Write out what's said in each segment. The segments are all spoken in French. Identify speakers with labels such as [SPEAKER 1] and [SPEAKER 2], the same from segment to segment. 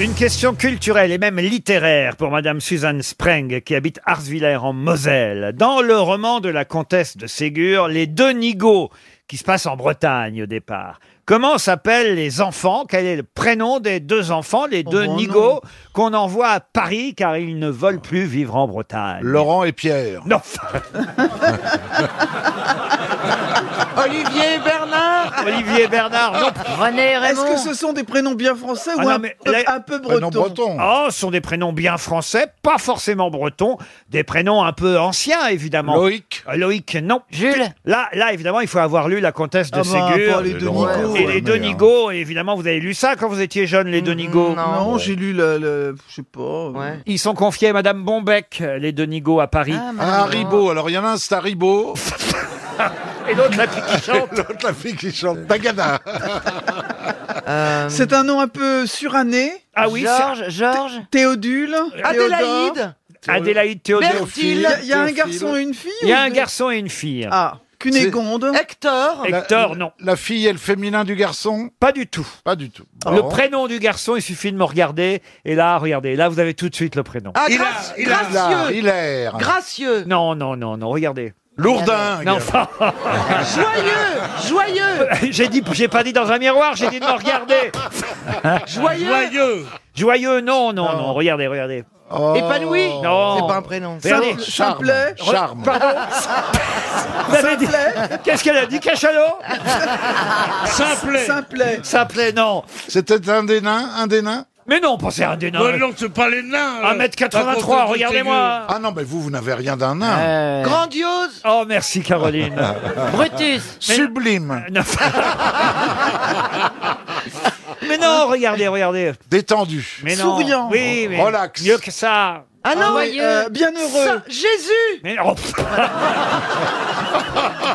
[SPEAKER 1] Une question culturelle et même littéraire pour Madame Suzanne Spreng, qui habite Arsvillers en Moselle. Dans le roman de la comtesse de Ségur, Les deux Nigauds, qui se passe en Bretagne au départ. Comment s'appellent les enfants Quel est le prénom des deux enfants, les deux
[SPEAKER 2] bon
[SPEAKER 1] Nigauds, qu'on envoie à Paris car ils ne veulent plus vivre en Bretagne
[SPEAKER 2] Laurent et Pierre.
[SPEAKER 1] Non
[SPEAKER 3] Olivier Bernard
[SPEAKER 1] Olivier Bernard, non
[SPEAKER 3] René
[SPEAKER 4] Est-ce
[SPEAKER 3] Raymond
[SPEAKER 4] que ce sont des prénoms bien français
[SPEAKER 1] Ah
[SPEAKER 4] ou
[SPEAKER 1] non,
[SPEAKER 4] un,
[SPEAKER 1] mais
[SPEAKER 4] peu,
[SPEAKER 1] là-
[SPEAKER 4] un peu breton
[SPEAKER 1] Oh, ce sont des prénoms bien français, pas forcément bretons, des prénoms un peu anciens, évidemment.
[SPEAKER 2] Loïc.
[SPEAKER 1] Euh, Loïc, non.
[SPEAKER 3] Jules
[SPEAKER 1] Là, là, évidemment, il faut avoir lu La Comtesse de
[SPEAKER 4] Ah bah,
[SPEAKER 1] Ségur.
[SPEAKER 4] pas les deux
[SPEAKER 2] Laurent,
[SPEAKER 4] Nico.
[SPEAKER 2] ouais. hein.
[SPEAKER 1] Et les deux Nigo, évidemment, vous avez lu ça quand vous étiez jeune, les deux Nigo.
[SPEAKER 3] Mm, non.
[SPEAKER 4] Non, j'ai lu le, le- je sais pas. euh.
[SPEAKER 3] Ouais.
[SPEAKER 1] Ils sont confiés à Madame Bombec, les deux Nigo à Paris.
[SPEAKER 2] Ah, Haribo. Alors, il y en a un, c'est Haribo.
[SPEAKER 1] Et l'autre, la fille qui chante.
[SPEAKER 2] L'autre, la fille qui chante. Tagada.
[SPEAKER 3] Euh,
[SPEAKER 4] C'est un nom un peu suranné.
[SPEAKER 1] Ah oui, c'est
[SPEAKER 3] Georges, Georges,
[SPEAKER 4] Théodule. Théodore.
[SPEAKER 3] Adélaïde,
[SPEAKER 1] Adélaïde Théodore.
[SPEAKER 4] Il
[SPEAKER 3] Bertil,
[SPEAKER 4] y, a- il y a un
[SPEAKER 2] Théophile.
[SPEAKER 4] garçon et une fille.
[SPEAKER 1] Il y a
[SPEAKER 4] ou
[SPEAKER 1] un
[SPEAKER 4] deux
[SPEAKER 1] garçon et une fille.
[SPEAKER 4] Ah, Cunégonde.
[SPEAKER 3] Hector,
[SPEAKER 1] Hector, non.
[SPEAKER 2] La fille est le féminin du garçon
[SPEAKER 1] Pas du tout.
[SPEAKER 2] Pas du tout.
[SPEAKER 1] Le prénom du garçon, il suffit de me regarder. Et là, regardez, là, vous avez tout de suite le prénom.
[SPEAKER 3] ah, Grac- gracieux,
[SPEAKER 2] Hilaire.
[SPEAKER 3] gracieux,
[SPEAKER 1] Non, non, non, non, regardez.
[SPEAKER 2] Lourdin.
[SPEAKER 1] Non, enfin,
[SPEAKER 3] joyeux, joyeux,
[SPEAKER 1] j'ai dit, j'ai pas dit dans un miroir, j'ai dit de me regarder.
[SPEAKER 3] joyeux,
[SPEAKER 1] Joyeux, non, non, non, regardez, regardez.
[SPEAKER 2] Oh.
[SPEAKER 3] épanoui,
[SPEAKER 1] Non.
[SPEAKER 3] c'est pas un prénom,
[SPEAKER 1] Regardez.
[SPEAKER 2] Charme.
[SPEAKER 4] Simplet.
[SPEAKER 2] Charme.
[SPEAKER 1] Vous avez dit- Qu'est-ce qu'elle a dit, Cachalot
[SPEAKER 5] Ah, Simplet.
[SPEAKER 4] Simplet.
[SPEAKER 1] Ça plaît, non.
[SPEAKER 2] C'était un des nains Un des nains
[SPEAKER 1] Mais non, pensez à un des
[SPEAKER 5] Non,
[SPEAKER 1] nains.
[SPEAKER 5] non, c'est pas les nains. euh, la
[SPEAKER 1] 1m83,
[SPEAKER 5] comtesse de
[SPEAKER 1] Ah, regardez-moi.
[SPEAKER 2] Ah non, mais vous, vous n'avez rien d'un nain.
[SPEAKER 3] grandiose,
[SPEAKER 1] Oh, merci, Caroline. Euh,
[SPEAKER 3] Brutus,
[SPEAKER 2] Sublime.
[SPEAKER 1] Non. mais
[SPEAKER 3] Hein
[SPEAKER 1] non, regardez, regardez.
[SPEAKER 2] Détendu.
[SPEAKER 1] Mais non.
[SPEAKER 4] Souriant.
[SPEAKER 1] Oui, mais
[SPEAKER 2] Relax.
[SPEAKER 1] mieux que ça.
[SPEAKER 3] ah non,
[SPEAKER 4] Ouais, euh, bienheureux.
[SPEAKER 3] Saint- Jésus,
[SPEAKER 1] Mais oh, pff,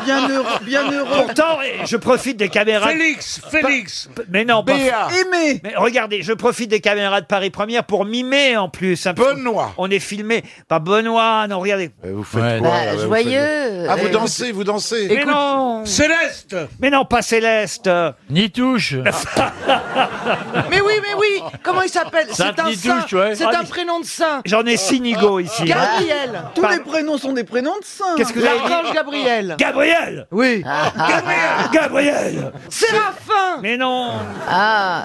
[SPEAKER 4] Bienheureux. Bienheureux.
[SPEAKER 1] pourtant, je profite des
[SPEAKER 5] Paris.
[SPEAKER 1] caméras.
[SPEAKER 5] Félix, Félix.
[SPEAKER 1] Mais non, pas.
[SPEAKER 2] Béa.
[SPEAKER 4] Aimé.
[SPEAKER 1] Mais regardez, je profite des caméras de Paris Première pour mimer en plus. un peu.
[SPEAKER 2] Benoît.
[SPEAKER 1] On est filmé par Benoît. Non, regardez.
[SPEAKER 2] Eh, Vous faites quoi,
[SPEAKER 6] bah,
[SPEAKER 2] là, vous faites- Ah,
[SPEAKER 6] Eh,
[SPEAKER 2] vous dansez, vous dansez.
[SPEAKER 1] mais non,
[SPEAKER 5] Céleste.
[SPEAKER 1] mais non, pas Céleste.
[SPEAKER 6] Ni touche.
[SPEAKER 3] mais oui, mais oui, comment il s'appelle, c'est un
[SPEAKER 6] Saint-Nitouche,
[SPEAKER 3] saint,
[SPEAKER 6] ouais.
[SPEAKER 3] c'est
[SPEAKER 1] Ah,
[SPEAKER 3] un prénom de saint,
[SPEAKER 1] J'en ai six nigauds ici.
[SPEAKER 3] Gabriel,
[SPEAKER 4] Tous
[SPEAKER 1] Pas-
[SPEAKER 4] les prénoms sont des prénoms de saints.
[SPEAKER 1] Qu'est-ce que vous avez dit
[SPEAKER 3] l'archange Gabriel,
[SPEAKER 1] Gabriel
[SPEAKER 3] oui,
[SPEAKER 1] Ah, Gabriel Gabriel
[SPEAKER 3] Séraphin, Ah,
[SPEAKER 1] Mais non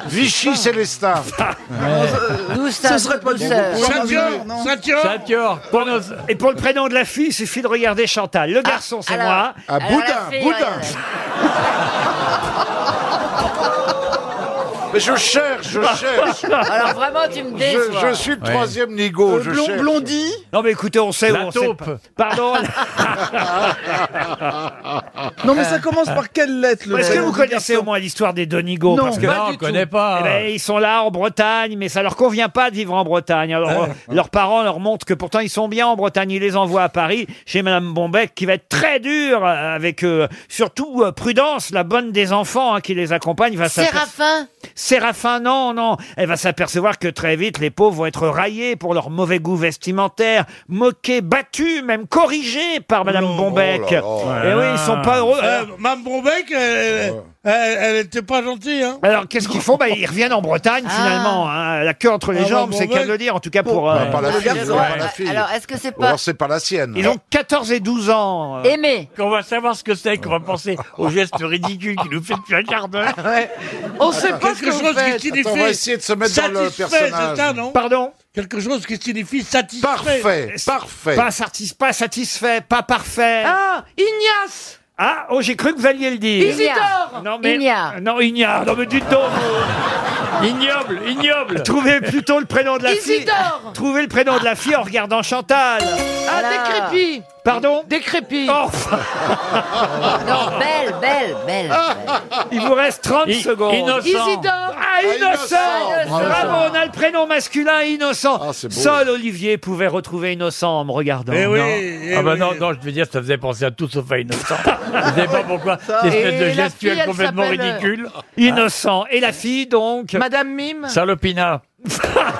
[SPEAKER 2] Vichy Célestin.
[SPEAKER 4] Ce serait pas du tout.
[SPEAKER 5] Saint-Dior.
[SPEAKER 4] non.
[SPEAKER 5] Saint-Dior.
[SPEAKER 6] Pour nos...
[SPEAKER 1] Et pour le prénom de la fille, il suffit de regarder Chantal. Le garçon, c'est
[SPEAKER 7] Ah, alors.
[SPEAKER 1] moi.
[SPEAKER 2] Ah,
[SPEAKER 7] Alors, la
[SPEAKER 2] Boudin.
[SPEAKER 7] fille,
[SPEAKER 2] Boudin.
[SPEAKER 7] ouais,
[SPEAKER 2] Mais je cherche, je
[SPEAKER 1] Ah.
[SPEAKER 2] cherche.
[SPEAKER 7] Alors vraiment, tu me
[SPEAKER 2] Je,
[SPEAKER 7] déçois.
[SPEAKER 2] je suis le troisième nigo.
[SPEAKER 4] Euh,
[SPEAKER 2] je
[SPEAKER 4] blond-
[SPEAKER 2] cherche.
[SPEAKER 4] blondie.
[SPEAKER 1] Non, mais écoutez, on sait où
[SPEAKER 6] La
[SPEAKER 1] on sait pas.
[SPEAKER 6] taupe.
[SPEAKER 1] Pardon.
[SPEAKER 2] Ah,
[SPEAKER 4] Non, mais ça commence par quelle lettre le
[SPEAKER 1] Est-ce que
[SPEAKER 4] prénom
[SPEAKER 1] vous
[SPEAKER 4] du
[SPEAKER 1] connaissez
[SPEAKER 4] garçon
[SPEAKER 1] au moins l'histoire des Donigo
[SPEAKER 4] Non.
[SPEAKER 1] Parce que
[SPEAKER 4] Pas
[SPEAKER 6] non, on connaît pas.
[SPEAKER 1] eh ben, ils sont là en Bretagne, mais ça leur convient pas de vivre en Bretagne.
[SPEAKER 6] Ah.
[SPEAKER 1] Alors, euh, leurs parents leur montrent que pourtant ils sont bien en Bretagne. Ils les envoient à Paris chez Madame Bombec, qui va être très dure euh, avec eux. Surtout euh, prudence, la bonne des enfants hein, qui les accompagne va s'apercevoir-
[SPEAKER 7] Séraphin,
[SPEAKER 1] Séraphin, non, non. Elle va s'apercevoir que très vite, les pauvres vont être raillés pour leur mauvais goût vestimentaire, moqués, battus, même corrigés par Madame
[SPEAKER 5] Non,
[SPEAKER 1] Bombec.
[SPEAKER 2] oh là
[SPEAKER 1] Et Eh oui, ils sont pas heureux.
[SPEAKER 5] Euh, Mme Brombeck, elle, elle, elle était pas gentille, hein.
[SPEAKER 1] Alors, qu'est-ce qu'ils font bah, Ils reviennent en Bretagne, finalement. hein. La queue entre les
[SPEAKER 5] Ah,
[SPEAKER 1] jambes,
[SPEAKER 5] bon,
[SPEAKER 1] c'est
[SPEAKER 5] bon,
[SPEAKER 1] qu'à le dire, en tout cas pour... euh,
[SPEAKER 2] Ah, Pas la
[SPEAKER 4] Le
[SPEAKER 2] fille.
[SPEAKER 4] garçon.
[SPEAKER 2] non, pas la
[SPEAKER 7] alors,
[SPEAKER 2] fille.
[SPEAKER 7] alors, est-ce que c'est
[SPEAKER 2] Ou
[SPEAKER 7] pas
[SPEAKER 2] alors c'est pas la sienne.
[SPEAKER 1] Ils ont 14 et 12 ans. euh.
[SPEAKER 7] aimé
[SPEAKER 6] Qu'on va savoir ce que c'est, qu'on va penser au geste ridicule qui nous fait depuis un quart d'heure.
[SPEAKER 3] Ah on sait pas ce que
[SPEAKER 5] Quelque
[SPEAKER 3] vous
[SPEAKER 5] chose qui
[SPEAKER 3] faites,
[SPEAKER 5] signifie
[SPEAKER 2] Attends, on va essayer de se mettre dans le
[SPEAKER 5] satisfait, c'est
[SPEAKER 2] personnage.
[SPEAKER 5] ça, non
[SPEAKER 1] Pardon
[SPEAKER 5] Quelque chose qui signifie satisfait.
[SPEAKER 2] Parfait,
[SPEAKER 1] C'est-
[SPEAKER 2] parfait.
[SPEAKER 1] pas, satis- pas satisfait, pas parfait. Ah,
[SPEAKER 3] ah, Ignace,
[SPEAKER 1] oh, j'ai cru que vous alliez le dire.
[SPEAKER 3] Isidore,
[SPEAKER 1] Non, mais...
[SPEAKER 7] Ignare.
[SPEAKER 1] Non, Ignare. Non, mais dites donc. vous.
[SPEAKER 6] Ignoble, ignoble.
[SPEAKER 1] Trouvez plutôt le prénom de la fille.
[SPEAKER 3] Isidore,
[SPEAKER 1] Trouvez le prénom de la fille en regardant Chantal.
[SPEAKER 3] ah,
[SPEAKER 7] Alors.
[SPEAKER 3] décrépit,
[SPEAKER 1] Pardon
[SPEAKER 3] décrépit,
[SPEAKER 1] Oh,
[SPEAKER 7] Non, belle, belle, belle.
[SPEAKER 1] Il vous reste 30
[SPEAKER 6] I-
[SPEAKER 1] secondes.
[SPEAKER 6] innocent.
[SPEAKER 3] Isidore,
[SPEAKER 1] Ah, innocent
[SPEAKER 2] Innocent,
[SPEAKER 1] Bravo, on a le prénom masculin innocent.
[SPEAKER 2] Ah, c'est beau.
[SPEAKER 1] Seul Olivier pouvait retrouver innocent en me regardant.
[SPEAKER 5] Eh oui,
[SPEAKER 6] Non.
[SPEAKER 5] eh
[SPEAKER 6] ah bah
[SPEAKER 5] oui.
[SPEAKER 6] non, non, je veux dire, ça faisait penser à tout sauf à innocent. je sais pas pourquoi. Cette espèce
[SPEAKER 3] Et
[SPEAKER 6] de
[SPEAKER 3] la fille,
[SPEAKER 6] gestuelle
[SPEAKER 3] elle
[SPEAKER 6] complètement
[SPEAKER 3] s'appelle, euh,
[SPEAKER 6] ridicule.
[SPEAKER 1] Innocent. Et la fille,
[SPEAKER 6] Ah.
[SPEAKER 1] donc
[SPEAKER 3] Madame Mime,
[SPEAKER 6] Salopina.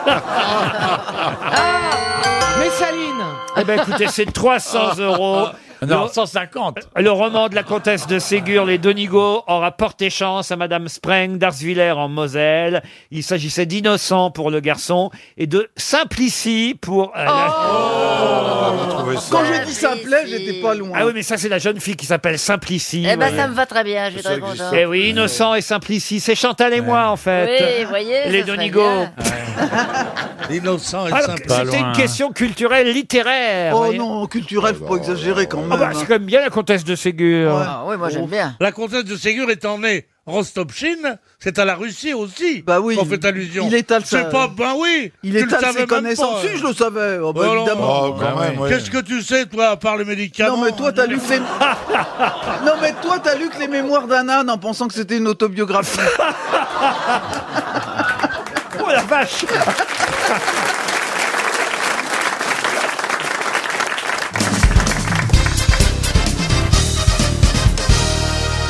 [SPEAKER 3] ah, Messaline,
[SPEAKER 1] Eh ben écoutez, c'est 300 euros.
[SPEAKER 6] Non,
[SPEAKER 1] Le-
[SPEAKER 6] 150.
[SPEAKER 1] Le roman de la comtesse de Ségur, Les Donigo, aura porté chance à Madame Spreng d'Arsvillers en Moselle. Il s'agissait d'innocent pour le garçon et de simplici pour. euh, la-
[SPEAKER 4] Quand Ah, j'ai dit ça plaît, j'étais pas loin.
[SPEAKER 1] Ah oui, mais ça, c'est la jeune fille qui s'appelle Simplici.
[SPEAKER 7] Eh ben,
[SPEAKER 1] ouais.
[SPEAKER 7] ça me va très bien, je suis très content.
[SPEAKER 1] Eh oui, innocent et simplici. C'est Chantal et moi, en fait.
[SPEAKER 7] Oui, vous voyez,
[SPEAKER 1] Les
[SPEAKER 7] ça serait
[SPEAKER 1] Donigo.
[SPEAKER 7] bien.
[SPEAKER 5] L'innocent est
[SPEAKER 1] Ah, Alors,
[SPEAKER 5] sympa.
[SPEAKER 1] C'était une question culturelle, littéraire.
[SPEAKER 4] Oh
[SPEAKER 1] voyez.
[SPEAKER 4] non, culturel,
[SPEAKER 2] Oh
[SPEAKER 4] faut pas exagérer quand
[SPEAKER 1] Ah
[SPEAKER 4] même.
[SPEAKER 1] bah, c'est quand même bien la comtesse de Ségur.
[SPEAKER 4] Ouais.
[SPEAKER 7] Ah, oui, moi j'aime bien.
[SPEAKER 5] La comtesse de Ségur étant née Rostopchine, c'est à la Russie aussi.
[SPEAKER 4] Bah oui,
[SPEAKER 5] On fait allusion.
[SPEAKER 4] il étale
[SPEAKER 5] C'est
[SPEAKER 4] sa-
[SPEAKER 5] pas, ben oui.
[SPEAKER 4] Il
[SPEAKER 5] tu le
[SPEAKER 4] étale
[SPEAKER 5] savais
[SPEAKER 4] ses
[SPEAKER 5] même
[SPEAKER 4] connaissances.
[SPEAKER 5] pas.
[SPEAKER 4] Si, je le savais. Oh, bah,
[SPEAKER 5] Oh non.
[SPEAKER 4] évidemment.
[SPEAKER 2] Oh, quand même, ouais.
[SPEAKER 5] Qu'est-ce que tu sais, toi, à part les médicaments
[SPEAKER 4] Non mais toi t'as lu que les... Non mais toi t'as lu que les mémoires d'un âne en pensant que c'était une autobiographie.
[SPEAKER 1] Oh la vache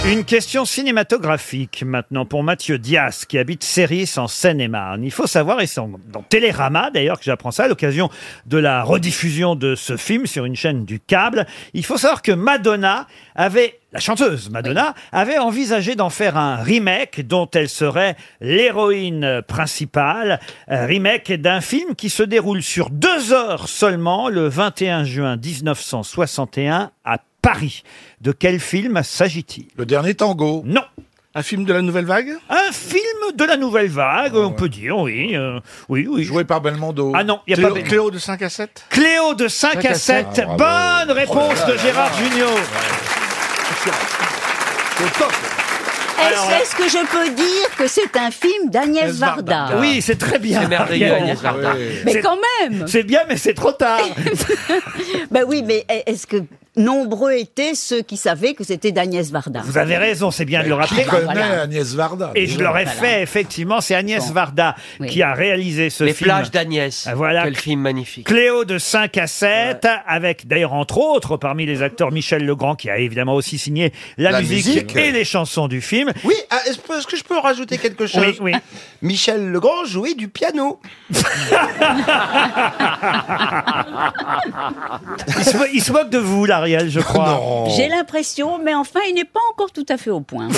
[SPEAKER 1] Une question cinématographique maintenant pour Mathieu Dias qui habite Séris en Seine-et-Marne. Il faut savoir, et c'est en- dans Télérama d'ailleurs que j'apprends ça à l'occasion de la rediffusion de ce film sur une chaîne du câble, il faut savoir que Madonna avait, la chanteuse Madonna, avait envisagé d'en faire un remake dont elle serait l'héroïne principale, Un remake d'un film qui se déroule sur deux heures seulement le 21 juin 1961 à Paris. De quel film s'agit-il
[SPEAKER 2] Le dernier tango.
[SPEAKER 1] non.
[SPEAKER 8] Un film de la nouvelle vague
[SPEAKER 1] Un film de la nouvelle vague, on peut dire, oui. euh, oui, oui.
[SPEAKER 2] Ah Joué par Belmondo.
[SPEAKER 1] Ah non, il n'y a
[SPEAKER 8] Cléo,
[SPEAKER 1] pas...
[SPEAKER 8] Cléo de 5 à 7
[SPEAKER 1] Cléo de 5, à 7.
[SPEAKER 2] Ah, bravo. Oh
[SPEAKER 1] Bonne réponse de Gérard Junior. Alors euh,
[SPEAKER 9] Est-ce
[SPEAKER 1] là-
[SPEAKER 9] est-ce que je peux dire que c'est un film d'Agnès Varda
[SPEAKER 1] Oui, c'est très bien.
[SPEAKER 6] C'est merveilleux, Agnès Varda.
[SPEAKER 2] Ouais.
[SPEAKER 1] c'est-
[SPEAKER 9] Mais quand même
[SPEAKER 1] C'est bien, mais c'est trop tard.
[SPEAKER 9] Ben oui, mais est-ce que nombreux étaient ceux qui savaient que c'était d'Agnès Varda
[SPEAKER 1] Vous avez raison, c'est bien de le rappeler.
[SPEAKER 2] Qui connaît
[SPEAKER 9] voilà.
[SPEAKER 2] Agnès Varda
[SPEAKER 1] Et je
[SPEAKER 2] déjà
[SPEAKER 1] l'aurais fait, effectivement. C'est Agnès Varda
[SPEAKER 9] Oui.
[SPEAKER 1] qui a réalisé ce
[SPEAKER 10] Les
[SPEAKER 1] film.
[SPEAKER 10] plages d'Agnès.
[SPEAKER 1] Ah, voilà.
[SPEAKER 10] Quel film magnifique.
[SPEAKER 1] Cléo de 5 à 7, avec d'ailleurs entre autres parmi les acteurs Michel Legrand qui a évidemment aussi signé la,
[SPEAKER 2] La
[SPEAKER 1] musique,
[SPEAKER 2] musique.
[SPEAKER 1] et les chansons du film.
[SPEAKER 8] Oui, ah, est-ce est-ce que je peux rajouter quelque chose
[SPEAKER 1] Oui, oui.
[SPEAKER 8] Michel Legrand jouait du piano.
[SPEAKER 1] Il se, mo- il se moque de vous, l'Ariel, je crois.
[SPEAKER 2] Ah Non.
[SPEAKER 9] J'ai
[SPEAKER 1] Oh.
[SPEAKER 9] l'impression, mais enfin, il n'est pas encore tout à fait au point.
[SPEAKER 2] Je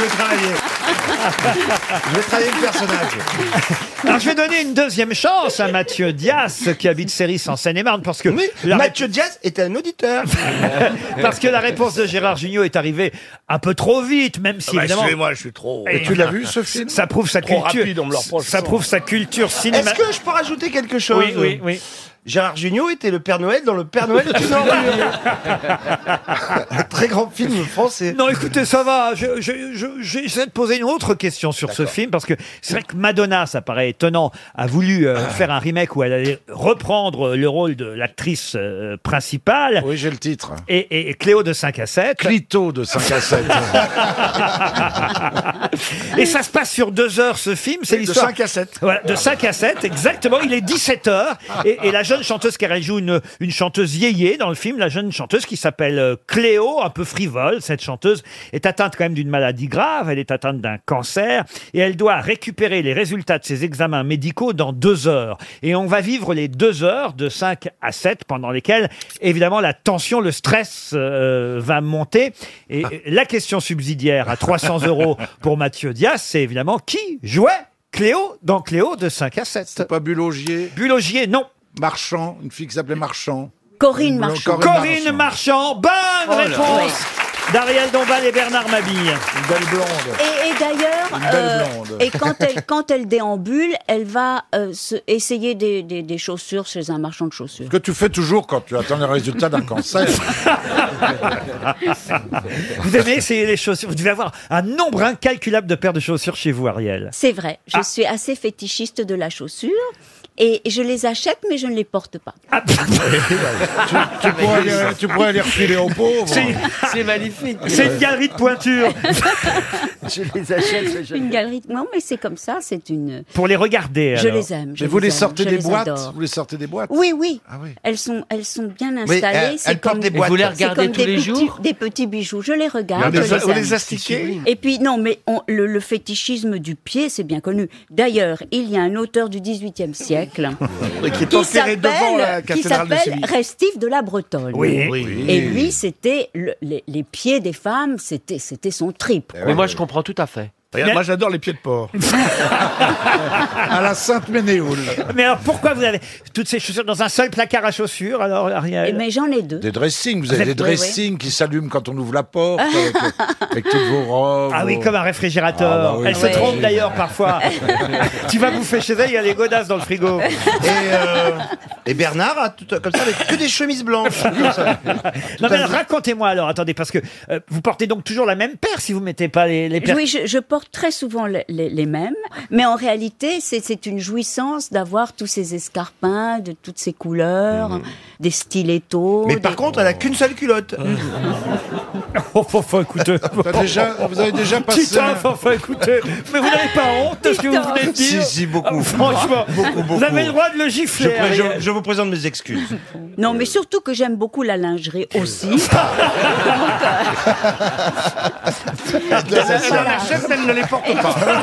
[SPEAKER 2] vais travailler. je vais travailler le
[SPEAKER 1] Ah,
[SPEAKER 2] personnage.
[SPEAKER 1] bah, Alors, je vais donner une deuxième chance à Mathieu Dias, qui habite Séris en Seine-et-Marne, parce que,
[SPEAKER 8] Oui,
[SPEAKER 1] la ré-
[SPEAKER 8] Mathieu Diaz est un auditeur.
[SPEAKER 1] parce que la réponse de Gérard Jugnot est arrivée un peu trop vite, même si, évidemment,
[SPEAKER 6] moi Ah bah, je suis trop.
[SPEAKER 1] Et
[SPEAKER 2] Tu l'as vu ce film
[SPEAKER 1] ça prouve sa
[SPEAKER 6] Trop
[SPEAKER 1] culture.
[SPEAKER 6] rapide, on me le reproche
[SPEAKER 1] ça
[SPEAKER 6] souvent.
[SPEAKER 1] prouve sa culture
[SPEAKER 8] Est-ce
[SPEAKER 1] cinématographique.
[SPEAKER 8] que je peux rajouter quelque chose
[SPEAKER 1] Oui, oui, oui.
[SPEAKER 8] Gérard Jugnot était le Père Noël dans le Père Noël est une ordure. Un Très grand film français.
[SPEAKER 1] Non, écoutez, ça va. je- je- je- J'essaie de poser une autre question sur ce film parce que c'est vrai que Madonna, ça paraît étonnant, a voulu
[SPEAKER 8] Ah.
[SPEAKER 1] euh, faire un remake où elle allait reprendre euh, le rôle de l'actrice euh, principale.
[SPEAKER 2] Oui, j'ai le titre.
[SPEAKER 1] Et, et- et Cléo de 5 à 7.
[SPEAKER 2] Clito de 5 à 7.
[SPEAKER 1] Et ça se passe sur deux heures, ce film. C'est
[SPEAKER 8] De
[SPEAKER 1] l'histoire.
[SPEAKER 8] 5 à 7.
[SPEAKER 1] Voilà, de 5 à 7, exactement. Il est 17h. Et, et la jeune chanteuse, car elle joue une, une chanteuse yéyé dans le film, la jeune chanteuse qui s'appelle euh, Cléo, un peu frivole, cette chanteuse, est atteinte quand même d'une maladie grave. Elle est atteinte d'un cancer. Et elle doit récupérer les résultats de ses examens médicaux dans deux heures. Et on va vivre les deux heures de 5 à 7 pendant lesquelles, évidemment, la tension, le stress euh, va monter. Et
[SPEAKER 8] Ah.
[SPEAKER 1] euh, la question subsidiaire à 300 euros pour Mathieu Diaz, c'est évidemment qui jouait Cléo dans Cléo de 5 à 7.
[SPEAKER 2] C'est pas Bulogier,
[SPEAKER 1] Bulogier, non.
[SPEAKER 2] Marchand, une fille qui s'appelait Marchand.
[SPEAKER 9] Corinne Marchand.
[SPEAKER 1] Corinne Marchand, bonne réponse d'Ariel Dombal et Bernard Mabille.
[SPEAKER 2] Une belle blonde.
[SPEAKER 9] Et, et d'ailleurs, euh,
[SPEAKER 2] Une belle blonde.
[SPEAKER 9] et quand elle, quand elle déambule, elle va euh, se- essayer des, des- des chaussures chez un marchand de chaussures.
[SPEAKER 2] Que tu fais toujours quand tu attends les résultats d'un cancer.
[SPEAKER 4] Ah,
[SPEAKER 1] Vous aimez essayer les chaussures. Vous devez avoir un nombre incalculable de paires de chaussures chez vous, Ariel.
[SPEAKER 9] C'est vrai, je suis assez fétichiste de la chaussure et je les achète, mais je ne les porte pas.
[SPEAKER 1] Ah,
[SPEAKER 2] tu, pourrais les, tu pourrais les refiler aux pauvres.
[SPEAKER 1] c'est
[SPEAKER 10] C'est magnifique.
[SPEAKER 1] c'est une galerie de pointures.
[SPEAKER 11] Je les
[SPEAKER 12] Une galerie. de- Non, mais c'est comme ça, c'est une.
[SPEAKER 1] Pour les regarder.
[SPEAKER 12] Je
[SPEAKER 1] alors.
[SPEAKER 12] les aime. je les aime, je les adore.
[SPEAKER 13] Vous les sortez des boîtes
[SPEAKER 12] Oui, oui.
[SPEAKER 13] Ah oui.
[SPEAKER 12] Elles sont, elles sont bien
[SPEAKER 13] Oui,
[SPEAKER 12] installées.
[SPEAKER 13] elles-
[SPEAKER 12] c'est
[SPEAKER 13] elles portent
[SPEAKER 12] comme-
[SPEAKER 13] des Et boîtes. vous les
[SPEAKER 12] c'est
[SPEAKER 13] regardez
[SPEAKER 12] comme
[SPEAKER 13] tous
[SPEAKER 12] des
[SPEAKER 13] les
[SPEAKER 12] petits-
[SPEAKER 13] jours
[SPEAKER 12] Des petits bijoux. Je les regarde.
[SPEAKER 13] Mais
[SPEAKER 12] je
[SPEAKER 13] on les
[SPEAKER 12] aime.
[SPEAKER 13] a stickés
[SPEAKER 12] Et puis, non, mais on- le, le fétichisme du pied, c'est bien connu. D'ailleurs, il y a un auteur du XVIIIe siècle
[SPEAKER 13] Et qui est enterré devant la
[SPEAKER 12] qui
[SPEAKER 13] cathédrale de
[SPEAKER 12] s'appelle
[SPEAKER 13] Séville.
[SPEAKER 12] Restif de la Bretagne.
[SPEAKER 1] Oui.
[SPEAKER 12] Et lui, c'était le- les, les pieds des femmes, c'était c'était son trip. quoi.
[SPEAKER 2] Mais moi, je comprends tout à fait.
[SPEAKER 13] Regarde, moi j'adore les pieds de porc. à la Sainte Ménéoule.
[SPEAKER 1] Mais alors pourquoi vous avez toutes ces chaussures dans un seul placard à chaussures alors
[SPEAKER 12] Et-
[SPEAKER 1] Ariel
[SPEAKER 12] Mais Eh ben, j'en ai deux.
[SPEAKER 14] Des dressings, vous avez
[SPEAKER 1] Oui,
[SPEAKER 14] des dressings qui s'allument quand on ouvre la porte, avec, euh, avec toutes vos robes.
[SPEAKER 1] Ah oui,
[SPEAKER 14] vos-
[SPEAKER 1] comme un réfrigérateur.
[SPEAKER 14] Ah bah oui,
[SPEAKER 1] Euh, Elle se
[SPEAKER 14] oui.
[SPEAKER 1] trompe d'ailleurs parfois. tu vas bouffer chez elle, il y a des godasses dans le frigo.
[SPEAKER 11] Et, euh, et Bernard a tout, comme ça avec que des chemises blanches. comme ça.
[SPEAKER 1] Non mais alors, racontez-moi alors, attendez, parce que euh, vous portez donc toujours la même paire si vous mettez pas les, les paires.
[SPEAKER 12] Oui, je, je porte très souvent les, les- les mêmes, mais en réalité, c'est- c'est une jouissance d'avoir tous ces escarpins, de toutes ces couleurs,
[SPEAKER 1] Mm-hmm.
[SPEAKER 12] des stilettos.
[SPEAKER 11] Mais
[SPEAKER 12] des-
[SPEAKER 11] par contre, elle a qu'une seule culotte. Ah, bah,
[SPEAKER 1] Oh, faut, faut, écoutez.
[SPEAKER 13] T'as déjà- vous avez déjà passé
[SPEAKER 1] Putain,
[SPEAKER 13] un-
[SPEAKER 1] faut, faut, écoutez. oh. Mais vous n'avez pas honte de ce que vous venez de dire Ah,
[SPEAKER 11] Si, si, beaucoup.
[SPEAKER 1] Franchement,
[SPEAKER 11] Beaucoup, beaucoup.
[SPEAKER 1] vous avez le droit de le
[SPEAKER 11] Je,
[SPEAKER 1] gifler.
[SPEAKER 11] pré-
[SPEAKER 1] Ariel.
[SPEAKER 11] je- je vous présente mes excuses.
[SPEAKER 12] Non, mais surtout que j'aime beaucoup la lingerie aussi. euh,
[SPEAKER 11] Elle en achète, mais elle ne les porte pas.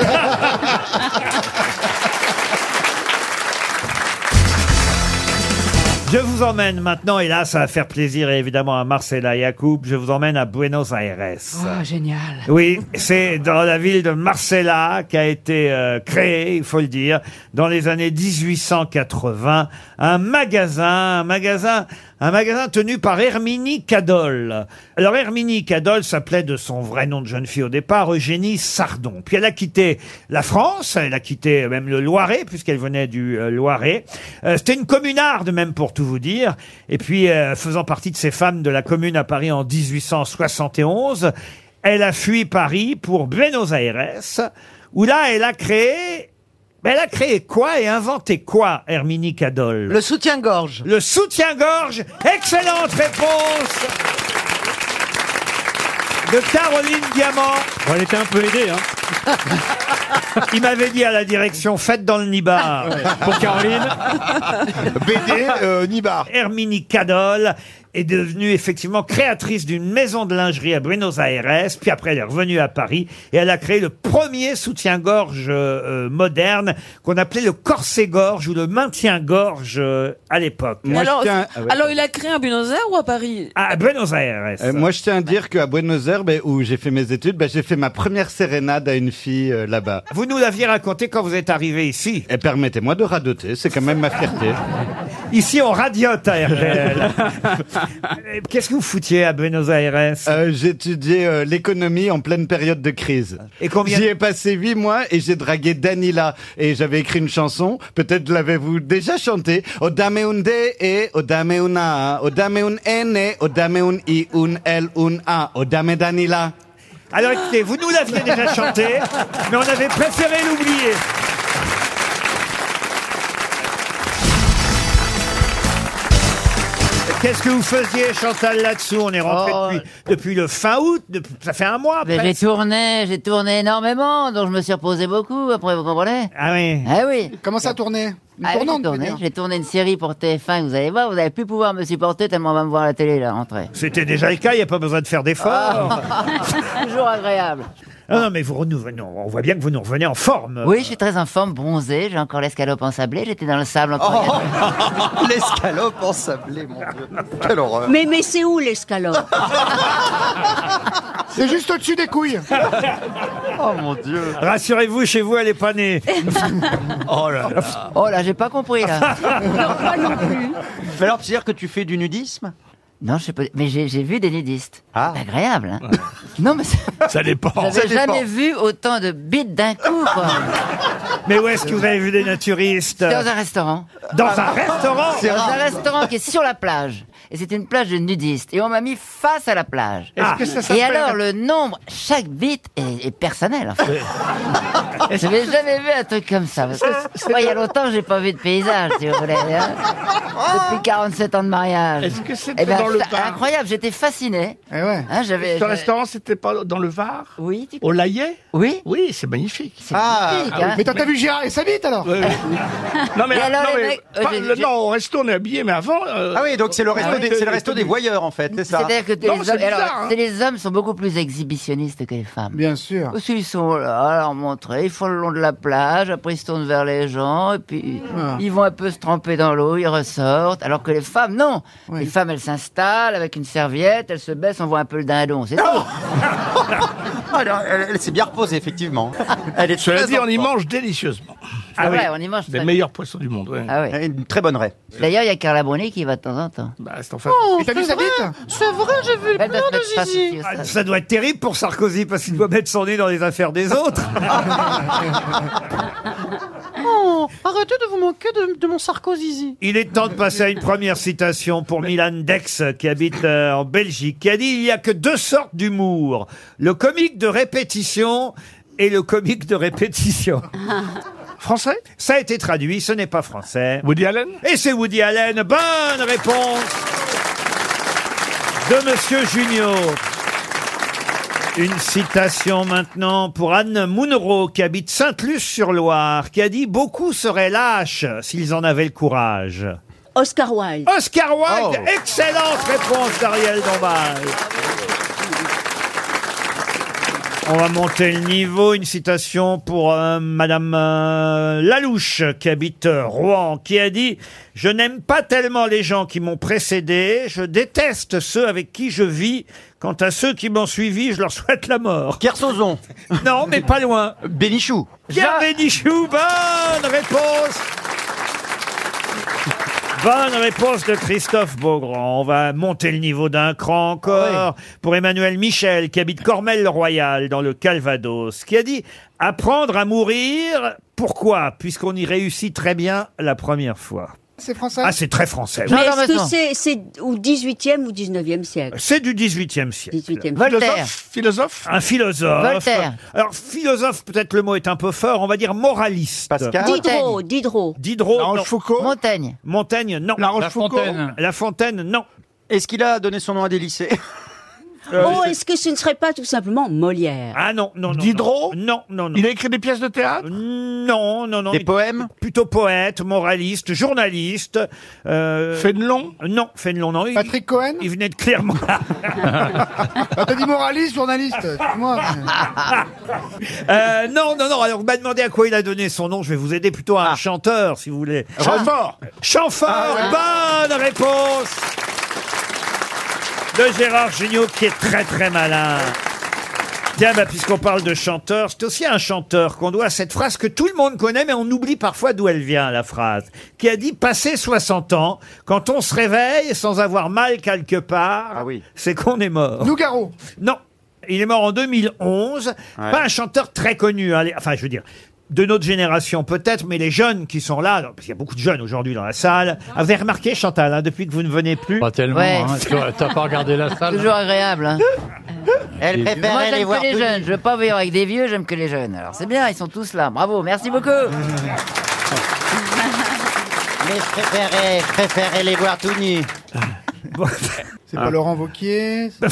[SPEAKER 1] Je vous emmène maintenant, et là, ça va faire plaisir évidemment à Marcella Yacoub, je vous emmène à Buenos Aires.
[SPEAKER 15] génial.
[SPEAKER 1] Oui, c'est dans la ville de Marcella qu'a été euh, créé, il faut le dire, dans les années 1880, un magasin, un magasin, un magasin tenu par Herminie Cadol. Alors Herminie Cadol s'appelait de son vrai nom de jeune fille au départ Eugénie Sardon. Puis elle a quitté la France, elle a quitté même le Loiret puisqu'elle venait du euh, Loiret. Euh, C'était une communarde même pour tout vous dire. Et puis euh, faisant partie de ces femmes de la commune à Paris en 1871. Elle a fui Paris pour Buenos Aires, où là, elle a créé. ben, Elle a créé quoi et inventé quoi, Herminie Cadol Le soutien-gorge. Le soutien-gorge. Excellente réponse de Caroline Diamant.
[SPEAKER 2] elle était un peu aidée, hein.
[SPEAKER 1] Il m'avait dit à la direction, faites dans le Nibar.
[SPEAKER 2] Pour Caroline.
[SPEAKER 13] BD euh, Nibar.
[SPEAKER 1] Herminie Cadol est devenue effectivement créatrice d'une maison de lingerie à Buenos Aires, puis après elle est revenue à Paris et elle a créé le premier soutien-gorge euh, euh, moderne qu'on appelait le corset-gorge ou le maintien-gorge euh, à l'époque.
[SPEAKER 15] alors, alors, il a créé un Buenos Aires ou à Paris
[SPEAKER 16] Ah,
[SPEAKER 1] À Buenos Aires.
[SPEAKER 5] Euh, moi, je tiens à dire qu'à Buenos Aires, ben, où j'ai fait mes études, ben, j'ai fait ma première sérénade à une fille euh, là-bas.
[SPEAKER 1] Vous nous l'aviez raconté quand vous êtes arrivé ici.
[SPEAKER 5] Et permettez-moi de radoter, c'est quand même ma fierté.
[SPEAKER 1] Ici, on radiote à RTL. Et Qu'est-ce que vous foutiez à Buenos Aires
[SPEAKER 5] Euh, j'ai étudié euh, l'économie en pleine période de crise.
[SPEAKER 1] Et combien-
[SPEAKER 5] J'y ai passé huit mois et j'ai dragué Danila. Et j'avais écrit une chanson, peut-être l'avez-vous déjà chantée. O dame un de e, o dame un a, o dame un n, o dame un i, un l, un a, o dame Danila.
[SPEAKER 1] Alors écoutez, vous nous l'aviez déjà chanté, mais on avait préféré l'oublier. Qu'est-ce que vous faisiez, Chantal, là-dessous On est rentré
[SPEAKER 17] Oh.
[SPEAKER 1] depuis, depuis le fin août, depuis- ça fait un mois
[SPEAKER 17] Mais j'ai
[SPEAKER 1] presque.
[SPEAKER 17] tourné, j'ai tourné énormément, donc je me suis reposé beaucoup, après vous comprenez
[SPEAKER 1] Ah oui
[SPEAKER 17] Ah oui
[SPEAKER 18] Comment ça tourner Une
[SPEAKER 17] Ah oui,
[SPEAKER 18] tournante,
[SPEAKER 17] j'ai
[SPEAKER 18] tu veux
[SPEAKER 17] tourné,
[SPEAKER 18] dire.
[SPEAKER 17] j'ai tourné une série pour TF1, vous allez voir, vous n'allez plus pouvoir me supporter tellement on va me voir à la télé, là, rentrée.
[SPEAKER 1] C'était déjà le cas, il n'y a pas besoin de faire d'efforts.
[SPEAKER 17] Toujours agréable.
[SPEAKER 1] Ah non, mais vous, nous, non, on voit bien que vous nous revenez en forme.
[SPEAKER 17] Oui, je suis très en forme, bronzé, j'ai encore l'escalope en sablé, j'étais dans le sable
[SPEAKER 2] Oh,
[SPEAKER 17] encore. il y a deux-
[SPEAKER 11] L'escalope en sablé, mon Dieu. Quelle
[SPEAKER 2] oh.
[SPEAKER 11] horreur.
[SPEAKER 12] Mais, mais c'est où l'escalope
[SPEAKER 18] C'est juste au-dessus des couilles.
[SPEAKER 11] Oh mon Dieu.
[SPEAKER 1] Rassurez-vous, chez vous, elle est pas née.
[SPEAKER 11] Oh là là.
[SPEAKER 17] Oh là, j'ai pas compris, là.
[SPEAKER 2] Il va falloir dire que tu fais du nudisme Ah.
[SPEAKER 17] Non, je sais pas, mais j'ai j'ai vu des nudistes. C'est Agréable, hein. Non, mais c'est-
[SPEAKER 2] Ça dépend.
[SPEAKER 17] j'avais jamais vu autant de bites d'un coup, quoi.
[SPEAKER 1] Mais où est-ce que vous avez vu des naturistes
[SPEAKER 17] C'était dans un restaurant.
[SPEAKER 1] Dans un restaurant
[SPEAKER 17] Dans un restaurant qui est sur la plage. et c'est une plage de nudistes. Et on m'a mis face à la plage.
[SPEAKER 2] Est-ce
[SPEAKER 16] ah.
[SPEAKER 2] que ça
[SPEAKER 17] et
[SPEAKER 2] s'appelle-
[SPEAKER 17] alors, le nombre, chaque bite est, est personnel. en fait. Je n'avais jamais vu un truc comme ça. parce que moi, il y a longtemps, j'ai pas vu de paysage, si vous voulez. hein. Depuis 47 ans de mariage.
[SPEAKER 19] Est-ce que c'était
[SPEAKER 17] Eh ben,
[SPEAKER 19] dans le
[SPEAKER 17] c'est
[SPEAKER 19] Var
[SPEAKER 17] Incroyable, j'étais fasciné.
[SPEAKER 5] Eh
[SPEAKER 17] Hein, j'avais-
[SPEAKER 19] Ce
[SPEAKER 17] j'avais-
[SPEAKER 19] restaurant, c'était pas dans le Var
[SPEAKER 17] Oui.
[SPEAKER 19] Au Layet
[SPEAKER 17] Oui.
[SPEAKER 19] Oui, c'est magnifique.
[SPEAKER 5] Ah,
[SPEAKER 19] Ah,
[SPEAKER 17] magnifique, hein. Mais t'as
[SPEAKER 19] vu Gérard et sa bite alors Non, mais, ah,
[SPEAKER 17] Et alors,
[SPEAKER 19] non,
[SPEAKER 17] les
[SPEAKER 19] mais
[SPEAKER 17] mecs,
[SPEAKER 19] pas-
[SPEAKER 17] euh, j'ai-
[SPEAKER 19] le-
[SPEAKER 17] j'ai-
[SPEAKER 19] non, au resto, on est habillé, mais avant. euh,
[SPEAKER 10] Ah oui, donc c'est le resto
[SPEAKER 19] ouais,
[SPEAKER 10] des-
[SPEAKER 19] t'es-
[SPEAKER 10] c'est le resto
[SPEAKER 19] t'es-
[SPEAKER 10] des voyeurs, en fait, c'est ça.
[SPEAKER 17] C'est-à-dire que
[SPEAKER 10] Non,
[SPEAKER 17] les,
[SPEAKER 10] mais c'est
[SPEAKER 17] hommes,
[SPEAKER 10] bizarre,
[SPEAKER 17] alors,
[SPEAKER 10] hein.
[SPEAKER 17] c'est les hommes sont beaucoup plus exhibitionnistes que les femmes. Bien sûr. Parce qu'ils sont là à leur montrer, ils font le long de la plage, après ils se tournent vers les gens, et puis ils vont un peu se tremper dans l'eau, ils ressortent. Alors que les femmes, non. Les femmes, elles s'installent avec une serviette, elles se baissent, on voit un peu le dindon, c'est tout.
[SPEAKER 10] Alors, elle, elle s'est bien reposée, effectivement. Elle est
[SPEAKER 19] Cela
[SPEAKER 10] très
[SPEAKER 19] dit, on y
[SPEAKER 10] en forme.
[SPEAKER 19] mange délicieusement.
[SPEAKER 17] Ah ouais, on y mange
[SPEAKER 19] Des
[SPEAKER 17] très
[SPEAKER 19] meilleurs poissons du monde, ouais.
[SPEAKER 17] Ah oui.
[SPEAKER 10] Une très bonne raie.
[SPEAKER 17] D'ailleurs, il y a Carla Bruni qui y va de temps en temps. Oh,
[SPEAKER 19] Bah, c'est
[SPEAKER 3] C'est vrai, j'ai vu le
[SPEAKER 17] Elle doit
[SPEAKER 3] plan
[SPEAKER 17] se
[SPEAKER 3] de
[SPEAKER 17] mettre face
[SPEAKER 3] Gigi.
[SPEAKER 17] aussi au sol.
[SPEAKER 1] Ah, Ça doit être terrible pour Sarkozy parce qu'il doit mettre son nez dans les affaires des autres.
[SPEAKER 3] Oh, arrêtez de vous moquer de, de mon Sarkozy.
[SPEAKER 1] Il est temps de passer à une première citation pour Milan Dex, qui habite euh, en Belgique, qui a dit Il n'y a que deux sortes d'humour, le comique de répétition et le comique de répétition. Français Ça a été traduit, ce n'est pas français. Woody Allen Et c'est Woody Allen. Bonne réponse de Monsieur Junio. Une citation maintenant pour Anne Mounero, qui habite Sainte-Luce-sur-Loire, qui a dit Beaucoup seraient lâches s'ils en avaient le courage.
[SPEAKER 9] Oscar Wilde.
[SPEAKER 1] Oscar Wilde,
[SPEAKER 10] Oh.
[SPEAKER 1] excellente réponse d'Ariel Dombal. On va monter le niveau. Une citation pour euh, Madame euh, Lalouche, qui habite euh, Rouen, qui a dit « Je n'aime pas tellement les gens qui m'ont précédé. Je déteste ceux avec qui je vis. Quant à ceux qui m'ont suivi, je leur souhaite la mort. » Kersozon. Non, mais pas loin. Bénichou. Pierre Bénichou, bonne réponse Bonne réponse de Christophe Beaugrand. On va monter le niveau d'un cran encore pour Emmanuel Michel, qui habite Cormel-le-Royal, dans le Calvados, qui a dit « Apprendre à mourir, pourquoi Puisqu'on y réussit très bien la première fois.
[SPEAKER 14] C'est » français.
[SPEAKER 1] Ah, c'est très français. oui.
[SPEAKER 9] Mais est-ce que c'est, c'est au 18e ou 19e siècle
[SPEAKER 1] C'est du 18e siècle.
[SPEAKER 9] 18e.
[SPEAKER 1] Voltaire. Philosophe Un philosophe.
[SPEAKER 9] Voltaire.
[SPEAKER 1] Alors, philosophe, peut-être le mot est un peu fort, on va dire moraliste.
[SPEAKER 9] Diderot, Diderot.
[SPEAKER 1] Diderot. La
[SPEAKER 9] Rochefoucauld.
[SPEAKER 17] Montaigne.
[SPEAKER 1] Montaigne, non. La Rochefoucauld. La Fontaine, non.
[SPEAKER 10] Est-ce qu'il a donné son nom à des lycées
[SPEAKER 17] Euh,
[SPEAKER 9] oh, est-ce que ce ne serait pas tout simplement Molière
[SPEAKER 1] Ah non, non, non. Diderot Non, non, non. Il a écrit des pièces de théâtre Non, non, non. Des poèmes Plutôt poète, moraliste, journaliste. Euh... Fénelon Non, Fénelon, non. Patrick Cohen Il venait de Clermont.
[SPEAKER 14] Ah, T'as dit moraliste, journaliste. Moi.
[SPEAKER 1] Euh, non, non, non. Alors, vous m'avez demandé à quoi il a donné son nom. Je vais vous aider plutôt à un chanteur, si vous voulez.
[SPEAKER 2] Chamfort.
[SPEAKER 1] Chamfort, bonne réponse de Gérard Jugnot, qui est très, très malin. Tiens, bah, puisqu'on parle de chanteur, c'est aussi un chanteur qu'on doit à cette phrase que tout le monde connaît, mais on oublie parfois d'où elle vient, la phrase, qui a dit « Passer 60 ans, quand on se réveille sans avoir mal quelque part, c'est qu'on est mort. » Nougaro Non. Il est mort en 2011. Pas un chanteur très connu. hein, les- Enfin, je veux dire, de notre génération peut-être, mais les jeunes qui sont là, alors, parce qu'il y a beaucoup de jeunes aujourd'hui dans la salle. Ah, vous avez remarqué, Chantal, hein, depuis que vous ne venez plus Pas tellement,
[SPEAKER 17] Ouais. hein. Tu-
[SPEAKER 1] t'as pas regardé la salle
[SPEAKER 17] Toujours agréable. hein. Elle
[SPEAKER 1] préfère
[SPEAKER 17] Moi,
[SPEAKER 1] aller
[SPEAKER 17] j'aime
[SPEAKER 1] voir
[SPEAKER 17] que les
[SPEAKER 1] tout nu.
[SPEAKER 17] jeunes. Je veux pas vivre avec des vieux, j'aime que les jeunes. Alors c'est bien, ils sont tous là. Bravo, merci beaucoup.
[SPEAKER 7] Mais je préférais, je préférais les voir tout nus.
[SPEAKER 14] C'est
[SPEAKER 19] Ah.
[SPEAKER 14] pas Laurent Vauquier. c'est-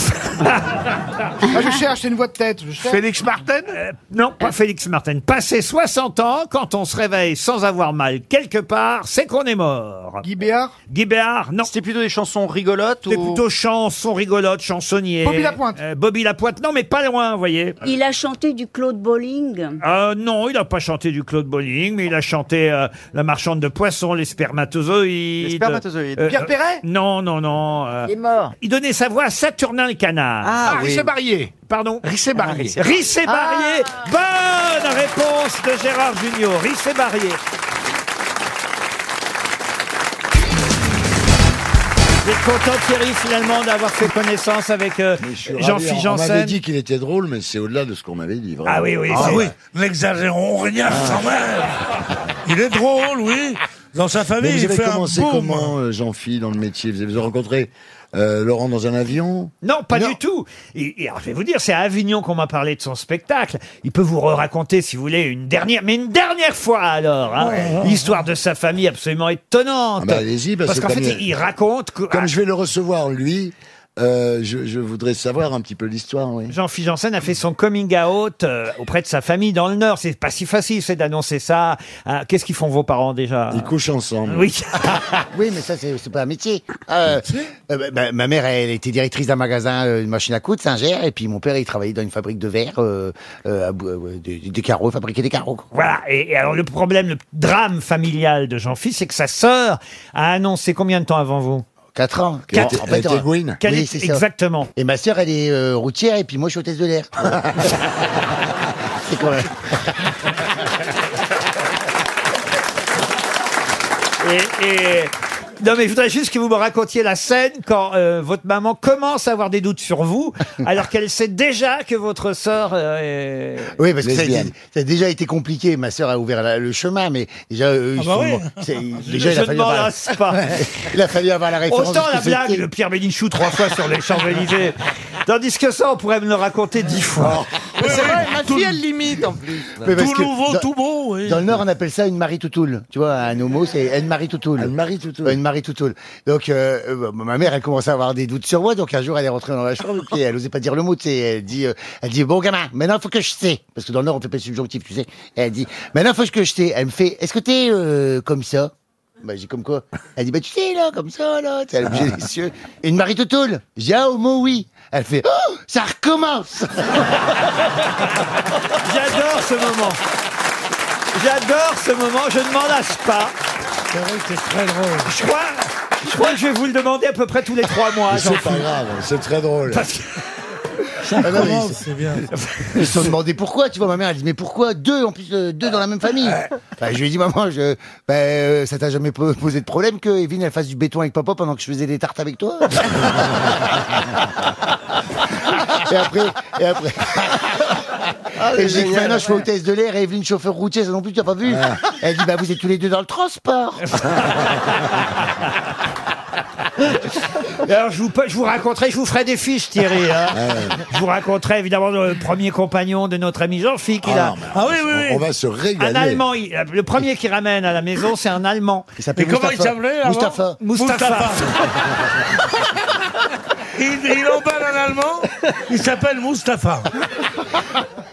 [SPEAKER 14] Ah, je cherche, c'est une voix de tête. Je cherche.
[SPEAKER 1] Martin Euh, Non, pas Félix Martin. Passer 60 ans, quand on se réveille sans avoir mal quelque part, c'est qu'on est mort. Guy Béard Guy Béard, non. C'était plutôt des chansons rigolotes C'était plutôt chansons rigolotes, chansonniers.
[SPEAKER 9] Bobby Lapointe.
[SPEAKER 1] Euh, Bobby Lapointe, non, mais pas loin, vous voyez.
[SPEAKER 17] Ah.
[SPEAKER 9] Il a chanté du Claude Bolling.
[SPEAKER 1] Euh, non, il n'a pas chanté du Claude Bolling, mais il a chanté euh, La marchande de poissons, les spermatozoïdes.
[SPEAKER 10] Les spermatozoïdes. Pierre
[SPEAKER 1] Perret Non, non, non. euh,
[SPEAKER 17] Il est mort.
[SPEAKER 1] Il donnait sa voix à Saturnin le canard.
[SPEAKER 10] Ah, Ah, oui. Rissé
[SPEAKER 1] Barrier. Pardon Rissé Barrier.
[SPEAKER 10] Rissé Barrier. Ah.
[SPEAKER 1] Rissé Barrier. Bonne réponse de Gérard Junior. Rissé Barrier. Vous êtes content, Thierry, finalement, d'avoir fait connaissance avec euh,
[SPEAKER 20] hein.
[SPEAKER 1] Jean-Philippe
[SPEAKER 12] On m'avait
[SPEAKER 1] Janssen
[SPEAKER 12] dit qu'il était drôle, mais c'est au-delà de ce qu'on m'avait dit.
[SPEAKER 1] Ah oui, oui,
[SPEAKER 12] Ah
[SPEAKER 1] c'est
[SPEAKER 12] oui.
[SPEAKER 1] vrai.
[SPEAKER 11] Ah
[SPEAKER 19] Ah,
[SPEAKER 5] N'exagérons rien quand même. Il est drôle, oui.
[SPEAKER 21] Dans sa famille,
[SPEAKER 20] Mais vous
[SPEAKER 21] il
[SPEAKER 20] avez
[SPEAKER 21] fait un
[SPEAKER 20] commencé
[SPEAKER 21] boom.
[SPEAKER 20] comment, euh, Jean-Phi, dans le métier Vous avez rencontré euh, Laurent dans un avion
[SPEAKER 1] Non, pas du tout. Et, et alors, je vais vous dire, c'est à Avignon qu'on m'a parlé de son spectacle. Il peut vous raconter, si vous voulez, une dernière, mais une dernière fois alors, hein, l'histoire de sa famille absolument étonnante.
[SPEAKER 20] Ah bah, allez-y, bah,
[SPEAKER 1] parce
[SPEAKER 20] c'est
[SPEAKER 1] qu'en
[SPEAKER 20] pas
[SPEAKER 1] fait,
[SPEAKER 20] mieux.
[SPEAKER 1] il, il raconte. que-
[SPEAKER 20] Comme je vais le recevoir, lui, euh, je, je voudrais savoir un petit peu l'histoire, oui.
[SPEAKER 1] Jean-Philippe Janssen a fait son coming out euh, auprès de sa famille dans le Nord. C'est pas si facile, c'est d'annoncer ça. Ah, Qu'est-ce qu'ils font vos parents déjà Ils
[SPEAKER 20] couchent ensemble.
[SPEAKER 1] Oui.
[SPEAKER 10] oui, mais ça, c'est c'est pas un métier. Euh, euh, bah, bah, ma mère, elle était directrice d'un magasin, euh, une machine à coudre, Saint-Ger, et puis mon père, il travaillait dans une fabrique de verre, euh, euh, à bou- euh, des, des carreaux, il fabriquait des carreaux. quoi.
[SPEAKER 1] Voilà. Et, et alors le problème, le drame familial de Jean-Philippe, c'est que sa sœur a annoncé combien de temps avant vous
[SPEAKER 10] 4 ans.
[SPEAKER 1] Quatre-
[SPEAKER 10] En fait,
[SPEAKER 1] Elle était
[SPEAKER 10] euh,
[SPEAKER 1] Gwyn.
[SPEAKER 10] oui,
[SPEAKER 1] Quelle-
[SPEAKER 10] c'est ça.
[SPEAKER 1] exactement.
[SPEAKER 10] Et ma sœur, elle est euh, routière, et puis moi, je suis hôtesse de l'air. c'est quoi
[SPEAKER 1] Et, et- Non, mais je voudrais juste que vous me racontiez la scène quand euh, votre maman commence à avoir des doutes sur vous, alors qu'elle sait déjà que votre sœur euh, est.
[SPEAKER 10] Oui, parce que ça a,
[SPEAKER 1] lesbienne.
[SPEAKER 10] été- ça a déjà été compliqué. Ma sœur a ouvert la- le chemin, mais déjà, eux, ils
[SPEAKER 1] Ah bah
[SPEAKER 10] sont-
[SPEAKER 1] oui.
[SPEAKER 10] c'est-
[SPEAKER 1] Je-
[SPEAKER 10] déjà, il
[SPEAKER 1] je
[SPEAKER 10] a
[SPEAKER 1] ne
[SPEAKER 10] fallu
[SPEAKER 1] m'en
[SPEAKER 10] avoir-
[SPEAKER 1] lasse pas.
[SPEAKER 10] il a fallu avoir la réponse.
[SPEAKER 1] Autant la
[SPEAKER 10] de ce que
[SPEAKER 1] blague
[SPEAKER 10] c'était.
[SPEAKER 1] de Pierre Bénichou trois fois sur les Champs-Élysées. Tandis que ça, on pourrait me le raconter dix
[SPEAKER 21] Oh.
[SPEAKER 1] fois.
[SPEAKER 3] C'est vrai,
[SPEAKER 10] ma
[SPEAKER 3] fille, elle
[SPEAKER 10] limite en plus.
[SPEAKER 1] Tout nouveau, tout
[SPEAKER 5] Oh,
[SPEAKER 10] beau. Dans le Nord, on appelle ça une Marie Toutoule. Tu vois, un homo, c'est une Marie Toutoule. Une Marie Toutoule. Une Marie Toutoule. Donc, euh, euh, bah, ma mère, elle commençait à avoir des doutes sur moi. Donc, un jour, elle est rentrée dans la chambre et puis elle n'osait pas dire le mot. Tu sais, elle dit, euh, elle dit, bon gamin, maintenant faut que je sais. Parce que dans le Nord, on fait pas de subjonctif, tu sais. Et elle dit, maintenant faut que je sais. Elle me fait, est-ce que t'es euh, comme ça bah, j'ai comme quoi Elle dit, bah, tu sais, là, comme ça, là, tu sais, elle a bougé les yeux. Une Marie Toutoule J'ai un homo, oui. Elle fait, oh, ça recommence
[SPEAKER 1] J'adore ce moment. J'adore ce moment, je ne m'en lasse pas.
[SPEAKER 21] C'est vrai que c'est très drôle.
[SPEAKER 1] Je crois, je crois que je vais vous le demander à peu près tous les trois mois.
[SPEAKER 20] Mais c'est
[SPEAKER 1] Jean-Philippe.
[SPEAKER 20] pas grave, c'est très drôle.
[SPEAKER 1] Ah, Parce que-
[SPEAKER 10] Ah non, mais ils-
[SPEAKER 20] c'est bien.
[SPEAKER 10] Ils se sont demandé pourquoi, tu vois, ma mère, elle dit, mais pourquoi deux, en plus, euh, deux dans la même famille Bah, Je lui ai dit, maman, je, bah, euh, ça t'a jamais po- posé de problème que Evelyne, elle fasse du béton avec papa pendant que je faisais des tartes avec toi Et après, et après.
[SPEAKER 21] c'est
[SPEAKER 5] Ah,
[SPEAKER 10] et j'ai dit,
[SPEAKER 21] génial.
[SPEAKER 10] maintenant, je fais hôtesse de l'air et Evelyne, chauffeur routier, ça non plus, tu n'as pas vu
[SPEAKER 5] Ah.
[SPEAKER 10] Elle dit, bah, vous êtes tous les deux dans le transport
[SPEAKER 1] Et Alors, je vous, je vous raconterai, je vous ferai des fiches, Thierry. hein.
[SPEAKER 20] Ah
[SPEAKER 1] Je vous raconterai évidemment le premier compagnon de notre ami Jean-Philippe.
[SPEAKER 20] Ah,
[SPEAKER 1] a...
[SPEAKER 20] non, mais on- on va se régaler.
[SPEAKER 1] Un Allemand. il- le premier qui ramène à la maison, c'est un Allemand.
[SPEAKER 20] Il s'appelait Et comment Mustapha. il s'appelait avant
[SPEAKER 1] Mustapha. Mustapha.
[SPEAKER 5] Il, il emballe un Allemand, il s'appelle Mustapha.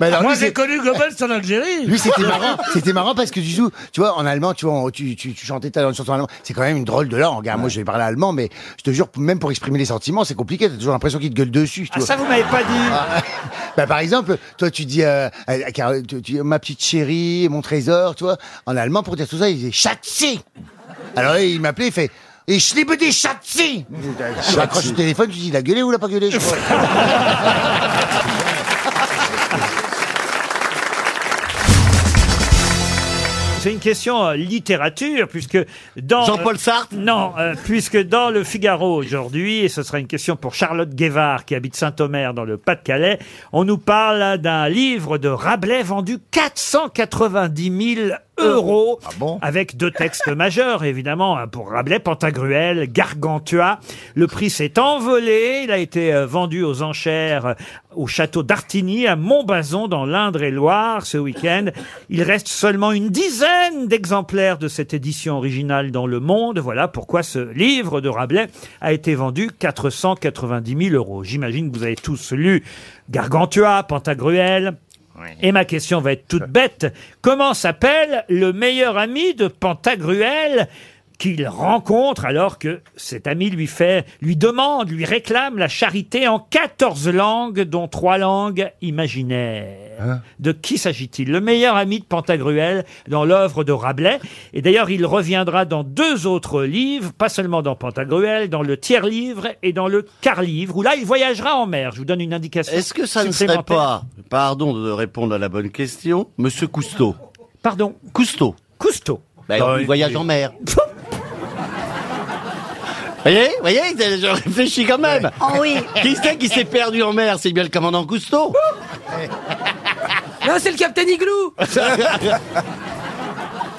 [SPEAKER 10] Bah,
[SPEAKER 5] Moi, j'ai connu Goebbels en Algérie.
[SPEAKER 10] Lui, c'était marrant. C'était marrant parce que tu joues, tu vois, en allemand, tu vois, on- tu, tu, tu chantais ta une chanson en allemand. C'est quand même une drôle de langue. Hein. Moi, je vais parler allemand, mais je te jure, même pour exprimer les sentiments, c'est compliqué. T'as toujours l'impression qu'il te gueule dessus. tu
[SPEAKER 1] Ah,
[SPEAKER 10] vois.
[SPEAKER 1] ça, vous m'avez pas dit.
[SPEAKER 10] Ah, bah, par exemple, toi, tu dis, euh, à- à Carole, tu- tu dis, ma petite chérie, mon trésor, tu vois. En allemand, pour dire tout ça, il disait Schatzi. Alors, il m'appelait, il fait, et je l'ai des Schatzi. Tu raccroches le téléphone, tu dis, il a gueulé ou il a pas gueulé, je crois.
[SPEAKER 1] C'est une question euh, littérature, puisque dans...
[SPEAKER 8] Jean-Paul
[SPEAKER 1] Sartre Non, euh, puisque dans Le Figaro aujourd'hui, et ce sera une question pour Charlotte Guévard, qui habite Saint-Omer, dans le Pas-de-Calais, on nous parle d'un livre de Rabelais vendu 490 000 euros, avec deux textes majeurs, évidemment, hein, pour Rabelais, Pantagruel, Gargantua. Le prix s'est envolé, il a été euh, vendu aux enchères euh, au château d'Artigny, à Montbazon, dans l'Indre-et-Loire, ce week-end. Il reste seulement une dizaine d'exemplaires de cette édition originale dans le monde. Voilà pourquoi ce livre de Rabelais a été vendu 490 000 euros. J'imagine que vous avez tous lu Gargantua, Pantagruel. Et ma question va
[SPEAKER 22] Euh.
[SPEAKER 1] être toute bête. Comment s'appelle le meilleur ami de Pantagruel qu'il rencontre alors que cet ami lui fait, lui demande, lui réclame la charité en 14 langues, dont trois langues imaginaires.
[SPEAKER 22] Hein?
[SPEAKER 1] de qui s'agit-il Le meilleur ami de Pantagruel dans l'œuvre de Rabelais. Et d'ailleurs, il reviendra dans deux autres livres, pas seulement dans Pantagruel, dans le tiers-livre et dans le quart-livre, où là, il voyagera en mer. Je vous donne une indication.
[SPEAKER 22] Est-ce que ça ne serait
[SPEAKER 1] supplémentaire.
[SPEAKER 22] pas, pardon de répondre à la bonne question, Monsieur Cousteau
[SPEAKER 1] Pardon
[SPEAKER 22] Cousteau.
[SPEAKER 1] Cousteau.
[SPEAKER 22] Ben,
[SPEAKER 1] Bah,
[SPEAKER 22] il voyage
[SPEAKER 1] oui.
[SPEAKER 22] en mer. voyez, voyez, je réfléchis quand même.
[SPEAKER 9] Oh oui.
[SPEAKER 22] Qui c'est qui s'est perdu en mer C'est bien le commandant Cousteau.
[SPEAKER 15] Non, c'est le capitaine Igloo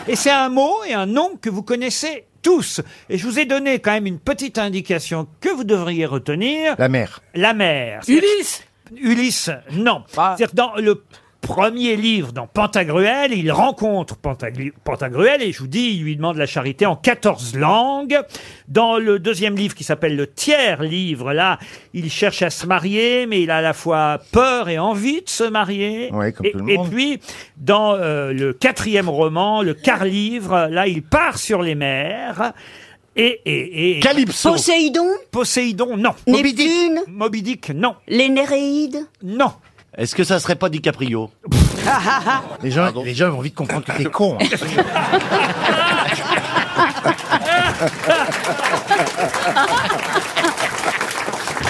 [SPEAKER 1] Et c'est un mot et un nom que vous connaissez tous. Et je vous ai donné quand même une petite indication que vous devriez retenir. La mer. La mer. Ulysse Ulysse, non. C'est-à-dire dans le premier livre, dans Pantagruel, il rencontre Pantaglu- Pantagruel et je vous dis, il lui demande la charité en 14 langues. Dans le deuxième livre qui s'appelle le tiers livre, là, il cherche à se marier, mais il a à la fois peur et envie de se marier.
[SPEAKER 12] Ouais, comme
[SPEAKER 1] et,
[SPEAKER 12] tout le
[SPEAKER 1] et
[SPEAKER 12] monde.
[SPEAKER 1] puis, dans euh, le quatrième roman, le quart livre, là, il part sur les mers. Et, et, et-
[SPEAKER 9] Calypso. Poséidon
[SPEAKER 1] Poséidon, non.
[SPEAKER 9] Moby Dick Neptune
[SPEAKER 1] Moby Dick, non.
[SPEAKER 9] Les Néréides
[SPEAKER 1] Non.
[SPEAKER 22] Est-ce que ça serait pas DiCaprio
[SPEAKER 8] Les gens, les gens vont vite comprendre que t'es con.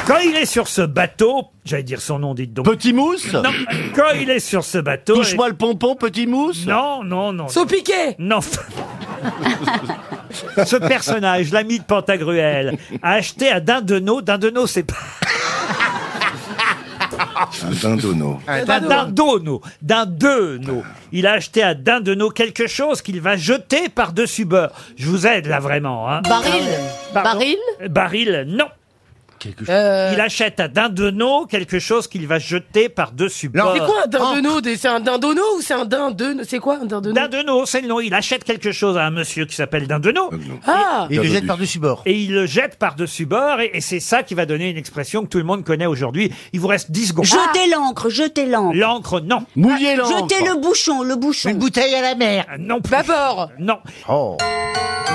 [SPEAKER 1] Quand il est sur ce bateau, j'allais dire son nom, dites donc. Petit Mousse Non, quand il est sur ce bateau...
[SPEAKER 22] Touche-moi
[SPEAKER 1] le pompon, Petit Mousse Non, non, non. Saupiquet Non. ce personnage, l'ami de Pantagruel, a acheté à Dindonneau, Dindonneau c'est pas...
[SPEAKER 20] Un dindono.
[SPEAKER 1] D'un Dindonneau, d'un Dindonneau. Il a acheté à Dindonneau quelque chose qu'il va jeter par-dessus beurre. Je vous aide là vraiment. Hein.
[SPEAKER 15] Baril Baril
[SPEAKER 1] Baril, non. Il achète à Dindonneau quelque chose qu'il va jeter par-dessus bord.
[SPEAKER 23] C'est
[SPEAKER 16] euh,
[SPEAKER 23] quoi un dindonneau des- C'est un dindono ou c'est un
[SPEAKER 9] Euh,
[SPEAKER 23] dindon C'est quoi un dindono
[SPEAKER 1] Dindonneau, c'est le nom. Il achète quelque chose à un monsieur qui s'appelle Dindonneau.
[SPEAKER 23] Ah
[SPEAKER 1] Et
[SPEAKER 23] Il le jette
[SPEAKER 1] par-dessus bord. Et il le jette par-dessus bord. Et, et c'est ça qui va donner une expression que tout le monde connaît aujourd'hui. Il vous reste 10 secondes.
[SPEAKER 9] Jetez l'encre, jetez l'encre. Ah,
[SPEAKER 1] L'encre, non. Mouiller
[SPEAKER 9] Jetez le bouchon, le bouchon. Une
[SPEAKER 8] bouteille à la mer.
[SPEAKER 1] Ah, Non.
[SPEAKER 9] D'abord.
[SPEAKER 1] Non.
[SPEAKER 8] Oh.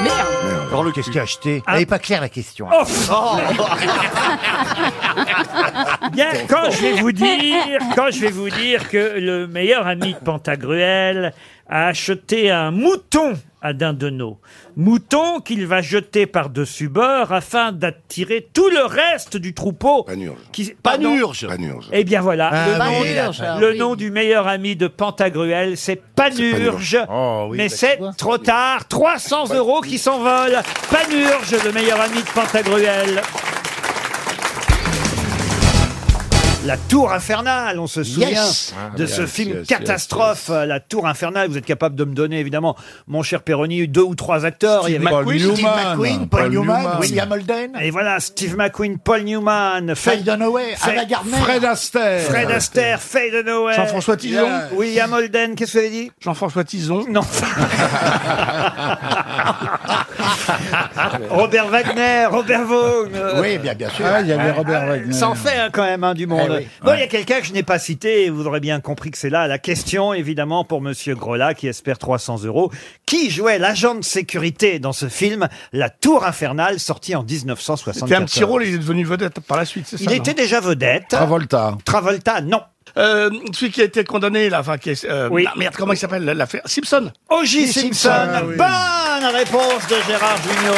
[SPEAKER 23] Merde
[SPEAKER 8] Parle, qu'est-ce qu'il a acheté Elle n'est pas claire la question.
[SPEAKER 1] Oh. Bien, quand je vais vous dire, quand je vais vous dire que le meilleur ami de Pantagruel a acheté un mouton à Dindonneau. Mouton qu'il va jeter par-dessus bord afin d'attirer tout le reste du troupeau. Qui, pardon
[SPEAKER 20] Panurge.
[SPEAKER 1] Eh bien voilà,
[SPEAKER 20] Ah,
[SPEAKER 1] le, nom,
[SPEAKER 20] mais- Panurge,
[SPEAKER 1] le nom du meilleur ami de Pantagruel, c'est Panurge.
[SPEAKER 19] Oh,
[SPEAKER 2] Ah
[SPEAKER 8] oui,
[SPEAKER 1] mais
[SPEAKER 8] bah,
[SPEAKER 1] c'est trop tard, 300
[SPEAKER 2] Bah,
[SPEAKER 1] euros qui s'envolent. Panurge, le meilleur ami de Pantagruel. La Tour Infernale, on se souvient
[SPEAKER 2] Yes.
[SPEAKER 1] de
[SPEAKER 2] Ah,
[SPEAKER 1] ce
[SPEAKER 2] yes,
[SPEAKER 1] film
[SPEAKER 2] yes,
[SPEAKER 1] catastrophe, euh, La Tour Infernale. Vous êtes capable de me donner, évidemment, mon cher Perroni, deux ou trois acteurs.
[SPEAKER 2] Steve McQueen, Paul Steve Newman. McQueen, Paul Paul Newman, Newman. William
[SPEAKER 1] Holden. Et voilà, Steve McQueen, Paul Newman, Faye Dunaway,
[SPEAKER 2] Anna Gardner. Fred
[SPEAKER 1] Astaire. Fred Astaire, Faye Dunaway.
[SPEAKER 2] Jean-François Tison.
[SPEAKER 1] Yeah. William Holden, qu'est-ce que vous avez dit Jean-François Tison. Non. Robert Wagner, Robert Vaughan. euh,
[SPEAKER 2] Oui, bien, bien sûr. Ah, il y avait Robert Wagner.
[SPEAKER 1] Ça en fait hein, quand même hein, du monde.
[SPEAKER 2] Eh oui.
[SPEAKER 1] Bon, il y a quelqu'un que je n'ai pas cité, et vous aurez bien compris que c'est là la question, évidemment, pour Monsieur Grola, qui espère 300 euros. Qui jouait l'agent de sécurité dans ce film, La Tour Infernale, sorti en 1974
[SPEAKER 19] C'était un petit rôle, il est devenu vedette par la suite, c'est ça
[SPEAKER 1] Il
[SPEAKER 19] non
[SPEAKER 1] était déjà vedette. Travolta. Travolta, non.
[SPEAKER 19] Euh, celui qui a été condamné, là, enfin, qui est, euh,
[SPEAKER 1] Oui.
[SPEAKER 19] ah, merde, comment il s'appelle l'affaire Simpson.
[SPEAKER 1] O.J. Simpson.
[SPEAKER 5] Ah
[SPEAKER 1] Ah Bonne réponse de Gérard Junior.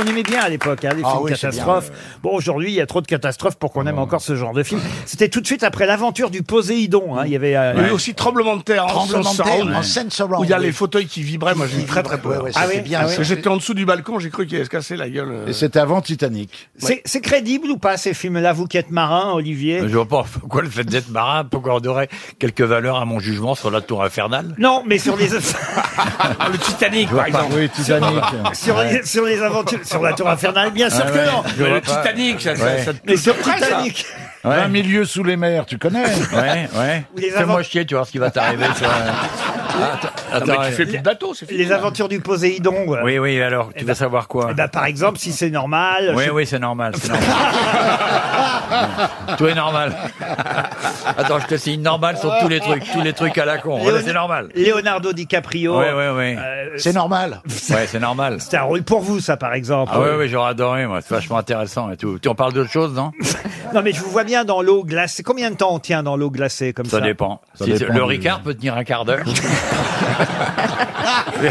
[SPEAKER 1] On aimait bien à l'époque hein, les
[SPEAKER 2] Ah
[SPEAKER 1] films
[SPEAKER 2] oui, c'est
[SPEAKER 1] catastrophes. Bon, aujourd'hui, il y a trop de catastrophes pour qu'on aime encore ce genre de film. C'était tout de suite après l'aventure du Poséidon. hein, Il y avait euh,
[SPEAKER 19] Il y a eu aussi Tremblement de terre, en
[SPEAKER 1] Tremblement de
[SPEAKER 19] Surround,
[SPEAKER 1] terre,
[SPEAKER 19] ouais.
[SPEAKER 1] en scène Surround,
[SPEAKER 19] Où il y a
[SPEAKER 1] oui.
[SPEAKER 19] les fauteuils qui vibraient, moi j'ai eu très très peur.
[SPEAKER 1] ouais, ça, Ah c'est oui bien,
[SPEAKER 19] Parce que
[SPEAKER 1] ça.
[SPEAKER 19] J'étais en dessous du balcon, j'ai cru qu'il allait se casser la gueule. euh.
[SPEAKER 12] Et c'était avant Titanic.
[SPEAKER 1] C'est c'est crédible ou pas ces films-là, vous qui êtes marin, Olivier
[SPEAKER 19] Euh,
[SPEAKER 6] Je vois pas pourquoi le fait d'être marin, pourquoi on aurait quelques valeurs à mon jugement sur la tour infernale.
[SPEAKER 1] Non, mais sur les
[SPEAKER 6] Ah,
[SPEAKER 19] le Titanic,
[SPEAKER 6] Je vois
[SPEAKER 19] par
[SPEAKER 6] pas.
[SPEAKER 19] exemple.
[SPEAKER 6] Oui, Titanic.
[SPEAKER 1] sur, les, sur les aventures, sur la Tour infernale, bien sûr
[SPEAKER 12] Ah
[SPEAKER 1] que
[SPEAKER 12] ouais,
[SPEAKER 1] non.
[SPEAKER 12] je vois
[SPEAKER 19] le
[SPEAKER 12] pas.
[SPEAKER 19] Titanic, ça- ça-
[SPEAKER 12] Ouais.
[SPEAKER 19] ça te Mais touche sur après, ça. Titanic.
[SPEAKER 12] Ouais. 20 milieux sous les mers, tu connais
[SPEAKER 6] Ouais, ouais.
[SPEAKER 1] Ou les
[SPEAKER 6] Fais-moi
[SPEAKER 1] avant-
[SPEAKER 6] chier, tu vois ce qui va t'arriver. tu vois. Ah,
[SPEAKER 1] Non, mais tu fais plus de
[SPEAKER 19] bateau, c'est
[SPEAKER 1] Les aventures du Poséidon. euh, ouais.
[SPEAKER 6] Oui, oui, alors, tu vas savoir quoi
[SPEAKER 1] Eh ben, par exemple, si c'est normal.
[SPEAKER 6] Oui,
[SPEAKER 1] je-
[SPEAKER 6] oui, c'est normal, c'est normal. Tout est normal. Attends, je te signe normal sur tous les trucs, tous les trucs à la con. Voilà,
[SPEAKER 1] Léon-
[SPEAKER 6] c'est normal.
[SPEAKER 1] Leonardo DiCaprio.
[SPEAKER 6] Oui, oui, oui.
[SPEAKER 1] c'est
[SPEAKER 12] normal.
[SPEAKER 6] Ouais, c'est normal.
[SPEAKER 1] C'était un rôle pour vous, ça, par exemple.
[SPEAKER 6] Ah oui, oui, j'aurais adoré, moi. C'est vachement intéressant et tout. Tu en parles d'autre chose, non
[SPEAKER 1] Non, mais je vous vois bien dans l'eau glacée. Combien de temps on tient dans l'eau glacée comme ça
[SPEAKER 6] Ça dépend.
[SPEAKER 1] Ça
[SPEAKER 6] Si-
[SPEAKER 1] dépend
[SPEAKER 6] le
[SPEAKER 1] du-
[SPEAKER 6] Ricard peut tenir un quart d'heure. mais,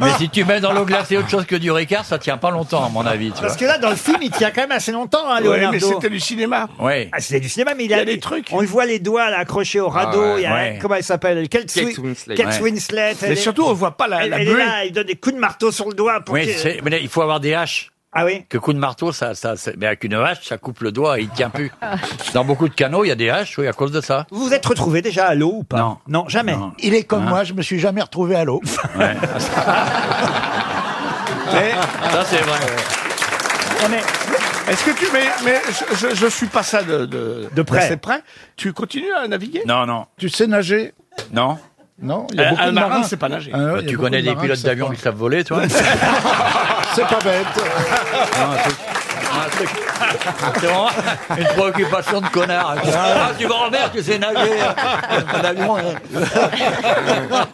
[SPEAKER 6] mais si tu mets dans l'eau glacée autre chose que du Ricard, ça tient pas longtemps, à mon avis. Tu
[SPEAKER 1] Parce que
[SPEAKER 6] vois.
[SPEAKER 1] là, dans le film, il tient quand même assez longtemps, hein,
[SPEAKER 6] Ouais, mais
[SPEAKER 1] Leonardo.
[SPEAKER 6] c'était
[SPEAKER 19] du cinéma.
[SPEAKER 6] Oui.
[SPEAKER 1] Ah, c'était du cinéma, mais il, a des trucs. On le voit les doigts là, accrochés au radeau.
[SPEAKER 6] Ah ouais.
[SPEAKER 1] il y a,
[SPEAKER 6] Ouais.
[SPEAKER 1] Comment elle s'appelle Kate,
[SPEAKER 6] Kate
[SPEAKER 1] Swi-
[SPEAKER 6] Winslet.
[SPEAKER 1] Kate
[SPEAKER 6] Ouais.
[SPEAKER 1] Winslet,
[SPEAKER 6] Mais
[SPEAKER 1] elle est-
[SPEAKER 6] surtout, on voit pas la-
[SPEAKER 1] elle,
[SPEAKER 6] la
[SPEAKER 1] elle est
[SPEAKER 6] buée.
[SPEAKER 1] là, il donne des coups de marteau sur le doigt pour
[SPEAKER 6] Oui,
[SPEAKER 1] qu'il-
[SPEAKER 6] c'est- mais là, il faut avoir des haches.
[SPEAKER 1] Ah oui
[SPEAKER 6] Que coup de marteau, ça, ça, c'est- mais avec une hache, ça coupe le doigt et il tient plus. Dans beaucoup de canaux, il y a des haches, oui, à cause de ça.
[SPEAKER 1] Vous vous êtes retrouvé déjà à l'eau ou pas Non. Non, jamais.
[SPEAKER 6] Il est
[SPEAKER 1] comme moi,
[SPEAKER 6] je
[SPEAKER 1] me suis jamais retrouvé à l'eau.
[SPEAKER 6] Euh,
[SPEAKER 1] Ah,
[SPEAKER 6] Ça, c'est vrai.
[SPEAKER 19] Est-ce que tu. Mais, mais je- je, je suis pas ça de, de,
[SPEAKER 6] De près.
[SPEAKER 19] d'assez près. Tu continues à naviguer
[SPEAKER 6] Non, non.
[SPEAKER 19] Tu sais nager
[SPEAKER 6] Non
[SPEAKER 19] Non, il y a beaucoup
[SPEAKER 6] Euh, un
[SPEAKER 19] de
[SPEAKER 6] marin,
[SPEAKER 19] marins.
[SPEAKER 6] c'est pas nager. Bah,
[SPEAKER 19] Ah ouais, il y a
[SPEAKER 6] euh, tu
[SPEAKER 19] beaucoup
[SPEAKER 6] connais
[SPEAKER 19] de
[SPEAKER 6] les
[SPEAKER 19] marins
[SPEAKER 6] pilotes
[SPEAKER 19] qui savent
[SPEAKER 6] d'avion
[SPEAKER 19] pas.
[SPEAKER 6] qui savent voler, toi
[SPEAKER 19] C'est pas bête.
[SPEAKER 6] Non, un truc- un truc- C'est vraiment une préoccupation de connard. hein. Ah, tu vas en mer, tu sais nager. Un avion, hein.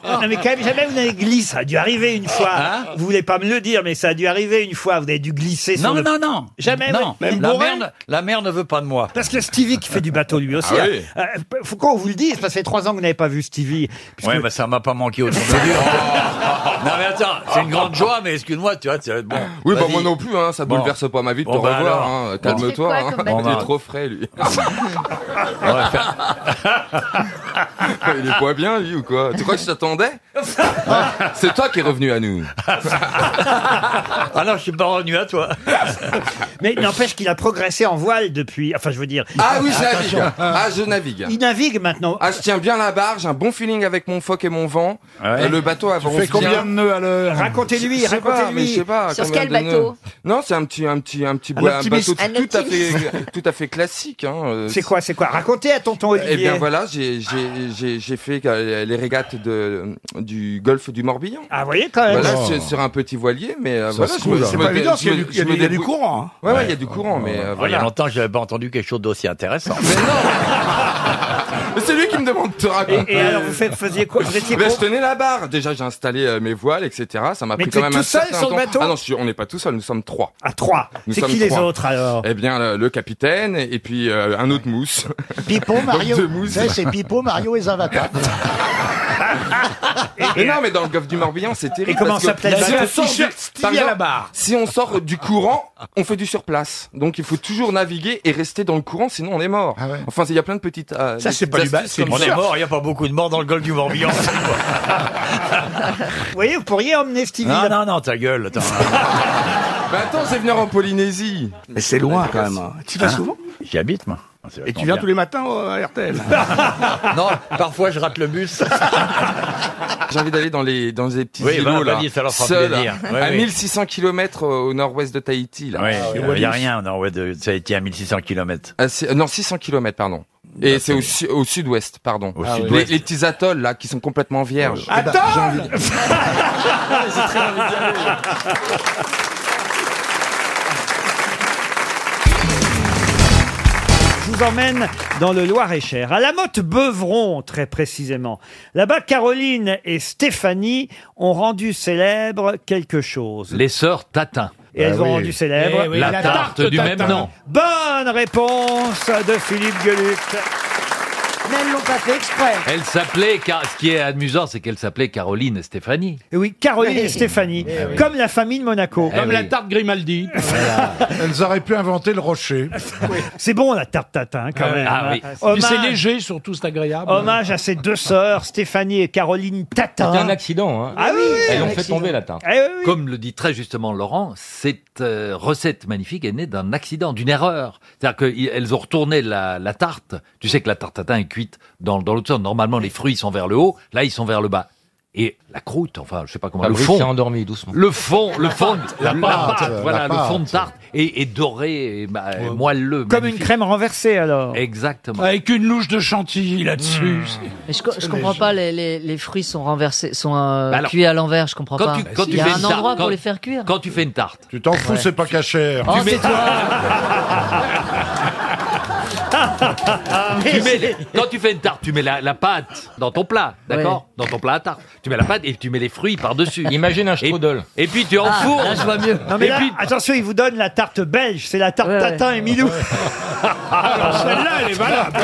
[SPEAKER 1] non, mais quand même, jamais vous n'avez glissé. Ça a dû arriver une fois.
[SPEAKER 6] Hein
[SPEAKER 1] vous voulez pas me le dire, mais ça a dû arriver une fois. Vous avez dû glisser sur
[SPEAKER 6] Non,
[SPEAKER 1] le-
[SPEAKER 6] non, non.
[SPEAKER 1] Jamais.
[SPEAKER 6] Non.
[SPEAKER 1] ouais.
[SPEAKER 6] la, mer, ne- la mer ne veut pas de moi.
[SPEAKER 1] Parce que Stevie qui fait du bateau lui aussi.
[SPEAKER 6] Ah
[SPEAKER 1] hein.
[SPEAKER 6] oui.
[SPEAKER 1] Euh, faut qu'on vous le dise, parce que ça fait trois ans que vous n'avez pas vu Stevie.
[SPEAKER 6] Ouais, mais ça m'a pas manqué autant de dire. non, mais attends, c'est une grande joie, mais excuse-moi, tu vois, c'est bon.
[SPEAKER 24] Oui, bah
[SPEAKER 6] vas-y.
[SPEAKER 24] moi non plus, hein, ça
[SPEAKER 6] Bon.
[SPEAKER 24] bouleverse pas ma vie de
[SPEAKER 6] Bon,
[SPEAKER 24] te
[SPEAKER 6] bah
[SPEAKER 24] revoir.
[SPEAKER 6] alors.
[SPEAKER 24] hein,
[SPEAKER 6] Bon. bah,
[SPEAKER 24] Calme-toi,
[SPEAKER 6] Tu fais quoi
[SPEAKER 24] hein.
[SPEAKER 6] comme bateau
[SPEAKER 24] il est trop frais lui.
[SPEAKER 6] On va faire-
[SPEAKER 24] il est pas bien lui ou quoi Tu crois que je t'attendais C'est toi qui es revenu à nous.
[SPEAKER 6] Ah non, je suis pas revenu à toi.
[SPEAKER 1] Mais n'empêche qu'il a progressé en voile depuis. Enfin, je veux dire.
[SPEAKER 24] Ah oui, je navigue. Ah, je navigue.
[SPEAKER 1] Il navigue maintenant.
[SPEAKER 24] Ah, je tiens bien la barre, j'ai un bon feeling avec mon phoque et mon vent. Euh, le bateau avance
[SPEAKER 1] fais combien
[SPEAKER 24] bien.
[SPEAKER 1] de nœuds à l'heure Racontez-lui,
[SPEAKER 24] Je sais pas,
[SPEAKER 1] racontez-lui.
[SPEAKER 24] mais je sais pas,
[SPEAKER 1] Sur
[SPEAKER 24] combien
[SPEAKER 1] quel
[SPEAKER 24] de nœuds.
[SPEAKER 1] bateau
[SPEAKER 24] Non, c'est un petit, un petit, un petit,
[SPEAKER 1] Un
[SPEAKER 24] ouais, un
[SPEAKER 1] optimiste. Un
[SPEAKER 24] bateau tout à fait,
[SPEAKER 1] optimiste.
[SPEAKER 24] tout à fait classique. hein, euh,
[SPEAKER 1] C'est quoi, c'est quoi Racontez à tonton Olivier.
[SPEAKER 24] eh bien voilà, j'ai- j'ai j'ai- j'ai fait euh, les régates de, du golfe du Morbihan.
[SPEAKER 1] Ah, vous voyez quand même.
[SPEAKER 24] Voilà,
[SPEAKER 1] Oh.
[SPEAKER 24] c'est sur un petit voilier, mais euh,
[SPEAKER 1] Ça
[SPEAKER 24] voilà,
[SPEAKER 1] se
[SPEAKER 24] je me-
[SPEAKER 1] trouve,
[SPEAKER 24] je
[SPEAKER 1] c'est
[SPEAKER 24] me
[SPEAKER 1] pas
[SPEAKER 24] dé-
[SPEAKER 1] évident,
[SPEAKER 24] je
[SPEAKER 1] parce qu'il y a
[SPEAKER 24] me-
[SPEAKER 1] du-
[SPEAKER 24] je
[SPEAKER 1] il y a
[SPEAKER 24] me
[SPEAKER 1] du- il y a du
[SPEAKER 24] débrouille.
[SPEAKER 1] courant, hein.
[SPEAKER 24] Ouais, ouais,
[SPEAKER 1] Ouais.
[SPEAKER 24] il y a du courant, mais euh,
[SPEAKER 6] Il y a
[SPEAKER 24] voilà.
[SPEAKER 6] longtemps que j'avais pas entendu quelque chose d'aussi intéressant.
[SPEAKER 24] Mais C'est lui qui me demande de te raconter.
[SPEAKER 1] Et- et alors, vous faites- faisiez quoi Vous étiez
[SPEAKER 24] Ben,
[SPEAKER 1] con-
[SPEAKER 24] Je tenais la barre. Déjà, j'ai installé euh, mes voiles, etc. Ça m'a
[SPEAKER 1] Mais
[SPEAKER 24] pris
[SPEAKER 1] t'es
[SPEAKER 24] quand même
[SPEAKER 1] tout
[SPEAKER 24] un
[SPEAKER 1] seul
[SPEAKER 24] certain
[SPEAKER 1] sur le
[SPEAKER 24] temps.
[SPEAKER 1] bateau
[SPEAKER 24] Ah non, je suis- on n'est pas tout seul, nous sommes trois.
[SPEAKER 1] À trois.
[SPEAKER 24] Nous
[SPEAKER 1] C'est
[SPEAKER 24] sommes
[SPEAKER 1] qui les
[SPEAKER 24] trois.
[SPEAKER 1] autres alors
[SPEAKER 24] Eh bien, le, le capitaine et puis euh, un autre mousse.
[SPEAKER 10] Pipo,
[SPEAKER 24] Donc,
[SPEAKER 10] Mario.
[SPEAKER 24] deux mousses.
[SPEAKER 10] Ça, c'est Pipo, Mario et Zavata.
[SPEAKER 24] Mais non, mais dans le golfe du Morbihan, c'est terrible.
[SPEAKER 10] Et comment
[SPEAKER 24] parce que
[SPEAKER 10] s'appelle
[SPEAKER 24] si
[SPEAKER 10] la-
[SPEAKER 24] on sort
[SPEAKER 10] T-shirt
[SPEAKER 24] du-
[SPEAKER 10] Stevie
[SPEAKER 24] par
[SPEAKER 10] à
[SPEAKER 24] exemple,
[SPEAKER 10] la barre.
[SPEAKER 24] Si on sort du courant, on fait du surplace. Donc il faut toujours naviguer et rester dans le courant, sinon on est mort. Enfin, il y a plein de petites. euh, des petites astuces comme
[SPEAKER 6] On
[SPEAKER 24] ça.
[SPEAKER 6] est mort, il n'y a pas beaucoup de morts dans le golfe du Morbihan.
[SPEAKER 1] Vous voyez, vous pourriez emmener Stevie.
[SPEAKER 6] non, Ah, non, non, ta gueule. Attends.
[SPEAKER 24] Mais Bah, attends, c'est venir en Polynésie. Hein
[SPEAKER 6] Mais c'est loin quand même.
[SPEAKER 24] Tu vas souvent
[SPEAKER 6] J'y habite, moi. Ah,
[SPEAKER 19] Et tu viens tous les matins euh, à RTL
[SPEAKER 6] Non, parfois je rate le bus.
[SPEAKER 24] J'ai envie d'aller dans les dans les petits
[SPEAKER 6] Oui, bah,
[SPEAKER 24] îlots là,
[SPEAKER 6] vas-y, ça leur fera
[SPEAKER 24] seul,
[SPEAKER 6] plaisir. Ouais,
[SPEAKER 24] à
[SPEAKER 6] oui.
[SPEAKER 24] 1600 km euh, au nord-ouest de Tahiti là.
[SPEAKER 6] Il n'y a rien. Non, ouais, de- ça a été à 1600 km.
[SPEAKER 24] Ah, c'est- euh, non, 600 km, pardon. Et c'est au, su- au sud-ouest, pardon.
[SPEAKER 6] Bah, Au
[SPEAKER 24] Ah,
[SPEAKER 6] sud-ouest.
[SPEAKER 24] les, les petits atolls, là, qui sont complètement vierges. Eh ben,
[SPEAKER 19] Attends
[SPEAKER 1] Je vous emmène dans le Loir-et-Cher, à la motte Beuvron très précisément. Là-bas, Caroline et Stéphanie ont rendu célèbre quelque chose.
[SPEAKER 25] Les sœurs Tatin.
[SPEAKER 1] Et elles ont rendu célèbre
[SPEAKER 25] Eh oui, la, tarte, du même nom.
[SPEAKER 1] Bonne réponse de Philippe Gueluc.
[SPEAKER 25] Mais elles l'ont pas fait exprès. Elle s'appelait, Car- ce qui est amusant, c'est qu'elle s'appelait Caroline et Stéphanie.
[SPEAKER 1] Et oui, Caroline et Stéphanie,
[SPEAKER 25] Eh
[SPEAKER 1] comme la famille de Monaco.
[SPEAKER 25] Comme Eh la oui.
[SPEAKER 1] tarte Grimaldi.
[SPEAKER 2] Elles auraient pu inventer le rocher.
[SPEAKER 1] C'est bon la tarte tatin quand
[SPEAKER 25] Ah
[SPEAKER 1] même. hein.
[SPEAKER 2] Puis c'est
[SPEAKER 1] Hommage,
[SPEAKER 2] léger, surtout, c'est
[SPEAKER 5] Ah, ben.
[SPEAKER 2] agréable.
[SPEAKER 1] hommage à ces deux sœurs, Stéphanie et Caroline Tatin.
[SPEAKER 25] C'était un accident, hein.
[SPEAKER 1] Ah oui, oui,
[SPEAKER 25] Elles
[SPEAKER 1] un
[SPEAKER 25] ont fait
[SPEAKER 1] accident.
[SPEAKER 25] tomber la tarte.
[SPEAKER 1] Eh oui, oui.
[SPEAKER 25] Comme le dit très justement Laurent, cette euh, recette magnifique est née d'un accident, d'une erreur. C'est-à-dire qu'elles ont retourné la, la tarte. Tu sais que la tarte tatin est cuite dans, dans l'autre sens. Normalement, les fruits sont vers le haut. Là, ils sont vers le bas. Et la croûte, enfin, je sais pas comment.
[SPEAKER 6] La
[SPEAKER 25] le
[SPEAKER 6] brique
[SPEAKER 25] fond
[SPEAKER 6] s'est endormie doucement.
[SPEAKER 25] Le fond, le fond,
[SPEAKER 6] La pâte, euh, la
[SPEAKER 25] voilà,
[SPEAKER 6] pâte.
[SPEAKER 25] le fond de tarte est, est doré, et, bah, moelleux.
[SPEAKER 1] Comme une crème renversée alors.
[SPEAKER 25] Exactement. Mmh.
[SPEAKER 2] Avec une louche de chantilly là-dessus.
[SPEAKER 16] Mais je, co- je comprends pas, les, les, les fruits sont renversés, sont euh,
[SPEAKER 25] Bah alors,
[SPEAKER 16] cuits à l'envers, je comprends
[SPEAKER 25] quand
[SPEAKER 16] pas.
[SPEAKER 25] tu-
[SPEAKER 15] Bah
[SPEAKER 25] quand
[SPEAKER 16] Il
[SPEAKER 25] tu
[SPEAKER 16] y a
[SPEAKER 25] fais
[SPEAKER 16] un
[SPEAKER 25] une tarte,
[SPEAKER 16] endroit
[SPEAKER 25] quand-
[SPEAKER 16] pour les faire cuire.
[SPEAKER 25] Quand tu fais une tarte.
[SPEAKER 2] Tu t'en fous,
[SPEAKER 25] Ouais.
[SPEAKER 2] c'est pas cachère.
[SPEAKER 16] Oh, c'est toi
[SPEAKER 25] Tu mets- quand tu fais une tarte, tu mets la, la pâte dans ton plat, d'accord Dans ton plat à tarte. Tu mets la pâte et tu mets les fruits par-dessus. Imagine un strudel. Et, puis tu enfournes.
[SPEAKER 1] Non mais
[SPEAKER 25] Et
[SPEAKER 1] Ah, là,
[SPEAKER 25] puis-
[SPEAKER 1] attention, ils vous donnent la tarte belge, c'est la tarte tatin et Milou.
[SPEAKER 19] Alors celle-là, elle est valable.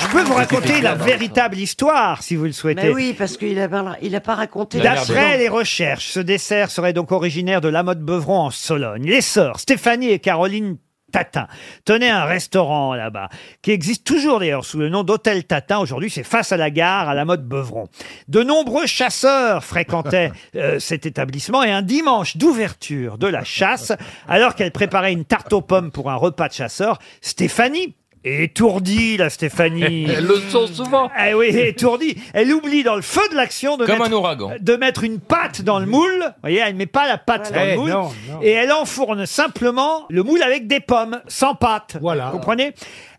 [SPEAKER 1] Je peux vous raconter la véritable histoire si vous le souhaitez.
[SPEAKER 26] Mais oui, parce qu'il n'a pas, il a pas raconté.
[SPEAKER 1] D'après les recherches, ce dessert serait donc originaire de la mode Beuvron en Sologne. Les sœurs Stéphanie et Caroline Tatin tenait un restaurant là-bas, qui existe toujours d'ailleurs sous le nom d'Hôtel Tatin. Aujourd'hui, c'est face à la gare, à la mode Beuvron. De nombreux chasseurs fréquentaient euh, cet établissement et un dimanche d'ouverture de la chasse, alors qu'elle préparait une tarte aux pommes pour un repas de chasseurs, Stéphanie, étourdie la Stéphanie,
[SPEAKER 25] Elles le sont souvent.
[SPEAKER 1] eh oui, étourdie. Elle oublie dans le feu de l'action de,
[SPEAKER 25] Comme
[SPEAKER 1] mettre-
[SPEAKER 25] un ouragan.
[SPEAKER 1] de mettre une pâte dans le moule. Vous voyez, elle met pas la pâte
[SPEAKER 2] Voilà.
[SPEAKER 1] dans le
[SPEAKER 2] Eh,
[SPEAKER 1] moule.
[SPEAKER 2] non, non.
[SPEAKER 1] Et elle enfourne simplement le moule avec des pommes, sans pâte. Voilà. Vous comprenez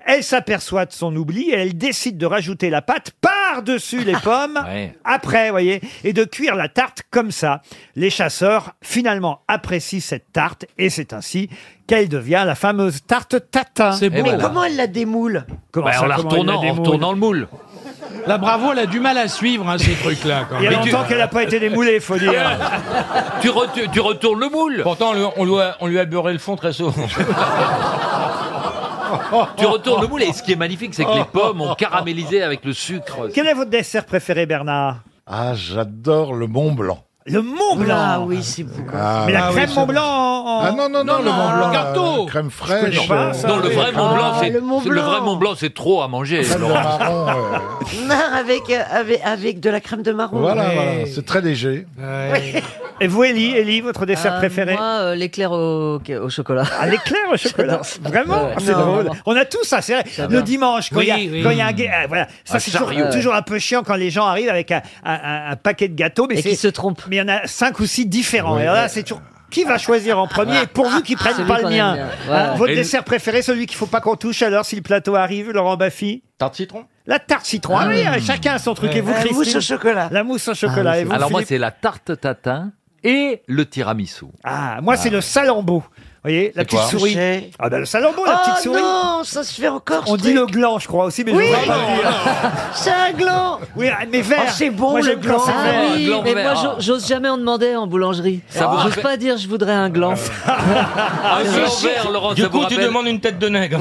[SPEAKER 1] Elle s'aperçoit de son oubli et elle décide de rajouter la pâte par-dessus les pommes
[SPEAKER 25] Ouais.
[SPEAKER 1] après, vous voyez, et de cuire la tarte comme ça. Les chasseurs, finalement, apprécient cette tarte et c'est ainsi qu'elle devient la fameuse tarte tatin.
[SPEAKER 4] C'est beau.
[SPEAKER 1] Et
[SPEAKER 4] Mais
[SPEAKER 1] voilà.
[SPEAKER 4] comment elle la démoule
[SPEAKER 1] Comment
[SPEAKER 4] Bah,
[SPEAKER 1] ça,
[SPEAKER 4] en la
[SPEAKER 1] comment elle la
[SPEAKER 4] retournant, en
[SPEAKER 1] démoule
[SPEAKER 4] retournant
[SPEAKER 25] le moule.
[SPEAKER 4] La Bravo, elle a du mal à suivre hein, ces trucs-là. Quand
[SPEAKER 1] Il y a
[SPEAKER 4] même. Ah
[SPEAKER 1] longtemps qu'elle n'a pas été démoulée, faut dire.
[SPEAKER 25] tu, re- tu retournes le moule. Pourtant, on, lui a, beurré le fond très souvent. tu retournes le moule et ce qui est magnifique, c'est que les pommes ont caramélisé avec le sucre.
[SPEAKER 1] Quel est votre dessert préféré, Bernard
[SPEAKER 12] Ah, j'adore le Mont Blanc.
[SPEAKER 1] Le Mont Blanc
[SPEAKER 4] Ah
[SPEAKER 1] oui,
[SPEAKER 4] c'est beau.
[SPEAKER 1] Mais la crème Mont Blanc
[SPEAKER 12] Ah non, non, non, le Mont Blanc. euh, crème fraîche. euh,
[SPEAKER 25] non, non, le vrai Mont Blanc, c'est
[SPEAKER 26] Ah, le Mont
[SPEAKER 25] c'est- le vrai
[SPEAKER 26] Blanc.
[SPEAKER 25] Mont Blanc, c'est trop à manger. Laurent.
[SPEAKER 26] Non, avec, euh, avec, avec de la crème de marron.
[SPEAKER 12] Voilà, voilà, c'est très léger.
[SPEAKER 1] Et vous, Ellie, Ellie votre dessert
[SPEAKER 16] Euh,
[SPEAKER 1] préféré
[SPEAKER 16] Moi, euh, l'éclair au, au chocolat.
[SPEAKER 1] Ah, l'éclair au chocolat Vraiment
[SPEAKER 16] Ouais.
[SPEAKER 1] Ah, C'est
[SPEAKER 16] Non,
[SPEAKER 1] drôle.
[SPEAKER 16] non.
[SPEAKER 1] On a tout ça, c'est vrai. Le
[SPEAKER 16] va.
[SPEAKER 1] dimanche, quand il y a-
[SPEAKER 16] Oui, oui.
[SPEAKER 1] quand il y a un... gué- ah, voilà. Ça,
[SPEAKER 16] Un
[SPEAKER 1] c'est toujours,
[SPEAKER 16] chariot.
[SPEAKER 1] toujours un peu chiant quand les gens arrivent avec un, un- un- un paquet de gâteaux. Mais
[SPEAKER 16] Et
[SPEAKER 1] c'est-
[SPEAKER 16] qui se trompent.
[SPEAKER 1] Mais il y en a cinq ou six différents. Et alors là, c'est toujours... Qui va choisir en premier Et Pour vous qui prennent
[SPEAKER 16] Celui
[SPEAKER 1] pas le
[SPEAKER 16] qu'on aime
[SPEAKER 1] mien.
[SPEAKER 16] bien.
[SPEAKER 1] Hein,
[SPEAKER 16] Ouais.
[SPEAKER 1] votre
[SPEAKER 16] Et le-
[SPEAKER 1] dessert préféré, celui qu'il faut pas qu'on touche alors si le plateau arrive, Laurent Baffy Tarte citron La tarte citron. Ah oui,
[SPEAKER 25] Mmh.
[SPEAKER 1] chacun a son truc. Et vous,
[SPEAKER 26] La
[SPEAKER 1] Christine
[SPEAKER 26] mousse au chocolat.
[SPEAKER 1] La mousse au
[SPEAKER 16] Ah
[SPEAKER 1] chocolat. Et vous,
[SPEAKER 25] Alors moi,
[SPEAKER 1] Philippe
[SPEAKER 25] c'est la tarte tatin et le tiramisu.
[SPEAKER 1] Ah, moi, c'est le salambeau. Vous voyez, la
[SPEAKER 25] C'est
[SPEAKER 1] petite
[SPEAKER 25] quoi
[SPEAKER 1] souris.
[SPEAKER 25] Touché.
[SPEAKER 1] Ah ben, le salambeau, la petite souris.
[SPEAKER 26] Oh, non, ça se fait encore.
[SPEAKER 1] On dit le gland, je crois aussi, mais
[SPEAKER 26] Oui, Oh.
[SPEAKER 1] je voudrais pas le dire.
[SPEAKER 26] c'est un gland.
[SPEAKER 1] Oui, mais vert.
[SPEAKER 26] Ah, c'est bon
[SPEAKER 1] Moi,
[SPEAKER 26] le
[SPEAKER 1] j'aime quand
[SPEAKER 26] gland.
[SPEAKER 1] c'est vert.
[SPEAKER 16] Ah oui,
[SPEAKER 1] Gland
[SPEAKER 16] mais
[SPEAKER 1] vert.
[SPEAKER 16] moi, j'o- j'ose jamais en demander en boulangerie.
[SPEAKER 1] Ça vous
[SPEAKER 16] J'ose
[SPEAKER 1] rappelle-
[SPEAKER 16] pas dire, je voudrais un gland.
[SPEAKER 25] Ah,
[SPEAKER 16] c'est
[SPEAKER 25] Laurent
[SPEAKER 16] sûr.
[SPEAKER 25] Vert, Laurent,
[SPEAKER 5] Du
[SPEAKER 25] ça vous
[SPEAKER 5] coup, tu
[SPEAKER 25] rappelle-
[SPEAKER 5] demandes une tête de nègre.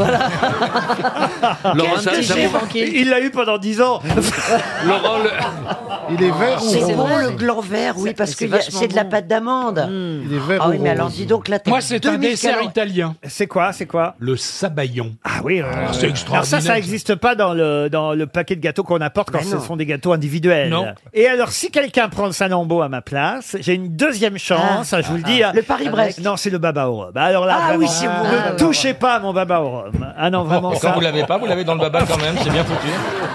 [SPEAKER 25] Laurent, ça- ça vous-
[SPEAKER 1] Il l'a eu pendant 10 ans.
[SPEAKER 25] Laurent, le-
[SPEAKER 12] Il est
[SPEAKER 16] Ah,
[SPEAKER 12] vert ou
[SPEAKER 26] Ah, C'est
[SPEAKER 12] rose
[SPEAKER 26] bon le gland vert, oui, parce que
[SPEAKER 12] c'est
[SPEAKER 26] y a-
[SPEAKER 12] vachement
[SPEAKER 26] c'est de la
[SPEAKER 12] bon.
[SPEAKER 26] pâte d'amande.
[SPEAKER 16] Hmm.
[SPEAKER 12] Il est vert
[SPEAKER 26] Ah
[SPEAKER 12] ou
[SPEAKER 26] oui, mais alors
[SPEAKER 12] rose.
[SPEAKER 26] dis donc là, t'as
[SPEAKER 4] Moi, c'est un
[SPEAKER 26] 2000
[SPEAKER 4] dessert
[SPEAKER 26] calories.
[SPEAKER 4] italien.
[SPEAKER 1] C'est quoi C'est quoi
[SPEAKER 4] Le sabayon.
[SPEAKER 1] Ah oui,
[SPEAKER 4] Ah, c'est
[SPEAKER 1] Alors ça, ça
[SPEAKER 4] extraordinaire.
[SPEAKER 1] n'existe pas dans le, dans le paquet de gâteaux qu'on apporte quand
[SPEAKER 4] Mais
[SPEAKER 1] ce
[SPEAKER 4] non.
[SPEAKER 1] sont des gâteaux individuels.
[SPEAKER 4] Non.
[SPEAKER 1] Et alors, si quelqu'un prend le salambo à ma place, j'ai une deuxième chance,
[SPEAKER 26] Ah.
[SPEAKER 1] je vous le
[SPEAKER 26] Ah.
[SPEAKER 1] dis.
[SPEAKER 26] Le Paris-Brest.
[SPEAKER 1] Non, c'est le baba au rhum. Bah, Alors là,
[SPEAKER 26] Ah
[SPEAKER 1] vraiment,
[SPEAKER 26] oui, c'est bon.
[SPEAKER 1] ne
[SPEAKER 26] Ah,
[SPEAKER 1] touchez pas à mon baba au rhum. Ah non, vraiment
[SPEAKER 5] Et
[SPEAKER 1] ça.
[SPEAKER 5] quand vous l'avez pas, vous l'avez dans le baba quand même, c'est bien foutu.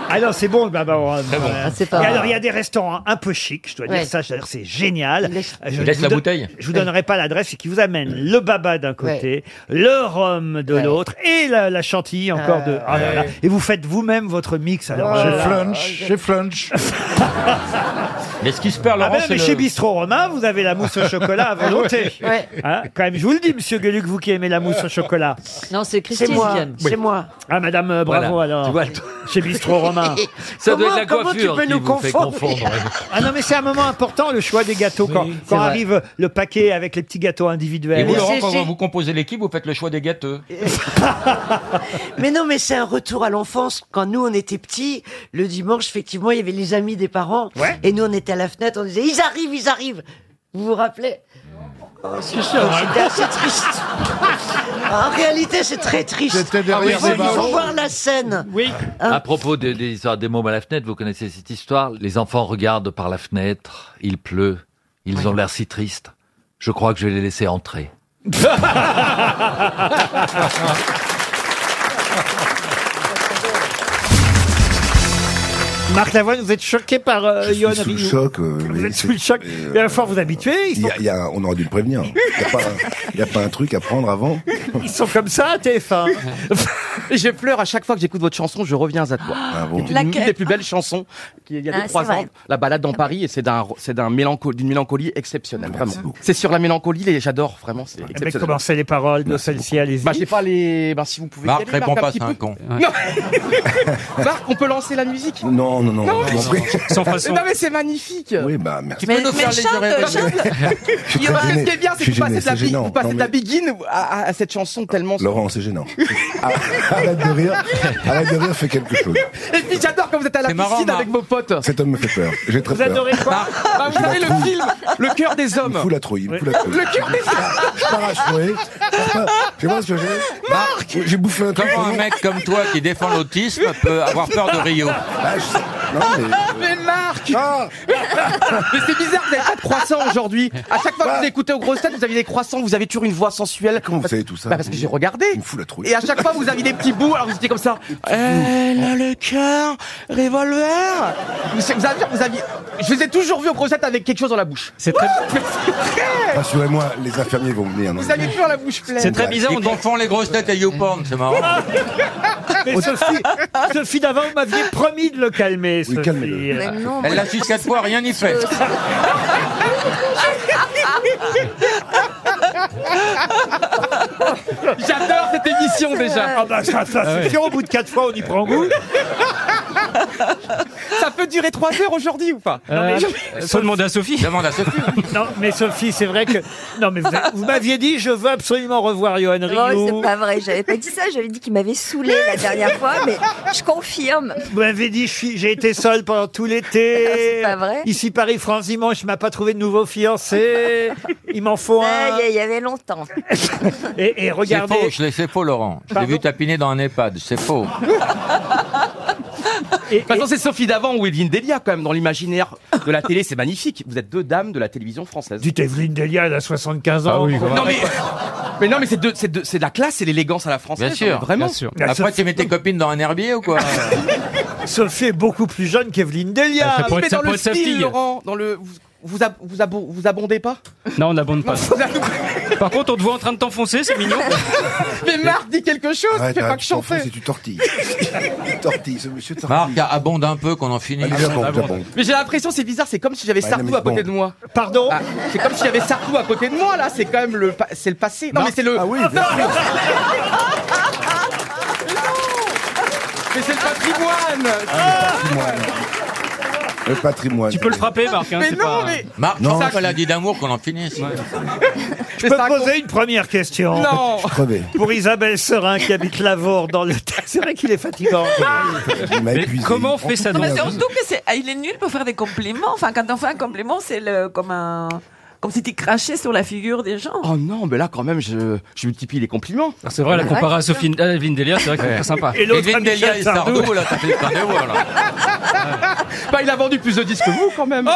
[SPEAKER 1] Ah non, c'est bon le baba au rhum. Ouais.
[SPEAKER 5] Ah,
[SPEAKER 26] c'est pas
[SPEAKER 1] Et
[SPEAKER 26] mal.
[SPEAKER 1] alors, il y a des restaurants hein, un peu chics, je dois
[SPEAKER 26] Ouais.
[SPEAKER 1] dire ça, c'est-à-dire, c'est génial.
[SPEAKER 5] Il laisse
[SPEAKER 1] vous
[SPEAKER 5] la
[SPEAKER 1] don-
[SPEAKER 5] bouteille.
[SPEAKER 1] Je vous donnerai pas l'adresse et qui vous amène le baba d'un côté, le rhum de l'autre et la, la chantilly encore de. Ah là là.
[SPEAKER 12] Ouais.
[SPEAKER 1] Et vous faites vous-même votre mix. Alors,
[SPEAKER 12] Chez
[SPEAKER 1] là là.
[SPEAKER 12] Flunch, chez Flunch.
[SPEAKER 5] Mais ce qui se perd,
[SPEAKER 1] Ah
[SPEAKER 5] Laurent,
[SPEAKER 1] ben,
[SPEAKER 5] c'est
[SPEAKER 1] mais
[SPEAKER 5] le...
[SPEAKER 1] chez Bistrot Romain, vous avez la mousse au chocolat à volonté.
[SPEAKER 26] Ouais.
[SPEAKER 1] Hein, quand même, je vous le dis, monsieur Gueluc, vous qui aimez la mousse au chocolat.
[SPEAKER 16] Non, c'est
[SPEAKER 26] C'est
[SPEAKER 16] Christine
[SPEAKER 26] moi,
[SPEAKER 16] qui aime.
[SPEAKER 26] c'est moi.
[SPEAKER 1] Ah, madame, euh, bravo
[SPEAKER 25] Voilà.
[SPEAKER 1] alors.
[SPEAKER 25] Tu vois,
[SPEAKER 1] chez Bistrot Romain.
[SPEAKER 25] Ça
[SPEAKER 26] Comment-
[SPEAKER 25] doit être la
[SPEAKER 26] comment tu
[SPEAKER 25] coiffure
[SPEAKER 26] peux
[SPEAKER 25] qui
[SPEAKER 26] nous
[SPEAKER 25] vous fait
[SPEAKER 26] confondre
[SPEAKER 25] confondre.
[SPEAKER 1] Ah non, mais c'est un moment important, le choix des gâteaux, quand,
[SPEAKER 26] c'est
[SPEAKER 1] quand
[SPEAKER 26] vrai.
[SPEAKER 1] arrive le paquet avec les petits gâteaux individuels.
[SPEAKER 5] Et vous, Laurent, quand vous composez l'équipe, vous faites le choix des gâteux.
[SPEAKER 26] Mais non, mais c'est un retour à l'enfance. Quand nous, on était petits, le dimanche, effectivement, il y avait les amis des parents. Et nous, on était à la fenêtre, on disait, ils arrivent, ils arrivent. Vous vous rappelez Oh, c'est ça, c'était assez triste. en réalité, c'est très triste.
[SPEAKER 12] C'était derrière
[SPEAKER 26] Il faut-
[SPEAKER 12] les
[SPEAKER 1] Bah,
[SPEAKER 26] Il faut
[SPEAKER 12] barreaux.
[SPEAKER 26] voir la scène. Oui.
[SPEAKER 25] À propos de- des histoires des mômes à la fenêtre, vous connaissez cette histoire Les enfants regardent par la fenêtre, il pleut, ils ont l'air si tristes. Je crois que je vais les laisser entrer.
[SPEAKER 1] Marc Lavoine, vous êtes choqué par euh,
[SPEAKER 7] Je suis
[SPEAKER 1] Johan
[SPEAKER 7] sous le
[SPEAKER 1] Rioux.
[SPEAKER 7] choc, euh,
[SPEAKER 1] vous
[SPEAKER 7] oui,
[SPEAKER 1] êtes sous
[SPEAKER 7] c'est-
[SPEAKER 1] le choc.
[SPEAKER 7] euh,
[SPEAKER 1] Il va falloir vous habituer. Ils
[SPEAKER 7] Il
[SPEAKER 1] sont,
[SPEAKER 7] y a- il y a- on aurait dû le prévenir. Il n'y a, pas un truc à prendre avant.
[SPEAKER 1] ils sont comme ça, à TF1.
[SPEAKER 13] je pleure à chaque fois que j'écoute votre chanson, je reviens à
[SPEAKER 7] Ah,
[SPEAKER 13] toi. C'est une Laquelle des plus belles chansons qu'il y a Ah, deux, c'est trois ans. vrai. La balade dans Paris, et c'est d'un, c'est d'un mélanco- d'une mélancolie exceptionnelle.
[SPEAKER 7] Ah,
[SPEAKER 13] Vraiment. C'est sur la mélancolie, les, j'adore vraiment. C'est
[SPEAKER 1] Ah, Mais
[SPEAKER 13] exceptionnel.
[SPEAKER 1] comment c'est les paroles de celle-ci, allez-y.
[SPEAKER 13] Bah, j'ai pas les. Bah, si vous pouvez. y
[SPEAKER 7] Marc,
[SPEAKER 13] aller,
[SPEAKER 7] réponds
[SPEAKER 13] un
[SPEAKER 7] pas,
[SPEAKER 13] petit
[SPEAKER 7] c'est un
[SPEAKER 13] peu.
[SPEAKER 7] con.
[SPEAKER 13] Non. Marc, on peut lancer la musique
[SPEAKER 7] Non, non, non.
[SPEAKER 13] Non,
[SPEAKER 7] je t'en
[SPEAKER 13] mais-
[SPEAKER 7] prie.
[SPEAKER 13] Sans façon. Non, mais c'est magnifique.
[SPEAKER 7] Oui, bah merci.
[SPEAKER 13] Tu peux nous faire les oreilles-
[SPEAKER 7] Je suis
[SPEAKER 13] Il y a-
[SPEAKER 7] très
[SPEAKER 13] Ce
[SPEAKER 7] gêné.
[SPEAKER 13] qui est bien,
[SPEAKER 7] Je
[SPEAKER 13] c'est que
[SPEAKER 7] suis
[SPEAKER 13] vous passez
[SPEAKER 7] gêné,
[SPEAKER 13] de la,
[SPEAKER 7] c'est
[SPEAKER 13] bi-
[SPEAKER 7] gênant.
[SPEAKER 13] vous passez
[SPEAKER 7] Non,
[SPEAKER 13] de la
[SPEAKER 7] mais-
[SPEAKER 13] Begin à, à- à cette chanson tellement.
[SPEAKER 7] Laurent, c'est gênant. Arrête de rire. Arrête de rire, fais quelque chose.
[SPEAKER 13] Et puis j'adore quand vous êtes à la
[SPEAKER 7] C'est
[SPEAKER 13] piscine
[SPEAKER 7] marrant, Marc.
[SPEAKER 13] avec vos potes.
[SPEAKER 7] Cet homme me fait peur. J'ai très peur.
[SPEAKER 13] Bah, bah, vous savez le film Le cœur des hommes.
[SPEAKER 7] Il me fout la trouille. Il me fout la trouille.
[SPEAKER 13] Le cœur des hommes
[SPEAKER 7] Je pars à jouer.
[SPEAKER 20] Tu vois ce que j'ai Marc J'ai bouffé un truc.
[SPEAKER 3] Comment un mec comme toi qui défend l'autisme peut avoir peur de Rio
[SPEAKER 20] Ah, je sais. Non, mais.
[SPEAKER 13] Mais Marc
[SPEAKER 7] Ah
[SPEAKER 13] Mais c'est bizarre, vous n'avez pas de croissant aujourd'hui. À chaque fois que vous écoutez aux grosses têtes, vous avez des croissants, vous avez toujours une voix sensuelle. Comment vous savez tout ça Parce que j'ai regardé. Et à chaque fois, vous avez des petits bouts, alors vous étiez comme ça. Elle a le cœur, revolver. Vous, savez- vous avez- vous aviez- je vous ai toujours vu aux grosses têtes avec quelque chose dans la bouche. C'est très.
[SPEAKER 20] Rassurez-moi, les infirmiers vont venir. non
[SPEAKER 13] vous aviez toujours la bouche pleine.
[SPEAKER 3] C'est très bizarre, on confond les grosses têtes et YouPorn, c'est marrant.
[SPEAKER 1] Mais Sophie, Sophie d'avant m'aviez promis de le calmer, Sophie.
[SPEAKER 3] calmez-le. Mais non, Elle l'a su quatre fois, rien n'y fait.
[SPEAKER 13] J'adore cette émission déjà.
[SPEAKER 1] Ah bah ça, ça suffit, au bout de quatre fois, on y prend goût.
[SPEAKER 13] Ça peut durer trois heures aujourd'hui ou pas
[SPEAKER 1] à Sophie. Demande à Sophie. non, mais Sophie, c'est vrai que. Non, mais vous, vous m'aviez dit, je veux absolument revoir Johan
[SPEAKER 17] Non,
[SPEAKER 1] Rioux.
[SPEAKER 17] Oh, c'est pas vrai, j'avais pas dit ça, j'avais dit qu'il m'avait saoulé la dernière fois, mais je confirme.
[SPEAKER 1] Vous m'avez dit, je suis- j'ai été seul pendant tout l'été.
[SPEAKER 17] C'est pas vrai.
[SPEAKER 1] Ici, Paris, France, dimanche, je m'a pas trouvé de nouveau fiancé. Il m'en faut
[SPEAKER 17] Ah,
[SPEAKER 1] un.
[SPEAKER 17] Il y, a- il y avait longtemps.
[SPEAKER 1] Et, et regardez.
[SPEAKER 3] C'est faux, je l'ai fait faux, Laurent. Je l'ai vu tapiner dans un EHPAD, c'est faux.
[SPEAKER 13] De toute façon, c'est Sophie d'avant ou Evelyne Delia, quand même, dans l'imaginaire de la télé, c'est magnifique. Vous êtes deux dames de la télévision française. Ah
[SPEAKER 1] Dites Evelyne Delia, elle a 75 ans.
[SPEAKER 13] non, mais, mais non, mais c'est de, c'est de- Ah, c'est de la classe et l'élégance à la française.
[SPEAKER 3] Bien sûr,
[SPEAKER 13] mais vraiment.
[SPEAKER 3] bien sûr. Après, tu mets tes copines dans un herbier ou quoi
[SPEAKER 1] Sophie est beaucoup plus jeune qu'Evelyne
[SPEAKER 14] Ah,
[SPEAKER 1] Delia.
[SPEAKER 13] Oui, mais dans le style, Laurent, dans le, vous, vous, ab- vous, abo- vous abondez pas
[SPEAKER 14] Non, on n'abonde pas. Par contre, on te voit en train de t'enfoncer, c'est mignon.
[SPEAKER 13] Mais Marc dit quelque chose,
[SPEAKER 14] Arrête,
[SPEAKER 13] fais pas
[SPEAKER 14] arrête,
[SPEAKER 13] que
[SPEAKER 14] tu t'en
[SPEAKER 13] chanter.
[SPEAKER 14] fous, c'est
[SPEAKER 13] du
[SPEAKER 14] tortille. Tortille, ce monsieur
[SPEAKER 3] Marc, abonde un peu qu'on en
[SPEAKER 24] Ah,
[SPEAKER 3] finisse.
[SPEAKER 14] Allez, abonde, Abonde. abonde.
[SPEAKER 13] Mais j'ai l'impression, c'est bizarre, c'est comme si j'avais
[SPEAKER 3] Ouais,
[SPEAKER 13] Sardou
[SPEAKER 3] non, mais
[SPEAKER 13] à côté
[SPEAKER 3] bon.
[SPEAKER 13] de moi. Ah,
[SPEAKER 1] Pardon
[SPEAKER 13] C'est comme si j'avais Sardou à côté de moi, là, c'est quand même le, pa- c'est le passé. Non,
[SPEAKER 14] Marc-
[SPEAKER 13] mais c'est le.
[SPEAKER 14] Ah oui,
[SPEAKER 13] Non,
[SPEAKER 14] bien sûr.
[SPEAKER 13] Mais c'est le patrimoine
[SPEAKER 24] Ah.
[SPEAKER 14] Le patrimoine.
[SPEAKER 3] Tu peux le frapper, Marc.
[SPEAKER 13] hein, Mais c'est non, pas- mais-
[SPEAKER 3] Marc,
[SPEAKER 14] Non,
[SPEAKER 3] c'est ça qu'elle a dit d'amour qu'on en finisse.
[SPEAKER 1] Je peux poser une première question.
[SPEAKER 3] Non. Je suis
[SPEAKER 1] crevé. Pour Isabelle Serin qui habite Lavore dans le. C'est vrai qu'il est fatigant.
[SPEAKER 14] comment on fait ça
[SPEAKER 15] Non, mais surtout que c'est, ah, il est nul pour faire des compliments. Enfin, quand on fait un compliment, c'est le, comme un, comme si tu crachais sur la figure des gens.
[SPEAKER 13] Oh non, mais là, quand même, je, je multiplie les compliments.
[SPEAKER 14] C'est vrai, la comparer à Sophie, à Evelyne Delia, c'est vrai que c'est très sympa.
[SPEAKER 13] Et l'autre à Evelyne Delia Michel et Sardou, Sardou. là,
[SPEAKER 3] ça fait plein de voix, là.
[SPEAKER 13] Bah, il a vendu plus de disques que vous, quand même.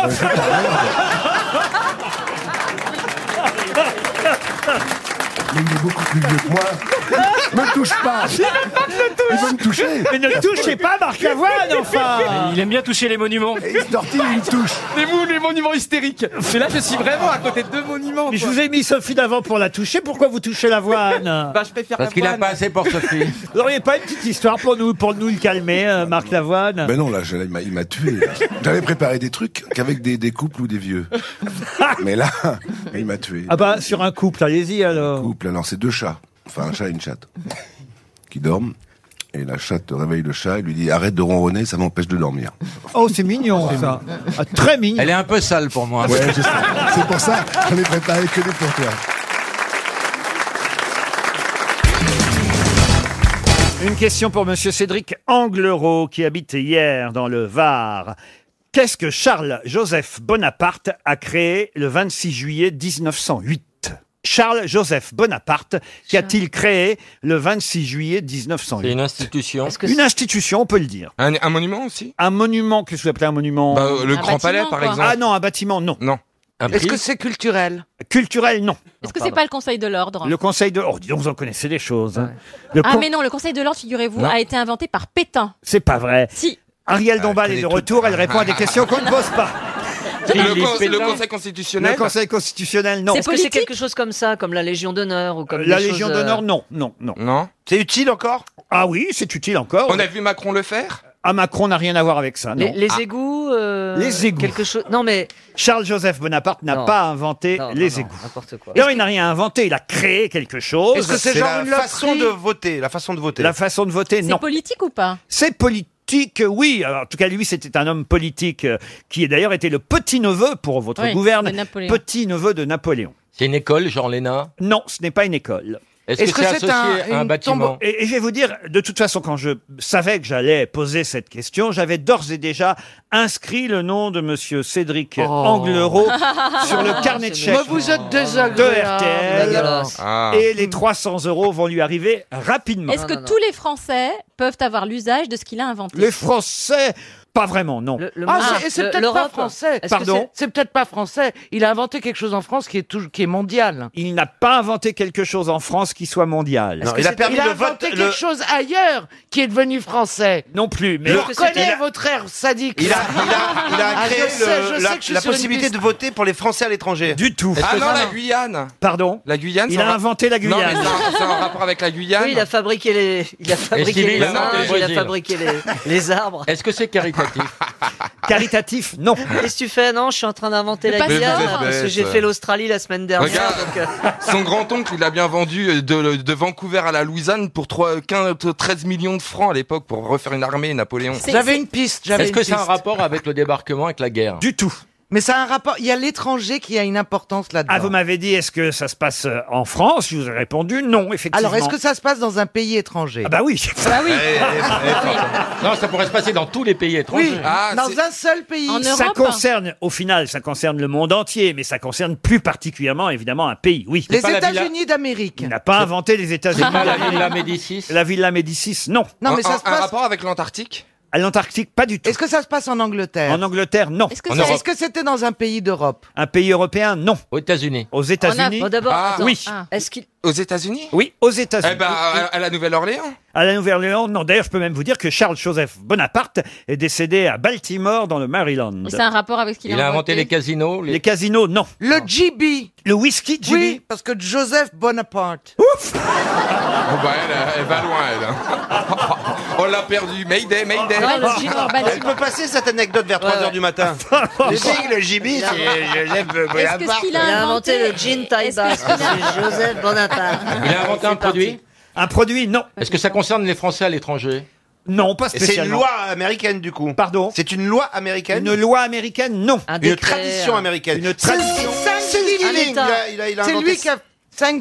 [SPEAKER 14] Mais il est beaucoup plus vieux que moi.
[SPEAKER 1] Me touche pas Il veut me toucher Mais ne touchez pas Marc Lavoine,
[SPEAKER 16] Ah.
[SPEAKER 1] enfin
[SPEAKER 14] Il aime bien toucher les monuments. Et il se tortille, il touche.
[SPEAKER 13] Mais vous, les monuments hystériques C'est là, je suis vraiment à côté de deux monuments.
[SPEAKER 1] Mais je vous ai mis Sophie d'avant pour la toucher, pourquoi vous touchez l'avoine
[SPEAKER 13] Bah, je préfère Parce qu'il a l'avoine. pas assez pour Sophie.
[SPEAKER 1] Vous n'auriez pas une petite histoire pour nous, pour nous le calmer, euh, Marc Lavoine
[SPEAKER 14] Ben non, là, je- il m'a- il m'a tué. là. J'avais préparé des trucs qu'avec des, des couples ou des vieux. Mais là, il m'a tué.
[SPEAKER 1] Ah bah, sur un couple, allez-y alors.
[SPEAKER 14] couple, alors c'est deux chats. Enfin, un chat et une chatte. Qui dorment. Et la chatte réveille le chat et lui dit Arrête de ronronner, ça m'empêche de dormir.
[SPEAKER 1] Oh, c'est mignon ça Ah, Très mignon
[SPEAKER 3] Elle est un peu sale pour moi.
[SPEAKER 14] Ouais, je sais. C'est pour ça qu'on les préparé ben, que des pour toi.
[SPEAKER 1] Eh Une question pour Monsieur Cédric Anglerot qui habite hier dans le Var. Qu'est-ce que Charles-Joseph Bonaparte a créé le 26 juillet 1908 Charles-Joseph Bonaparte, qu'a-t-il créé le 26 juillet 1908
[SPEAKER 3] C'est une institution.
[SPEAKER 1] Une institution, on peut le dire.
[SPEAKER 24] Un, un monument aussi
[SPEAKER 1] Un monument, qu'est-ce que vous appelez un monument
[SPEAKER 24] Bah, euh, le Un Grand bâtiment, Palais, par quoi. exemple.
[SPEAKER 1] Ah non, un bâtiment, non.
[SPEAKER 24] Non.
[SPEAKER 21] Est-ce que c'est culturel
[SPEAKER 1] Culturel, non.
[SPEAKER 21] Est-ce que c'est pas le Conseil de l'ordre
[SPEAKER 1] Ah, Le conseil de... Oh, dis donc, vous en connaissez des choses. hein. Le
[SPEAKER 21] Ah
[SPEAKER 1] con-
[SPEAKER 21] mais non, le Conseil de l'ordre, figurez-vous,
[SPEAKER 1] Non.
[SPEAKER 21] a été inventé par Pétain.
[SPEAKER 1] C'est pas vrai.
[SPEAKER 21] Si.
[SPEAKER 1] Ariel
[SPEAKER 24] Ah,
[SPEAKER 1] Dombal est de retour, elle répond à des questions qu'on ne pose pas.
[SPEAKER 24] Le, con-
[SPEAKER 1] Philippe
[SPEAKER 24] le
[SPEAKER 1] Pétain.
[SPEAKER 24] conseil constitutionnel.
[SPEAKER 1] Le Conseil constitutionnel, non.
[SPEAKER 11] Est-ce que c'est quelque chose comme ça, comme la Légion d'honneur ou comme
[SPEAKER 1] La
[SPEAKER 11] des
[SPEAKER 1] Légion
[SPEAKER 11] choses, euh,
[SPEAKER 1] d'honneur, non, non, non. Non. C'est utile encore Ah oui, c'est utile encore.
[SPEAKER 24] On a vu Macron le faire
[SPEAKER 1] Ah, Macron n'a rien à voir avec ça, non.
[SPEAKER 11] Les, les
[SPEAKER 1] Ah.
[SPEAKER 11] égouts. euh,
[SPEAKER 1] Les égouts.
[SPEAKER 11] Quelque chose. Non mais.
[SPEAKER 1] Charles-Joseph Bonaparte n'a
[SPEAKER 11] Non.
[SPEAKER 1] pas inventé
[SPEAKER 11] Non, non,
[SPEAKER 1] les
[SPEAKER 11] non,
[SPEAKER 1] égouts.
[SPEAKER 11] n'importe quoi.
[SPEAKER 1] Non, il n'a rien inventé, il a créé quelque chose.
[SPEAKER 11] Est-ce que c'est genre une façon de voter, la façon de voter
[SPEAKER 1] La façon de voter,
[SPEAKER 11] C'est
[SPEAKER 1] non.
[SPEAKER 11] politique ou pas
[SPEAKER 1] C'est politique, oui. Alors, en tout cas, lui, c'était un homme politique euh, qui, est d'ailleurs, était le petit-neveu pour votre
[SPEAKER 11] Oui,
[SPEAKER 1] gouverne.
[SPEAKER 11] de Napoléon.
[SPEAKER 1] Petit-neveu de Napoléon.
[SPEAKER 3] C'est une école, Jean Léna
[SPEAKER 1] Non, ce n'est pas une école.
[SPEAKER 24] Est-ce que c'est associé à un
[SPEAKER 1] une
[SPEAKER 24] bâtiment
[SPEAKER 1] tombe et, et je vais vous dire, de toute façon, quand je savais que j'allais poser cette question, j'avais d'ores et déjà inscrit le nom de Monsieur Cédric Anglerot sur le carnet de
[SPEAKER 26] C'est
[SPEAKER 1] chèques
[SPEAKER 26] mignon. Mais vous êtes
[SPEAKER 1] de
[SPEAKER 26] désagréable,
[SPEAKER 1] RTL.
[SPEAKER 26] dégueulasse. Ah.
[SPEAKER 1] Et les 300 euros vont lui arriver rapidement.
[SPEAKER 21] Est-ce que tous les Français peuvent avoir l'usage de ce qu'il a inventé
[SPEAKER 1] Les Français, pas vraiment, non.
[SPEAKER 26] Ah, c'est- et c'est
[SPEAKER 16] le-
[SPEAKER 26] peut-être pas
[SPEAKER 16] l'Europe.
[SPEAKER 26] français.
[SPEAKER 1] Est-ce que Pardon
[SPEAKER 26] c'est- C'est peut-être pas français. Il a inventé quelque chose en France qui est, toujours qui est mondial.
[SPEAKER 1] Il n'a pas inventé quelque chose en France qui soit mondial.
[SPEAKER 26] Est-ce que c'est- il a inventé quelque chose ailleurs qui est devenu français.
[SPEAKER 1] Non plus, mais
[SPEAKER 26] je
[SPEAKER 1] Est-ce que c'était-
[SPEAKER 26] reconnais
[SPEAKER 1] il a-
[SPEAKER 26] votre air sadique.
[SPEAKER 11] Il a, il a, il a
[SPEAKER 26] Ah, je
[SPEAKER 11] créé le-
[SPEAKER 26] sais, je sais
[SPEAKER 11] la,
[SPEAKER 26] que je suis
[SPEAKER 11] la
[SPEAKER 26] sur une
[SPEAKER 11] possibilité
[SPEAKER 26] piste.
[SPEAKER 11] de voter pour les Français à l'étranger.
[SPEAKER 1] Du tout.
[SPEAKER 24] Ah non, la Guyane
[SPEAKER 1] Pardon
[SPEAKER 24] La Guyane
[SPEAKER 1] Il
[SPEAKER 24] c'est
[SPEAKER 1] a
[SPEAKER 24] en ra-
[SPEAKER 1] inventé la
[SPEAKER 24] Non, mais
[SPEAKER 1] Guyane.
[SPEAKER 24] c'est en- c'est en rapport avec la Guyane.
[SPEAKER 16] Oui, il a fabriqué les, il a fabriqué
[SPEAKER 24] qu'il est
[SPEAKER 16] les
[SPEAKER 24] là,
[SPEAKER 16] singes,
[SPEAKER 24] dans le
[SPEAKER 16] il a
[SPEAKER 24] Brésil
[SPEAKER 16] fabriqué les, les arbres.
[SPEAKER 24] Est-ce que c'est caritatif
[SPEAKER 1] Caritatif, non.
[SPEAKER 16] Qu'est-ce que tu fais Non, je suis en train d'inventer
[SPEAKER 24] Le
[SPEAKER 16] la
[SPEAKER 24] passeport.
[SPEAKER 16] Guyane
[SPEAKER 24] Mais vous êtes
[SPEAKER 16] parce que
[SPEAKER 24] bête.
[SPEAKER 16] j'ai fait l'Australie la semaine dernière.
[SPEAKER 24] Regarde.
[SPEAKER 16] donc, euh,
[SPEAKER 24] Son grand-oncle, il a bien vendu euh, de, de Vancouver à la Louisiane pour 3, 15, 13 millions de francs à l'époque pour refaire une armée, Napoléon.
[SPEAKER 26] C'est- J'avais c'est- une piste, j'avais
[SPEAKER 24] Est-ce
[SPEAKER 26] une
[SPEAKER 24] que c'est un
[SPEAKER 26] piste.
[SPEAKER 24] rapport avec le débarquement, avec la guerre
[SPEAKER 1] Du tout.
[SPEAKER 26] Mais ça a un rapport. Il y a l'étranger qui a une importance là-dedans.
[SPEAKER 1] Ah, vous m'avez dit, est-ce que ça se passe euh, en France Je vous ai répondu non, effectivement.
[SPEAKER 26] Alors, est-ce que ça se passe dans un pays étranger
[SPEAKER 1] Ah bah oui
[SPEAKER 26] Bah
[SPEAKER 24] Eh,
[SPEAKER 26] oui.
[SPEAKER 24] Non, ça pourrait se passer dans tous les pays Ah,
[SPEAKER 26] Oui, dans un seul pays.
[SPEAKER 1] Ah, ça concerne, au final, ça concerne le monde entier, mais ça concerne plus particulièrement, évidemment, un pays, oui.
[SPEAKER 26] Les États-Unis d'Amérique.
[SPEAKER 1] Il n'a pas inventé les États-Unis.
[SPEAKER 26] C'est pas la Villa
[SPEAKER 24] Médicis
[SPEAKER 1] La Villa Médicis, non.
[SPEAKER 26] Non, mais ça se passe.
[SPEAKER 24] avec l'Antarctique
[SPEAKER 1] À l'Antarctique, pas du tout.
[SPEAKER 26] Est-ce que ça se passe en Angleterre
[SPEAKER 1] En Angleterre, non. Est-ce
[SPEAKER 26] Est-ce que est-ce que c'était dans un pays d'Europe
[SPEAKER 1] Un pays européen, non.
[SPEAKER 24] Aux États-Unis.
[SPEAKER 1] Aux
[SPEAKER 16] en
[SPEAKER 1] États-Unis
[SPEAKER 16] Afrique. D'abord, attends.
[SPEAKER 1] Oui.
[SPEAKER 16] Ah. Est-ce qu'il
[SPEAKER 24] Aux États-Unis
[SPEAKER 1] Oui, aux États-Unis.
[SPEAKER 24] Eh ben, à, à la Nouvelle-Orléans
[SPEAKER 1] À la Nouvelle-Orléans, non. D'ailleurs, je peux même vous dire que Charles-Joseph Bonaparte est décédé à Baltimore, dans le Maryland.
[SPEAKER 21] C'est un rapport avec ce qu'il a,
[SPEAKER 24] casinos.
[SPEAKER 1] Les casinos, non.
[SPEAKER 26] Le GB.
[SPEAKER 1] Le whisky GB.
[SPEAKER 26] Oui, parce que Joseph Bonaparte.
[SPEAKER 1] Ouf
[SPEAKER 24] Oh, bah, elle, euh, elle va loin, elle. hein. On l'a perdu. Mayday, Mayday.
[SPEAKER 11] Elle peut passer cette anecdote vers 3h
[SPEAKER 1] Euh,
[SPEAKER 11] du matin.
[SPEAKER 1] Ah,
[SPEAKER 11] Le signe, le gibi, c'est euh, Joseph Bonaparte.
[SPEAKER 16] il a inventé le jean taille basse parce que c'est Joseph Bonaparte.
[SPEAKER 24] Il a inventé un produit
[SPEAKER 1] Un produit, non.
[SPEAKER 24] Est-ce que ça concerne les Français à l'étranger
[SPEAKER 1] Non, pas
[SPEAKER 11] Et C'est une
[SPEAKER 1] spécialement.
[SPEAKER 11] loi américaine du coup.
[SPEAKER 1] Pardon
[SPEAKER 11] C'est une loi américaine.
[SPEAKER 1] Une loi américaine, non.
[SPEAKER 11] Une tradition
[SPEAKER 26] euh,
[SPEAKER 11] américaine.
[SPEAKER 1] Une tradition.
[SPEAKER 26] Thanksgiving.
[SPEAKER 11] Il a- il a- il a
[SPEAKER 26] C'est
[SPEAKER 11] inventé
[SPEAKER 26] lui
[SPEAKER 11] ça.
[SPEAKER 26] qui a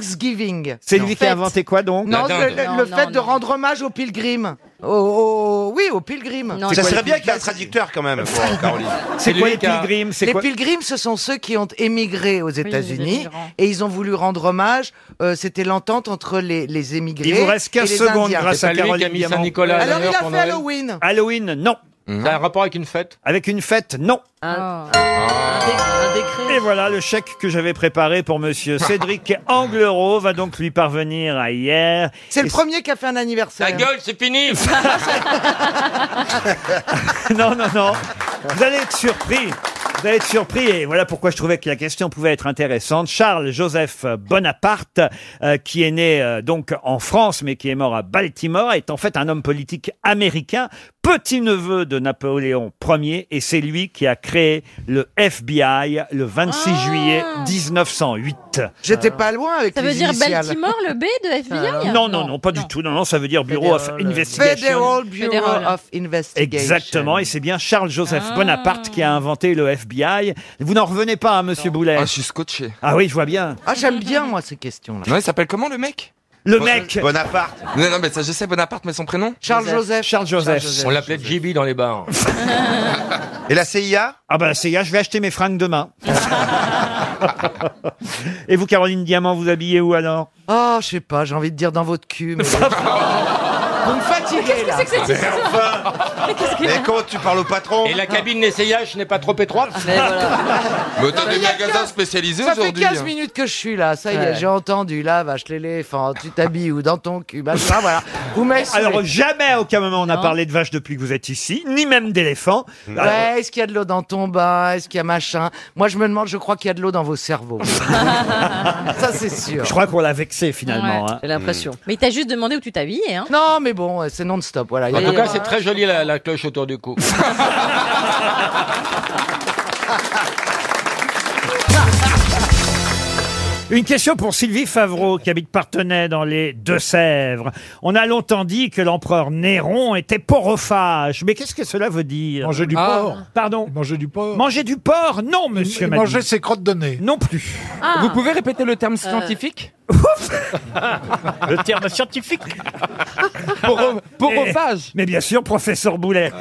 [SPEAKER 26] Thanksgiving.
[SPEAKER 1] C'est lui qui a inventé quoi donc
[SPEAKER 26] Non, le, le- le fait
[SPEAKER 16] non,
[SPEAKER 26] de rendre hommage aux pilgrims. Au- au- oui, aux pilgrims.
[SPEAKER 11] Ça serait bien qu'il y ait un traducteur quand même pour Caroline.
[SPEAKER 1] C'est quoi les pilgrims C'est
[SPEAKER 26] Les
[SPEAKER 1] quoi
[SPEAKER 26] pilgrims, ce sont ceux qui ont émigré aux
[SPEAKER 1] les
[SPEAKER 26] États-Unis
[SPEAKER 1] émigrants.
[SPEAKER 26] et ils ont voulu rendre hommage. euh, C'était l'entente entre les, les émigrés.
[SPEAKER 1] Il vous reste 15
[SPEAKER 26] et les
[SPEAKER 1] secondes
[SPEAKER 26] Indiens.
[SPEAKER 1] grâce à Caroline Diamant.
[SPEAKER 26] Alors il a fait Halloween.
[SPEAKER 1] Halloween, non.
[SPEAKER 24] Mm-hmm. Ça a un rapport avec une fête
[SPEAKER 1] Avec une fête, non.
[SPEAKER 26] Ah.
[SPEAKER 1] Et voilà, le chèque que j'avais préparé pour monsieur Cédric Anglerot va donc lui parvenir à hier.
[SPEAKER 26] C'est le
[SPEAKER 1] Et-
[SPEAKER 26] premier qui a fait un anniversaire.
[SPEAKER 24] Ta gueule, c'est fini
[SPEAKER 1] non, non, non. Vous allez être surpris. Vous allez être surpris et voilà pourquoi je trouvais que la question pouvait être intéressante. Charles-Joseph Bonaparte, euh, qui est né euh, donc en France mais qui est mort à Baltimore, est en fait un homme politique américain, petit-neveu de Napoléon Ier et c'est lui qui a créé le FBI le 26 juillet 1908.
[SPEAKER 26] J'étais pas loin avec
[SPEAKER 21] Ah. Ça veut
[SPEAKER 26] les
[SPEAKER 21] dire
[SPEAKER 26] initiales.
[SPEAKER 21] Baltimore, le B de
[SPEAKER 15] Euh,
[SPEAKER 21] FBI
[SPEAKER 1] Non, non, non, pas du tout. Non, non, ça veut dire Bureau of Investigation.
[SPEAKER 26] Federal euh, Bureau of Investigation.
[SPEAKER 1] Exactement, et c'est bien Charles-Joseph Bonaparte qui a inventé le FBI. Vous n'en revenez pas, hein, monsieur Boulet. Ah,
[SPEAKER 24] je suis scotché.
[SPEAKER 1] Ah oui, je vois bien.
[SPEAKER 26] Ah, j'aime bien, moi, ces questions-là.
[SPEAKER 24] Non, il s'appelle comment le mec
[SPEAKER 1] Le mec
[SPEAKER 24] Bonaparte. Non, non, mais ça, je sais Bonaparte, mais son prénom
[SPEAKER 26] Charles-Joseph.
[SPEAKER 1] Charles-Joseph.
[SPEAKER 24] On l'appelait JB dans les bars.
[SPEAKER 1] Et la CIA Ah bah la CIA, je vais acheter mes fringues demain. et vous, Caroline Diamant, vous habillez où alors
[SPEAKER 26] Oh, je sais pas, j'ai envie de dire dans votre cul. mais- Vous me fatiguez, là.
[SPEAKER 11] Ah, ben, Et quand tu parles au patron
[SPEAKER 24] Et la cabine d'essayage n'est pas trop étroite Mais t'as des magasins spécialisés
[SPEAKER 26] Ça fait
[SPEAKER 24] aujourd'hui
[SPEAKER 26] 15
[SPEAKER 24] hein.
[SPEAKER 26] minutes que je suis là, ça y est,
[SPEAKER 24] Ouais.
[SPEAKER 26] j'ai entendu là, vache l'éléphant, tu t'habilles ou dans ton cul, machin, voilà. Vous m'avez saoulé.
[SPEAKER 1] Alors jamais à aucun moment on n'a
[SPEAKER 26] Non.
[SPEAKER 1] parlé de vache depuis que vous êtes ici, ni même d'éléphant. Alors,
[SPEAKER 26] Ouais, est-ce qu'il y a de l'eau dans ton bain Est-ce qu'il y a machin Moi, je me demande, je crois qu'il y a de l'eau dans vos cerveaux. ça, c'est sûr.
[SPEAKER 1] Je crois qu'on l'a vexé finalement.
[SPEAKER 26] Ouais,
[SPEAKER 1] hein.
[SPEAKER 26] j'ai l'impression.
[SPEAKER 24] Hmm.
[SPEAKER 21] Mais t'as juste demandé où tu t'habillais, hein
[SPEAKER 26] Non, mais bon, euh, c'est non-stop, voilà.
[SPEAKER 24] En tout cas, c'est très joli la, la cloche autour du cou.
[SPEAKER 1] Une question pour Sylvie Favreau, qui habite Partenay dans les Deux-Sèvres. On a longtemps dit que l'empereur Néron était porophage. Mais qu'est-ce que cela veut dire Manger
[SPEAKER 19] du Ah. porc.
[SPEAKER 1] Pardon Manger du porc. Manger du porc Non, monsieur
[SPEAKER 19] Il mangeait
[SPEAKER 1] ses crottes de nez. Non plus.
[SPEAKER 19] Ah. Vous pouvez
[SPEAKER 1] répéter le terme
[SPEAKER 19] scientifique
[SPEAKER 1] Le terme scientifique. Pour,
[SPEAKER 24] porophage.
[SPEAKER 1] Mais bien sûr, professeur Boulet.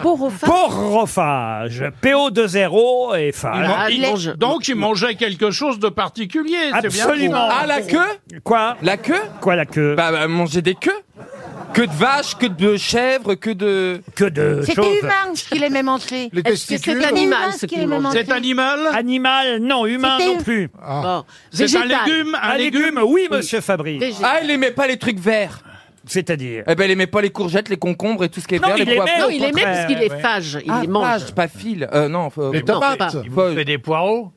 [SPEAKER 16] Porophage.
[SPEAKER 1] Porophage. PO20 et phage.
[SPEAKER 4] Il man-
[SPEAKER 5] Ah,
[SPEAKER 4] il mange- donc il mangeait quelque chose de particulier. c'est bien
[SPEAKER 5] Euh,
[SPEAKER 24] Absolument.
[SPEAKER 4] pour-
[SPEAKER 24] Ah,
[SPEAKER 5] Oh.
[SPEAKER 24] la queue
[SPEAKER 1] Quoi
[SPEAKER 24] La queue
[SPEAKER 1] Quoi la queue
[SPEAKER 24] bah, bah, manger des queues. Que de vache, que de chèvre, que de...
[SPEAKER 1] Que de
[SPEAKER 8] C'était humain ce qu'il aimait manger.
[SPEAKER 24] Les
[SPEAKER 8] Est-ce que
[SPEAKER 24] testicules.
[SPEAKER 8] c'est
[SPEAKER 24] Animal,
[SPEAKER 8] animal
[SPEAKER 24] ce
[SPEAKER 8] ce
[SPEAKER 24] qu'il
[SPEAKER 8] qu'il aimait
[SPEAKER 24] mangeait.
[SPEAKER 8] manger
[SPEAKER 24] C'est animal
[SPEAKER 1] Animal, non, humain
[SPEAKER 8] C'était-
[SPEAKER 1] non plus.
[SPEAKER 8] Bon.
[SPEAKER 1] C'est un
[SPEAKER 8] Végétal.
[SPEAKER 1] légume, un,
[SPEAKER 24] Un
[SPEAKER 1] légume,
[SPEAKER 24] légume,
[SPEAKER 1] oui,
[SPEAKER 24] oui.
[SPEAKER 1] monsieur Fabry.
[SPEAKER 24] Ah, il aimait pas les trucs verts.
[SPEAKER 1] C'est-à-dire
[SPEAKER 24] Eh ben, il aimait pas les courgettes, les concombres et tout ce qui est
[SPEAKER 16] Non,
[SPEAKER 24] vert,
[SPEAKER 16] il
[SPEAKER 24] les
[SPEAKER 16] aimait,
[SPEAKER 24] poivrons.
[SPEAKER 16] au Non, il aimait parce qu'il est contraire, phage, il
[SPEAKER 24] ah,
[SPEAKER 16] les mange.
[SPEAKER 24] phage, pas fil. Euh, non, euh,
[SPEAKER 1] Les
[SPEAKER 24] non,
[SPEAKER 1] tomates.
[SPEAKER 24] pas-
[SPEAKER 1] Il
[SPEAKER 24] pas-
[SPEAKER 1] des poireaux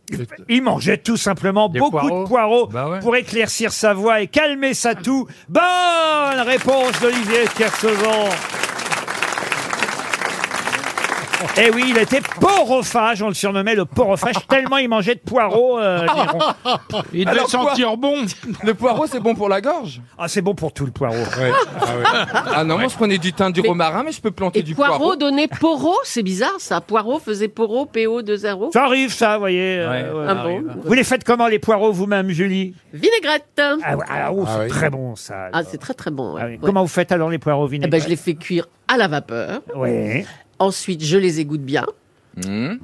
[SPEAKER 1] Il mangeait tout simplement
[SPEAKER 24] Des
[SPEAKER 1] beaucoup
[SPEAKER 24] poireaux.
[SPEAKER 1] de poireaux pour éclaircir sa voix et calmer sa toux. Bonne réponse d'Olivier Kersauzon. Eh oui, il était porophage, on le surnommait le porophage, tellement il mangeait de poireaux. euh, Miron.
[SPEAKER 24] Il devait Alors, sentir
[SPEAKER 1] bon.
[SPEAKER 24] Le poireau, c'est bon pour la gorge
[SPEAKER 1] Ah, c'est bon pour tout le poireau.
[SPEAKER 24] Ah non, moi je prenais du thym, du romarin, mais je peux planter du
[SPEAKER 16] Poireau,
[SPEAKER 24] poireau.
[SPEAKER 16] donnait poro, c'est bizarre ça. Poireau faisait poro, PO de 0.
[SPEAKER 1] Ça arrive, ça, vous voyez. euh,
[SPEAKER 16] Ouais,
[SPEAKER 1] ouais.
[SPEAKER 16] ça Ah bon arrive.
[SPEAKER 1] Vous les faites comment, les poireaux, vous-même, Julie
[SPEAKER 16] Vinaigrette.
[SPEAKER 1] Ah, ouais, ah, oh, c'est
[SPEAKER 16] Ah oui.
[SPEAKER 1] très bon, ça.
[SPEAKER 16] Ah, c'est très très bon. ouais. Ouais.
[SPEAKER 1] Comment vous faites alors les poireaux au
[SPEAKER 16] Eh
[SPEAKER 1] vinaigre
[SPEAKER 16] ben, je les fais cuire à la vapeur.
[SPEAKER 1] Ouais.
[SPEAKER 16] Ensuite, je les égoutte bien.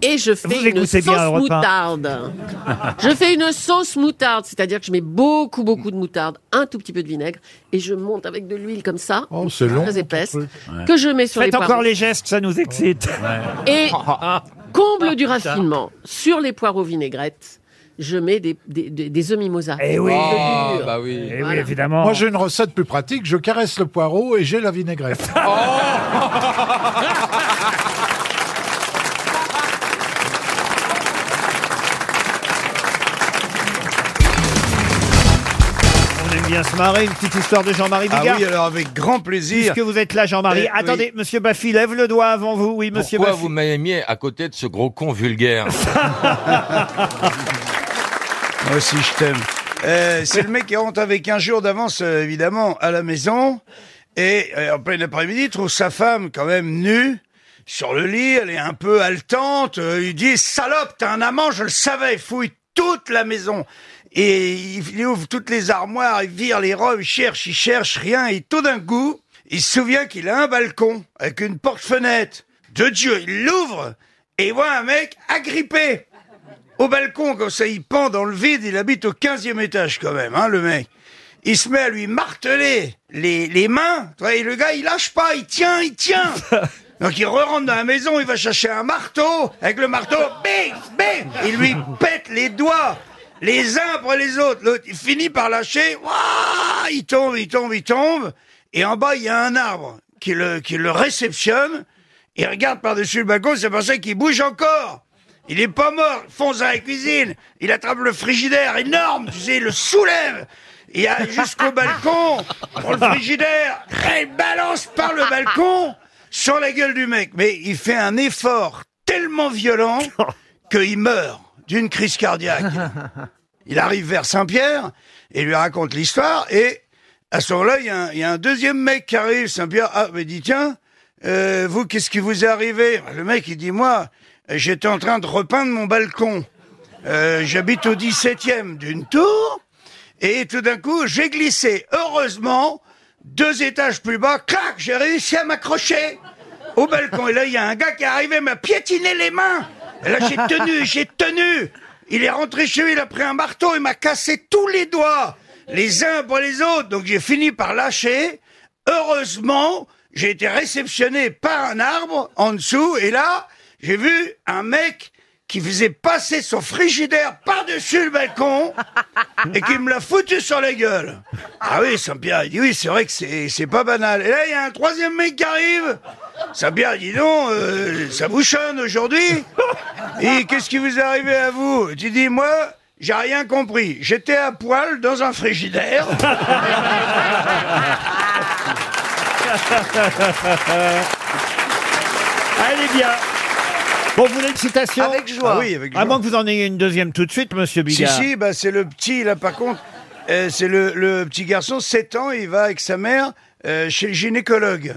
[SPEAKER 16] Et je fais
[SPEAKER 1] Vous
[SPEAKER 16] une
[SPEAKER 1] égouttez
[SPEAKER 16] sauce
[SPEAKER 1] bien un repas.
[SPEAKER 16] moutarde. je fais une sauce moutarde, c'est-à-dire que je mets beaucoup, beaucoup de moutarde, un tout petit peu de vinaigre, et je monte avec de l'huile comme ça,
[SPEAKER 1] Oh, c'est long,
[SPEAKER 16] très épaisse, que je mets sur
[SPEAKER 1] Faites
[SPEAKER 16] les Ah,
[SPEAKER 1] encore
[SPEAKER 16] poireaux.
[SPEAKER 1] les gestes, ça nous excite.
[SPEAKER 16] Et
[SPEAKER 1] Ah,
[SPEAKER 16] comble du raffinement, sur les poireaux vinaigrettes, je mets des, des, des- des Oh. œufs mimosa.
[SPEAKER 1] Eh oui.
[SPEAKER 24] Ah,
[SPEAKER 16] Dur.
[SPEAKER 24] bah oui.
[SPEAKER 1] Eh oui, évidemment.
[SPEAKER 2] Moi, j'ai une recette plus pratique. Je caresse le poireau et j'ai la vinaigrette.
[SPEAKER 1] Ah On aime bien se marrer. Une petite histoire de Jean-Marie
[SPEAKER 11] Ah
[SPEAKER 1] Bigard.
[SPEAKER 11] oui, alors avec grand plaisir.
[SPEAKER 1] Puisque vous êtes là, Jean-Marie.
[SPEAKER 11] Eh, oui.
[SPEAKER 1] Attendez, monsieur Baffy, lève le doigt avant vous. Oui, monsieur
[SPEAKER 3] Pourquoi
[SPEAKER 1] Baffy.
[SPEAKER 3] vous m'avez mis à côté de ce gros con vulgaire
[SPEAKER 11] Moi aussi, je t'aime. Euh, c'est le mec qui rentre avec un jour d'avance, euh, évidemment, à la maison. Et euh, en plein après-midi, il trouve sa femme quand même nue. Sur le lit, elle est un peu haletante. Euh, il dit, salope, t'as un amant, je le savais. Il fouille toute la maison. Et il il ouvre toutes les armoires, il vire les robes, il cherche, il cherche, rien. Et tout d'un coup, il se souvient qu'il a un balcon avec une porte-fenêtre. De Dieu, il l'ouvre et il voit un mec agrippé au balcon, comme ça, il pend dans le vide, il habite au 15e étage quand même, hein, le mec. Il se met à lui marteler les, les mains, tu vois, et le gars, il lâche pas, il tient, il tient. Donc il re-rentre dans la maison, il va chercher un marteau, avec le marteau, bing, bing, il lui pète les doigts, les uns après les autres. L'autre, il finit par lâcher, Ouah il tombe, il tombe, il tombe, et en bas, il y a un arbre qui le, qui le réceptionne, il regarde par-dessus le balcon, c'est pour ça qu'il bouge encore. Il est pas mort, il fonce dans la cuisine, il attrape le frigidaire énorme, tu sais, il le soulève. Il a jusqu'au balcon, prend le frigidaire, et il balance par le balcon sur la gueule du mec. Mais il fait un effort tellement violent qu'il meurt d'une crise cardiaque. Il arrive vers Saint-Pierre et lui raconte l'histoire et à ce moment-là, il y a un- il y, a un deuxième mec qui arrive, Saint-Pierre, ah, mais dit, tiens, euh, vous, qu'est-ce qui vous est arrivé Le mec, il dit, moi, j'étais en train de repeindre mon balcon. Euh, J'habite au 17e d'une tour, et tout d'un coup, j'ai glissé. Heureusement, deux étages plus bas, clac, j'ai réussi à m'accrocher au balcon. Et là, il y a un gars qui est arrivé, m'a piétiné les mains. Et là, j'ai tenu, j'ai tenu. Il est rentré chez lui, il a pris un marteau, il m'a cassé tous les doigts, les uns pour les autres. Donc j'ai fini par lâcher. Heureusement, j'ai été réceptionné par un arbre en dessous. Et là, j'ai vu un mec qui faisait passer son frigidaire par-dessus le balcon et qui me l'a foutu sur la gueule. Ah oui, Saint-Pierre, il dit oui, c'est vrai que c'est c'est pas banal. Et là, il y a un troisième mec qui arrive. Saint-Pierre, dis donc, euh, ça bouchonne aujourd'hui. Et qu'est-ce qui vous est arrivé à vous Tu dis, moi, j'ai rien compris. J'étais à poil dans un frigidaire.
[SPEAKER 1] Allez bien. Bon, vous voulez une citation
[SPEAKER 11] Avec joie. Ah oui, avec
[SPEAKER 1] À
[SPEAKER 11] joie.
[SPEAKER 1] moins que vous en ayez une deuxième tout de suite, monsieur Bigard.
[SPEAKER 11] Si, si, bah, c'est le petit, là, par contre, euh, c'est le, le petit garçon, 7 ans, il va avec sa mère euh, chez le gynécologue.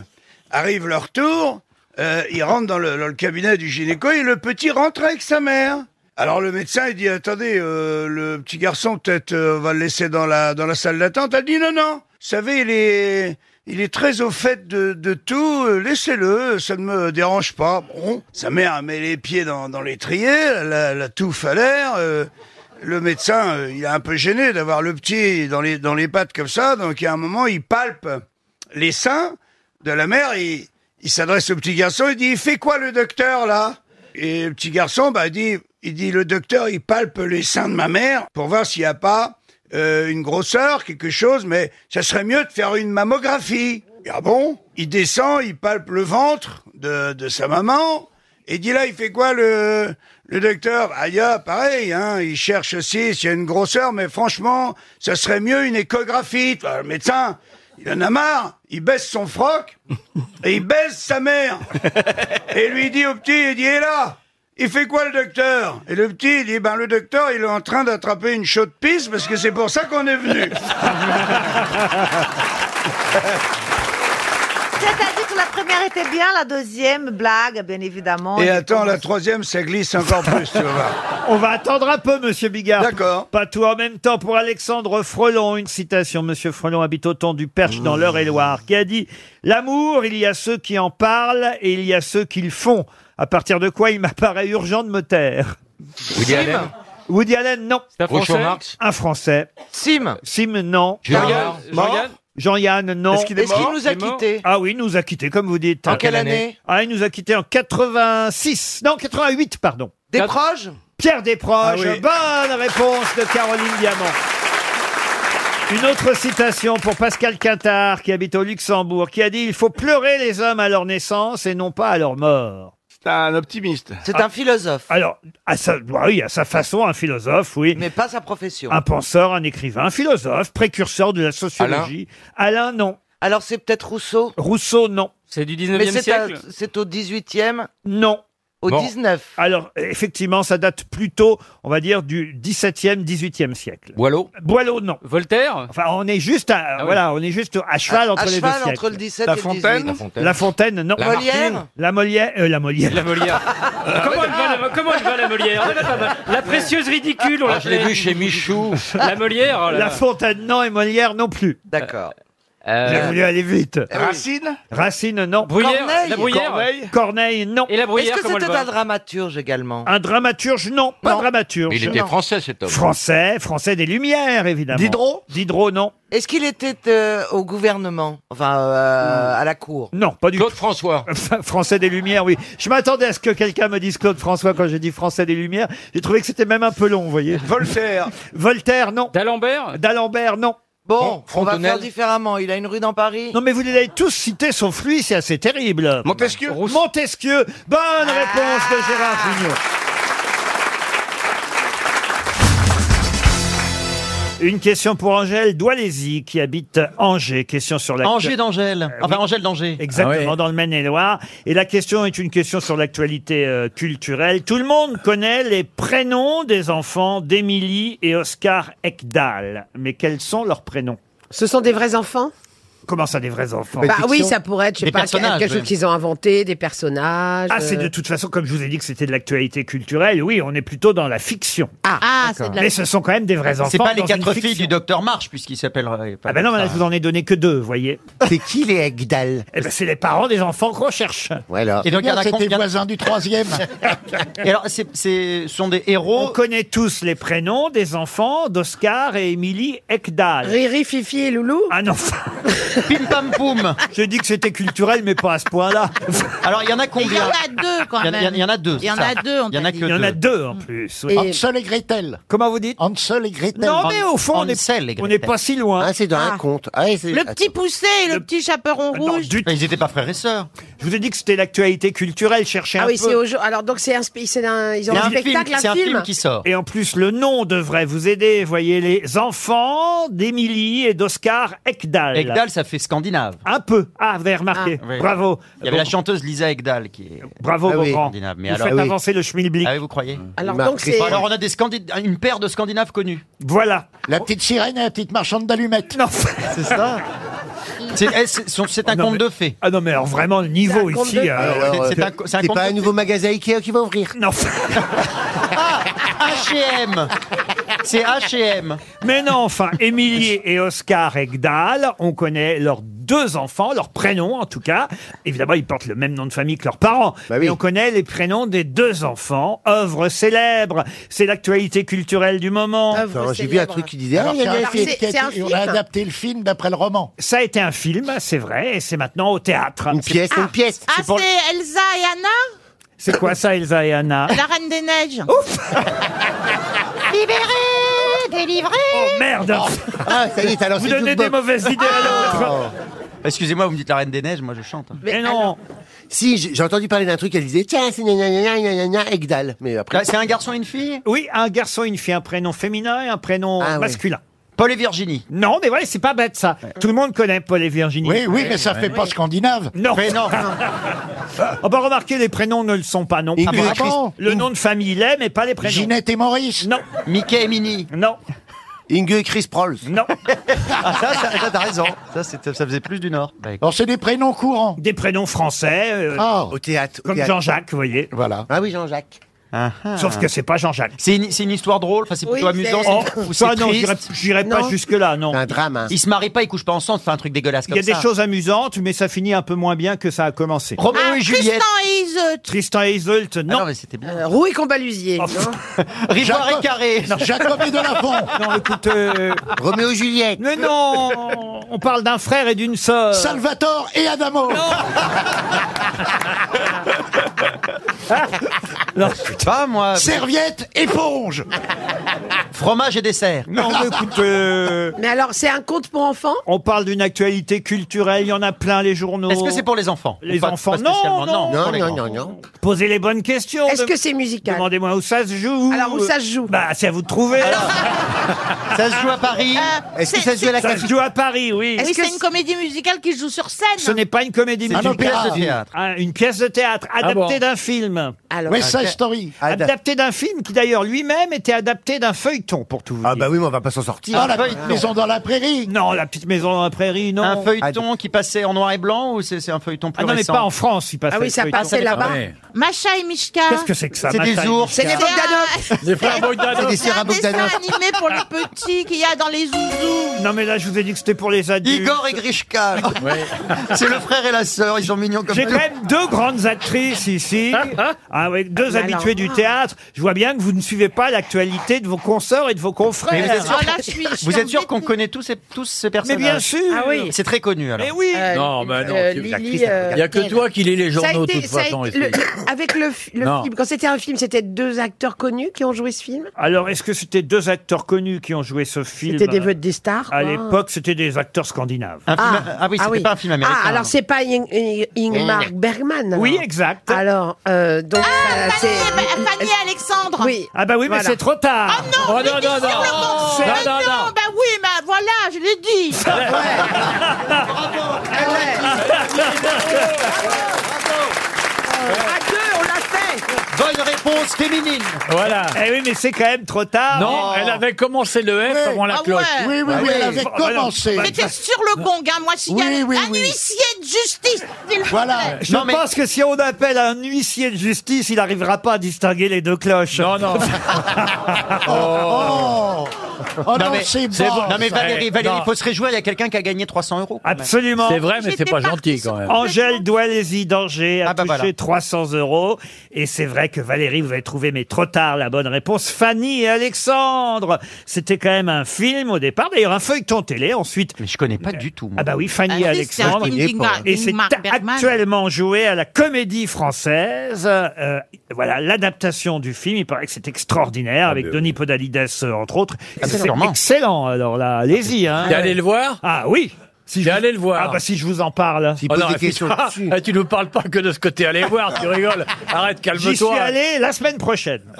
[SPEAKER 11] Arrive leur tour, euh, il rentre dans le, dans le cabinet du gynéco et le petit rentre avec sa mère. Alors le médecin, il dit, attendez, euh, le petit garçon, peut-être, euh, on va le laisser dans la, dans la salle d'attente. Elle dit, non, non, vous savez, il est, il est très au fait de, de tout, euh, laissez-le, ça ne me dérange pas. Bon, sa mère a mis les pieds dans, dans l'étrier, la, la touffe à l'air. euh, le médecin, euh, il est un peu gêné d'avoir le petit dans les, dans les pattes comme ça, donc à un moment, il palpe les seins de la mère, il, il s'adresse au petit garçon, il dit, il fait quoi le docteur là Et le petit garçon, bah, il dit, il dit, le docteur, il palpe les seins de ma mère pour voir s'il n'y a pas euh, une grosseur, quelque chose, mais ça serait mieux de faire une mammographie. Et, ah bon Il descend, il palpe le ventre de, de sa maman, et dit là, il fait quoi le, le docteur Ah, il y a, pareil, hein, il cherche aussi s'il y a une grosseur, mais franchement, ça serait mieux une échographie. Enfin, le médecin, il en a marre, il baisse son froc et il baisse sa mère. Et il lui dit au petit, il dit, et là il fait quoi le docteur Et le petit, il dit, ben le docteur, il est en train d'attraper une chaude pisse parce que c'est pour ça qu'on est venu.
[SPEAKER 6] C'est-à-dire que la première était bien, la deuxième, blague, bien évidemment.
[SPEAKER 11] Et attends, la troisième, ça glisse encore plus, tu vas voir.
[SPEAKER 1] On va attendre un peu, Monsieur Bigard. D'accord. Pas tout en même temps pour Alexandre Frelon. Une citation. Monsieur Frelon habite au Thon du Perche dans l'Eure-et-Loire, qui a dit L'amour, il y a ceux qui en parlent et il y a ceux qui le font. À partir de quoi il m'apparaît urgent de me taire.
[SPEAKER 25] Woody Allen
[SPEAKER 1] Woody Allen, non.
[SPEAKER 25] un Français Groucho Marx
[SPEAKER 1] Un Français. Sim Sim, non.
[SPEAKER 25] Jean-Yann
[SPEAKER 1] Mort
[SPEAKER 25] Jean-Yann
[SPEAKER 1] Jean-Yann, non.
[SPEAKER 6] Est-ce qu'il est Est-ce qu'il mort nous a Il est mort quittés
[SPEAKER 1] Ah oui, il nous a quittés, comme vous dites.
[SPEAKER 6] En En quelle quelle année année
[SPEAKER 1] Ah, il nous a quittés en 86. Non, 88, pardon.
[SPEAKER 6] Des proches
[SPEAKER 1] Pierre Desproges.
[SPEAKER 6] Ah oui.
[SPEAKER 1] Bonne réponse de Caroline Diamant. Une autre citation pour Pascal Quintard, qui habite au Luxembourg, qui a dit Il faut pleurer les hommes à leur naissance et non pas à leur mort.
[SPEAKER 19] C'est un optimiste.
[SPEAKER 1] C'est un philosophe. Alors, à sa, bah oui, à sa façon, un philosophe, oui. Mais pas sa profession. Un penseur, un écrivain, un philosophe, précurseur de la sociologie. Alain, non.
[SPEAKER 6] Alors c'est peut-être Rousseau
[SPEAKER 1] Rousseau, non.
[SPEAKER 6] C'est du
[SPEAKER 1] 19e siècle
[SPEAKER 6] C'est au 18e
[SPEAKER 1] Non.
[SPEAKER 6] Au
[SPEAKER 1] Bon.
[SPEAKER 6] 19
[SPEAKER 1] Alors, effectivement, ça date plutôt, on va dire, du 17e, 18e siècle. Boileau Boileau, non. Voltaire Enfin, on est juste à, voilà, on est juste à cheval
[SPEAKER 6] À- à
[SPEAKER 1] entre les deux
[SPEAKER 6] cheval
[SPEAKER 1] siècles.
[SPEAKER 6] entre le 17 et le 18. La Fontaine
[SPEAKER 1] La Fontaine, non.
[SPEAKER 6] La Molière Martine
[SPEAKER 1] La Molière, euh, la Molière. La Molière.
[SPEAKER 9] Comment elle va, la, comment elle va, la Molière Elle va pas mal. La précieuse ridicule, on
[SPEAKER 1] Ah, je l'ai
[SPEAKER 9] l'appelait.
[SPEAKER 1] vu chez
[SPEAKER 25] Michou.
[SPEAKER 9] La Molière, oh là
[SPEAKER 1] La
[SPEAKER 9] là.
[SPEAKER 1] Fontaine, non, et Molière, non plus. D'accord. J'ai voulu aller vite.
[SPEAKER 26] Eh
[SPEAKER 6] Racine
[SPEAKER 1] Racine, non.
[SPEAKER 6] Bruyère, Eh Corneille la Bruyère.
[SPEAKER 1] Corneille, Corneille, non. Et la
[SPEAKER 6] Est-ce que c'était un dramaturge également
[SPEAKER 1] Un dramaturge, non, pas dramaturge.
[SPEAKER 25] Mais il était français, cet homme.
[SPEAKER 1] Français, français des Lumières, évidemment.
[SPEAKER 6] Diderot
[SPEAKER 1] Diderot, non.
[SPEAKER 6] Est-ce qu'il était euh, au gouvernement Enfin, euh, à la cour
[SPEAKER 1] Non, pas du tout. Claude François. français des Lumières, oui. Je m'attendais à ce que quelqu'un me dise Claude François quand j'ai dit français des Lumières. J'ai trouvé que c'était même un peu long, vous voyez. Voltaire. Voltaire, non. D'Alembert D'Alembert, non.
[SPEAKER 6] Bon, on va faire différemment. Il a une rue dans Paris
[SPEAKER 1] Non mais vous les avez tous cités sauf lui, c'est assez terrible. Montesquieu. Montesquieu. Bonne réponse de Gérard Jugnot. Une question pour Angèle Doualézy qui habite Angers. Question sur la
[SPEAKER 10] Angers d'Angèle.
[SPEAKER 1] Euh,
[SPEAKER 10] Enfin, Angèle d'Angers.
[SPEAKER 1] Exactement, dans le Maine-et-Loire. Et la question est une question sur l'actualité euh, culturelle. Tout le monde connaît les prénoms des enfants d'Émilie et Oscar Ekdal. Mais quels sont leurs prénoms
[SPEAKER 22] Ce sont des vrais enfants
[SPEAKER 1] Comment ça, des vrais enfants
[SPEAKER 22] Bah oui, ça pourrait être, je sais
[SPEAKER 1] Des
[SPEAKER 22] pas,
[SPEAKER 1] personnages,
[SPEAKER 22] quelque chose
[SPEAKER 1] ouais.
[SPEAKER 22] qu'ils ont inventé, des personnages.
[SPEAKER 1] Ah, c'est de
[SPEAKER 22] euh,
[SPEAKER 1] toute façon, comme je vous ai dit que c'était de l'actualité culturelle, oui, on est plutôt dans la fiction.
[SPEAKER 22] Ah, Ah, c'est de la-
[SPEAKER 1] Mais ce sont quand même des vrais enfants.
[SPEAKER 10] C'est pas les
[SPEAKER 1] dans une
[SPEAKER 10] quatre
[SPEAKER 1] fiction.
[SPEAKER 10] filles du docteur March, puisqu'il s'appellerait.
[SPEAKER 1] Ah ben non, mais là, je vous en ai donné que deux, vous voyez. C'est qui les Egdal Eh ben, c'est les parents des enfants qu'on cherche.
[SPEAKER 10] Voilà. Et donc, il y en a C'était combien- voisin
[SPEAKER 1] du troisième.
[SPEAKER 10] Et alors, c'est, c'est- sont des héros.
[SPEAKER 1] On connaît tous les prénoms des enfants d'Oscar et Émilie Ekdal.
[SPEAKER 22] Riri, Fifi et Loulou
[SPEAKER 1] Ah non
[SPEAKER 10] Pim pam poum
[SPEAKER 1] J'ai dit que c'était culturel, mais pas à ce point-là.
[SPEAKER 10] Alors, il y en a combien
[SPEAKER 23] Il y en a deux quand
[SPEAKER 10] Il y en-
[SPEAKER 23] même.
[SPEAKER 10] il y en a deux,
[SPEAKER 23] Il y en
[SPEAKER 10] c'est
[SPEAKER 23] a
[SPEAKER 10] ça.
[SPEAKER 23] deux. on
[SPEAKER 10] Il y en
[SPEAKER 23] t'a
[SPEAKER 10] a
[SPEAKER 23] dit.
[SPEAKER 10] que
[SPEAKER 1] Il y en a
[SPEAKER 10] deux.
[SPEAKER 1] deux en plus. oui.
[SPEAKER 10] Hansel et Gretel.
[SPEAKER 1] Comment vous dites
[SPEAKER 10] Hansel et Gretel.
[SPEAKER 1] Non, mais au fond, on est- on n'est pas si loin. Ah, c'est dans un
[SPEAKER 10] conte.
[SPEAKER 23] Le petit poussé et le, petit chaperon rouge.
[SPEAKER 10] Ils n'étaient pas frères et sœurs.
[SPEAKER 1] Je vous ai dit que c'était l'actualité culturelle, cherchez
[SPEAKER 22] Ah
[SPEAKER 1] un
[SPEAKER 22] oui,
[SPEAKER 1] peu.
[SPEAKER 22] c'est au jour. Alors donc c'est un, spe- c'est un- ils ont
[SPEAKER 1] Il y a
[SPEAKER 22] un,
[SPEAKER 1] un film-
[SPEAKER 22] spectacle, un, film.
[SPEAKER 10] sort.
[SPEAKER 1] Et en plus, le nom devrait vous aider. Voyez, les enfants d'Émilie et d'Oscar Ekdal.
[SPEAKER 10] Egdal, ça fait scandinave.
[SPEAKER 1] Un peu. Ah, vous avez remarqué.
[SPEAKER 10] Oui.
[SPEAKER 1] Bravo.
[SPEAKER 10] Il y avait la chanteuse Lisa Egdal qui est.
[SPEAKER 1] Bravo,
[SPEAKER 10] Ah oui.
[SPEAKER 1] Laurent.
[SPEAKER 10] Scandinave, mais
[SPEAKER 1] vous
[SPEAKER 10] alors-
[SPEAKER 1] faites
[SPEAKER 10] Ah oui.
[SPEAKER 1] avancer le schmilblick.
[SPEAKER 10] Ah oui, vous croyez
[SPEAKER 22] Mm. Alors, Marc donc, c'est- Christophe.
[SPEAKER 10] Alors, on a des Scandi- une paire de Scandinaves connus.
[SPEAKER 1] Voilà.
[SPEAKER 10] La petite sirène et la petite marchande d'allumettes. Non, c'est ça. C'est eh, c'est- sont- c'est un
[SPEAKER 1] Non,
[SPEAKER 10] conte
[SPEAKER 1] mais-
[SPEAKER 10] de fées.
[SPEAKER 1] Ah non, mais alors vraiment, le niveau ici. euh,
[SPEAKER 10] euh, C'est- c'est un co- c'est un conte de fées.
[SPEAKER 1] nouveau magasin Ikea qui va ouvrir Non.
[SPEAKER 5] H&M. C'est H&M.
[SPEAKER 1] Mais non, enfin, Émilie et Oscar Egdahl, on connaît leurs deux enfants, leurs prénoms en tout cas. Évidemment, ils portent le même nom de famille que leurs parents.
[SPEAKER 10] Bah
[SPEAKER 1] Mais on connaît les prénoms des deux enfants. Œuvre célèbre, c'est l'actualité culturelle du moment.
[SPEAKER 10] Attends, j'ai vu un célèbre. truc qui disait, ah, il y a des films qui a été- on a adapté
[SPEAKER 1] le film d'après le roman. Ça a été un film, c'est vrai, et c'est maintenant au théâtre. Une pièce, une pièce.
[SPEAKER 15] Ah, c'est Elsa et Anna
[SPEAKER 1] C'est quoi ça, Elsa et Anna
[SPEAKER 15] La Reine des Neiges. Ouf Libérée Délivrée
[SPEAKER 1] Oh merde
[SPEAKER 10] Ah, ça y est, t'as lancé
[SPEAKER 1] Vous donnez des
[SPEAKER 10] Jukebox.
[SPEAKER 1] mauvaises idées à
[SPEAKER 10] Ah.
[SPEAKER 1] l'autre.
[SPEAKER 10] Oh. Excusez-moi, vous me dites la Reine des Neiges, moi je chante.
[SPEAKER 1] Mais non
[SPEAKER 10] Si, j'ai j'ai entendu parler d'un truc, elle disait tiens, c'est gna gna gna gna gna gna Egdal. Mais après.
[SPEAKER 1] C'est un garçon et une fille Oui, un garçon et une fille, un prénom féminin et un prénom masculin.
[SPEAKER 10] Paul et Virginie.
[SPEAKER 1] Non, mais voilà, c'est pas bête ça. Tout le monde connaît Paul et Virginie.
[SPEAKER 10] Oui, oui, mais ça fait pas
[SPEAKER 1] scandinave. Non. Mais non. On va remarquer, les prénoms ne le sont pas non plus.
[SPEAKER 10] Ingrid Ah Christ-
[SPEAKER 1] Le nom de famille l'est, Eh, mais pas les prénoms. Ginette et Maurice. Non. Mickey et Minnie. Non.
[SPEAKER 10] Inge Chris Prolls.
[SPEAKER 1] Non.
[SPEAKER 10] ah, ça, ça, ça, t'as raison.
[SPEAKER 5] Ça, c'était- ça faisait plus du Nord.
[SPEAKER 10] Alors, c'est des prénoms courants.
[SPEAKER 1] Des prénoms français. euh,
[SPEAKER 10] Au théâtre.
[SPEAKER 1] Comme Jean-Jacques, vous voyez.
[SPEAKER 10] Voilà. Ah oui, Jean-Jacques.
[SPEAKER 1] Sauf que c'est pas Jean-Jacques.
[SPEAKER 5] C'est une, c'est une histoire drôle, enfin, c'est plutôt
[SPEAKER 10] Oui,
[SPEAKER 5] amusant.
[SPEAKER 10] c'est-
[SPEAKER 5] c'est-
[SPEAKER 10] Oh,
[SPEAKER 5] ou c'est
[SPEAKER 10] ça, non,
[SPEAKER 5] triste.
[SPEAKER 10] j'irais- j'irais pas Non.
[SPEAKER 1] jusque-là, non.
[SPEAKER 10] Un drame. hein.
[SPEAKER 5] Ils se marient pas, ils couchent pas ensemble, c'est un truc dégueulasse
[SPEAKER 1] Il
[SPEAKER 5] comme
[SPEAKER 1] y
[SPEAKER 5] ça.
[SPEAKER 1] a des choses amusantes, mais ça finit un peu moins bien que ça a commencé.
[SPEAKER 5] Roméo et Ah, Juliette.
[SPEAKER 15] Tristan et Iseult.
[SPEAKER 1] Tristan et Isolde, non. Oh. non, mais
[SPEAKER 5] c'était bien.
[SPEAKER 16] Euh, Roux et Combalusier.
[SPEAKER 5] Rivoire et Carré.
[SPEAKER 10] Jacob et Delaffont.
[SPEAKER 1] Non, écoute. euh,
[SPEAKER 10] Roméo et Juliette.
[SPEAKER 1] Mais non On parle d'un frère et d'une sœur.
[SPEAKER 10] Salvatore et Adamo.
[SPEAKER 5] Non, je sais pas, moi.
[SPEAKER 10] Serviette, éponge.
[SPEAKER 5] Fromage et dessert.
[SPEAKER 1] Non, mais écoute. euh,
[SPEAKER 16] Mais alors, c'est un conte pour enfants
[SPEAKER 1] On parle d'une actualité culturelle, il y en a plein les journaux.
[SPEAKER 5] Est-ce que c'est pour les enfants
[SPEAKER 1] Les
[SPEAKER 5] Ou pas-
[SPEAKER 1] enfants,
[SPEAKER 5] pas
[SPEAKER 1] non,
[SPEAKER 5] spécialement,
[SPEAKER 1] non,
[SPEAKER 5] non, pour les
[SPEAKER 10] non, non.
[SPEAKER 1] Posez les bonnes questions.
[SPEAKER 16] Est-ce
[SPEAKER 1] Dem-
[SPEAKER 16] que c'est musical
[SPEAKER 1] Demandez-moi où ça se joue.
[SPEAKER 16] Alors, où ça se joue
[SPEAKER 1] Bah, c'est à vous de trouver.
[SPEAKER 5] Ça se joue à Paris
[SPEAKER 16] Euh,
[SPEAKER 10] Est-ce que ça se joue à la
[SPEAKER 1] Ça se joue à Paris, oui.
[SPEAKER 15] Est-ce que c'est une comédie musicale qui se joue sur scène
[SPEAKER 1] Ce n'est pas une comédie
[SPEAKER 5] C'est une
[SPEAKER 1] musicale.
[SPEAKER 5] pièce de théâtre.
[SPEAKER 1] Ah, une pièce de théâtre
[SPEAKER 15] Ah
[SPEAKER 1] adaptée
[SPEAKER 5] bon
[SPEAKER 1] d'un film.
[SPEAKER 5] Alors- West Side Story.
[SPEAKER 1] Adaptée d'un film qui d'ailleurs lui-même était adapté d'un feuilleton pour tout vous dire. Ah bah
[SPEAKER 10] oui, mais on va pas s'en sortir.
[SPEAKER 5] Ah, la petite maison
[SPEAKER 1] dans la prairie. Non, la petite maison dans la prairie, non.
[SPEAKER 5] Un feuilleton qui passait en noir et blanc ou c'est c'est un feuilleton plus
[SPEAKER 1] Ah non, mais
[SPEAKER 5] récent
[SPEAKER 1] pas en France, il passait.
[SPEAKER 5] Ah oui,
[SPEAKER 1] le
[SPEAKER 5] ça
[SPEAKER 1] feuilleton.
[SPEAKER 5] passait là-bas. Ouais.
[SPEAKER 15] Macha et Mishka.
[SPEAKER 1] Qu'est-ce que c'est que ça
[SPEAKER 5] C'est des
[SPEAKER 1] Macha et
[SPEAKER 5] ours. C'est des
[SPEAKER 1] Mishka
[SPEAKER 15] Bogdanov.
[SPEAKER 1] Des frères Bogdanov. C'est des
[SPEAKER 15] C'est
[SPEAKER 1] sœurs
[SPEAKER 15] un
[SPEAKER 1] à Bogdanov.
[SPEAKER 15] dessin animé pour les petits qu'il y a dans les zouzous.
[SPEAKER 1] Non mais là je vous ai dit que c'était pour les adultes.
[SPEAKER 5] Igor et Grishka. C'est le frère et la sœur, ils sont mignons comme
[SPEAKER 1] J'ai
[SPEAKER 5] tout.
[SPEAKER 1] quand même deux grandes actrices ici, ah, oui, deux
[SPEAKER 5] Ah, mais
[SPEAKER 1] habitués
[SPEAKER 5] alors.
[SPEAKER 1] du théâtre. Je vois bien que vous ne suivez pas l'actualité de vos consorts et de vos
[SPEAKER 5] Mais vous
[SPEAKER 1] confrères. Ah,
[SPEAKER 5] êtes sûr, vous êtes sûr qu'on connaît tous, ces, tous ce personnage
[SPEAKER 1] bien sûr. Ah oui.
[SPEAKER 5] C'est très connu alors.
[SPEAKER 1] Mais oui
[SPEAKER 6] Non,
[SPEAKER 1] bah
[SPEAKER 6] mais non,
[SPEAKER 16] euh,
[SPEAKER 6] tu-
[SPEAKER 16] Lily,
[SPEAKER 6] l'actrice, elle
[SPEAKER 16] euh,
[SPEAKER 6] regarde. Il y a que toi qui lis les
[SPEAKER 16] Ça a
[SPEAKER 6] journaux, de
[SPEAKER 16] été-
[SPEAKER 6] toute
[SPEAKER 16] ça a
[SPEAKER 6] façon.
[SPEAKER 16] été- le- avec le, f- le
[SPEAKER 1] Non.
[SPEAKER 16] film, quand c'était un film, c'était deux acteurs connus qui ont joué ce film
[SPEAKER 1] Alors, est-ce que c'était deux acteurs connus qui ont joué ce film
[SPEAKER 16] C'était des vedettes, des stars,
[SPEAKER 1] À
[SPEAKER 16] quoi.
[SPEAKER 1] l'époque, c'était des acteurs scandinaves. ah
[SPEAKER 16] Ah, alors c'est pas Ing- Ing- Ingmar Bergman. alors.
[SPEAKER 1] Oui, exact.
[SPEAKER 16] Alors, euh, donc,
[SPEAKER 6] Ah,
[SPEAKER 16] euh,
[SPEAKER 15] Eh
[SPEAKER 16] c'est.
[SPEAKER 15] Fanny et Alexandre.
[SPEAKER 16] Oui.
[SPEAKER 1] Ah bah oui, mais
[SPEAKER 16] Voilà.
[SPEAKER 1] c'est trop tard.
[SPEAKER 15] ben, Non,
[SPEAKER 6] Oh,
[SPEAKER 15] je
[SPEAKER 6] non,
[SPEAKER 15] l'ai dit
[SPEAKER 6] non,
[SPEAKER 15] sur
[SPEAKER 6] non.
[SPEAKER 15] le morceau.
[SPEAKER 6] Non,
[SPEAKER 15] Mais
[SPEAKER 6] non, non.
[SPEAKER 15] bah oui, mais voilà, je l'ai dit.
[SPEAKER 5] Bonne réponse féminine.
[SPEAKER 1] Voilà. Eh oui, mais c'est quand même trop tard. Oh.
[SPEAKER 6] Non, elle avait commencé le F avant la
[SPEAKER 15] Ah
[SPEAKER 6] cloche.
[SPEAKER 15] ouais.
[SPEAKER 1] Bah
[SPEAKER 15] C'était sur le gong, hein. moi, s'il y a
[SPEAKER 1] Oui, oui,
[SPEAKER 15] un
[SPEAKER 1] oui.
[SPEAKER 15] huissier de justice, s'il vous plaît.
[SPEAKER 1] Euh, Je pense que si on appelle un huissier de justice, il n'arrivera pas à distinguer les deux cloches. Non, non.
[SPEAKER 5] Oh,
[SPEAKER 1] Oh non, c'est bon,
[SPEAKER 5] Non mais
[SPEAKER 1] ça.
[SPEAKER 5] Valérie, Valérie,
[SPEAKER 1] Non.
[SPEAKER 5] il faut se réjouir, il y a quelqu'un qui a gagné 300 euros. quand même.
[SPEAKER 1] Absolument. Angèle Doualézy d'Angers a
[SPEAKER 5] Ah bah
[SPEAKER 1] touché
[SPEAKER 5] voilà.
[SPEAKER 1] 300 euros. Et c'est vrai que Valérie, vous avez trouvé, mais trop tard, la bonne réponse. Fanny et Alexandre. C'était quand même un film au départ. D'ailleurs, un feuilleton télé ensuite. Mais je connais pas du tout. Ah bah oui, Fanny et
[SPEAKER 5] Ah oui, c'est un
[SPEAKER 1] Alexandre.
[SPEAKER 5] film d'Ingmar-
[SPEAKER 1] Et c'est
[SPEAKER 5] d'Ingmar Bergman.
[SPEAKER 1] actuellement joué à la Comédie Française. Euh, voilà, l'adaptation du film. Il paraît que c'est extraordinaire avec Denis Podalides, euh, entre autres.
[SPEAKER 6] Ah,
[SPEAKER 1] c'est
[SPEAKER 6] sûrement.
[SPEAKER 1] excellent. Alors là, allez-y, hein.
[SPEAKER 6] T'es allé le voir
[SPEAKER 1] Ah oui si je...
[SPEAKER 6] allé le voir.
[SPEAKER 1] Ah bah si je vous en parle.
[SPEAKER 6] Oh non, fais
[SPEAKER 1] ah,
[SPEAKER 6] pas- eh, tu ne parles pas que de ce que t'es allé voir, tu rigoles. Arrête, calme-toi.
[SPEAKER 1] J'y suis allé la semaine prochaine.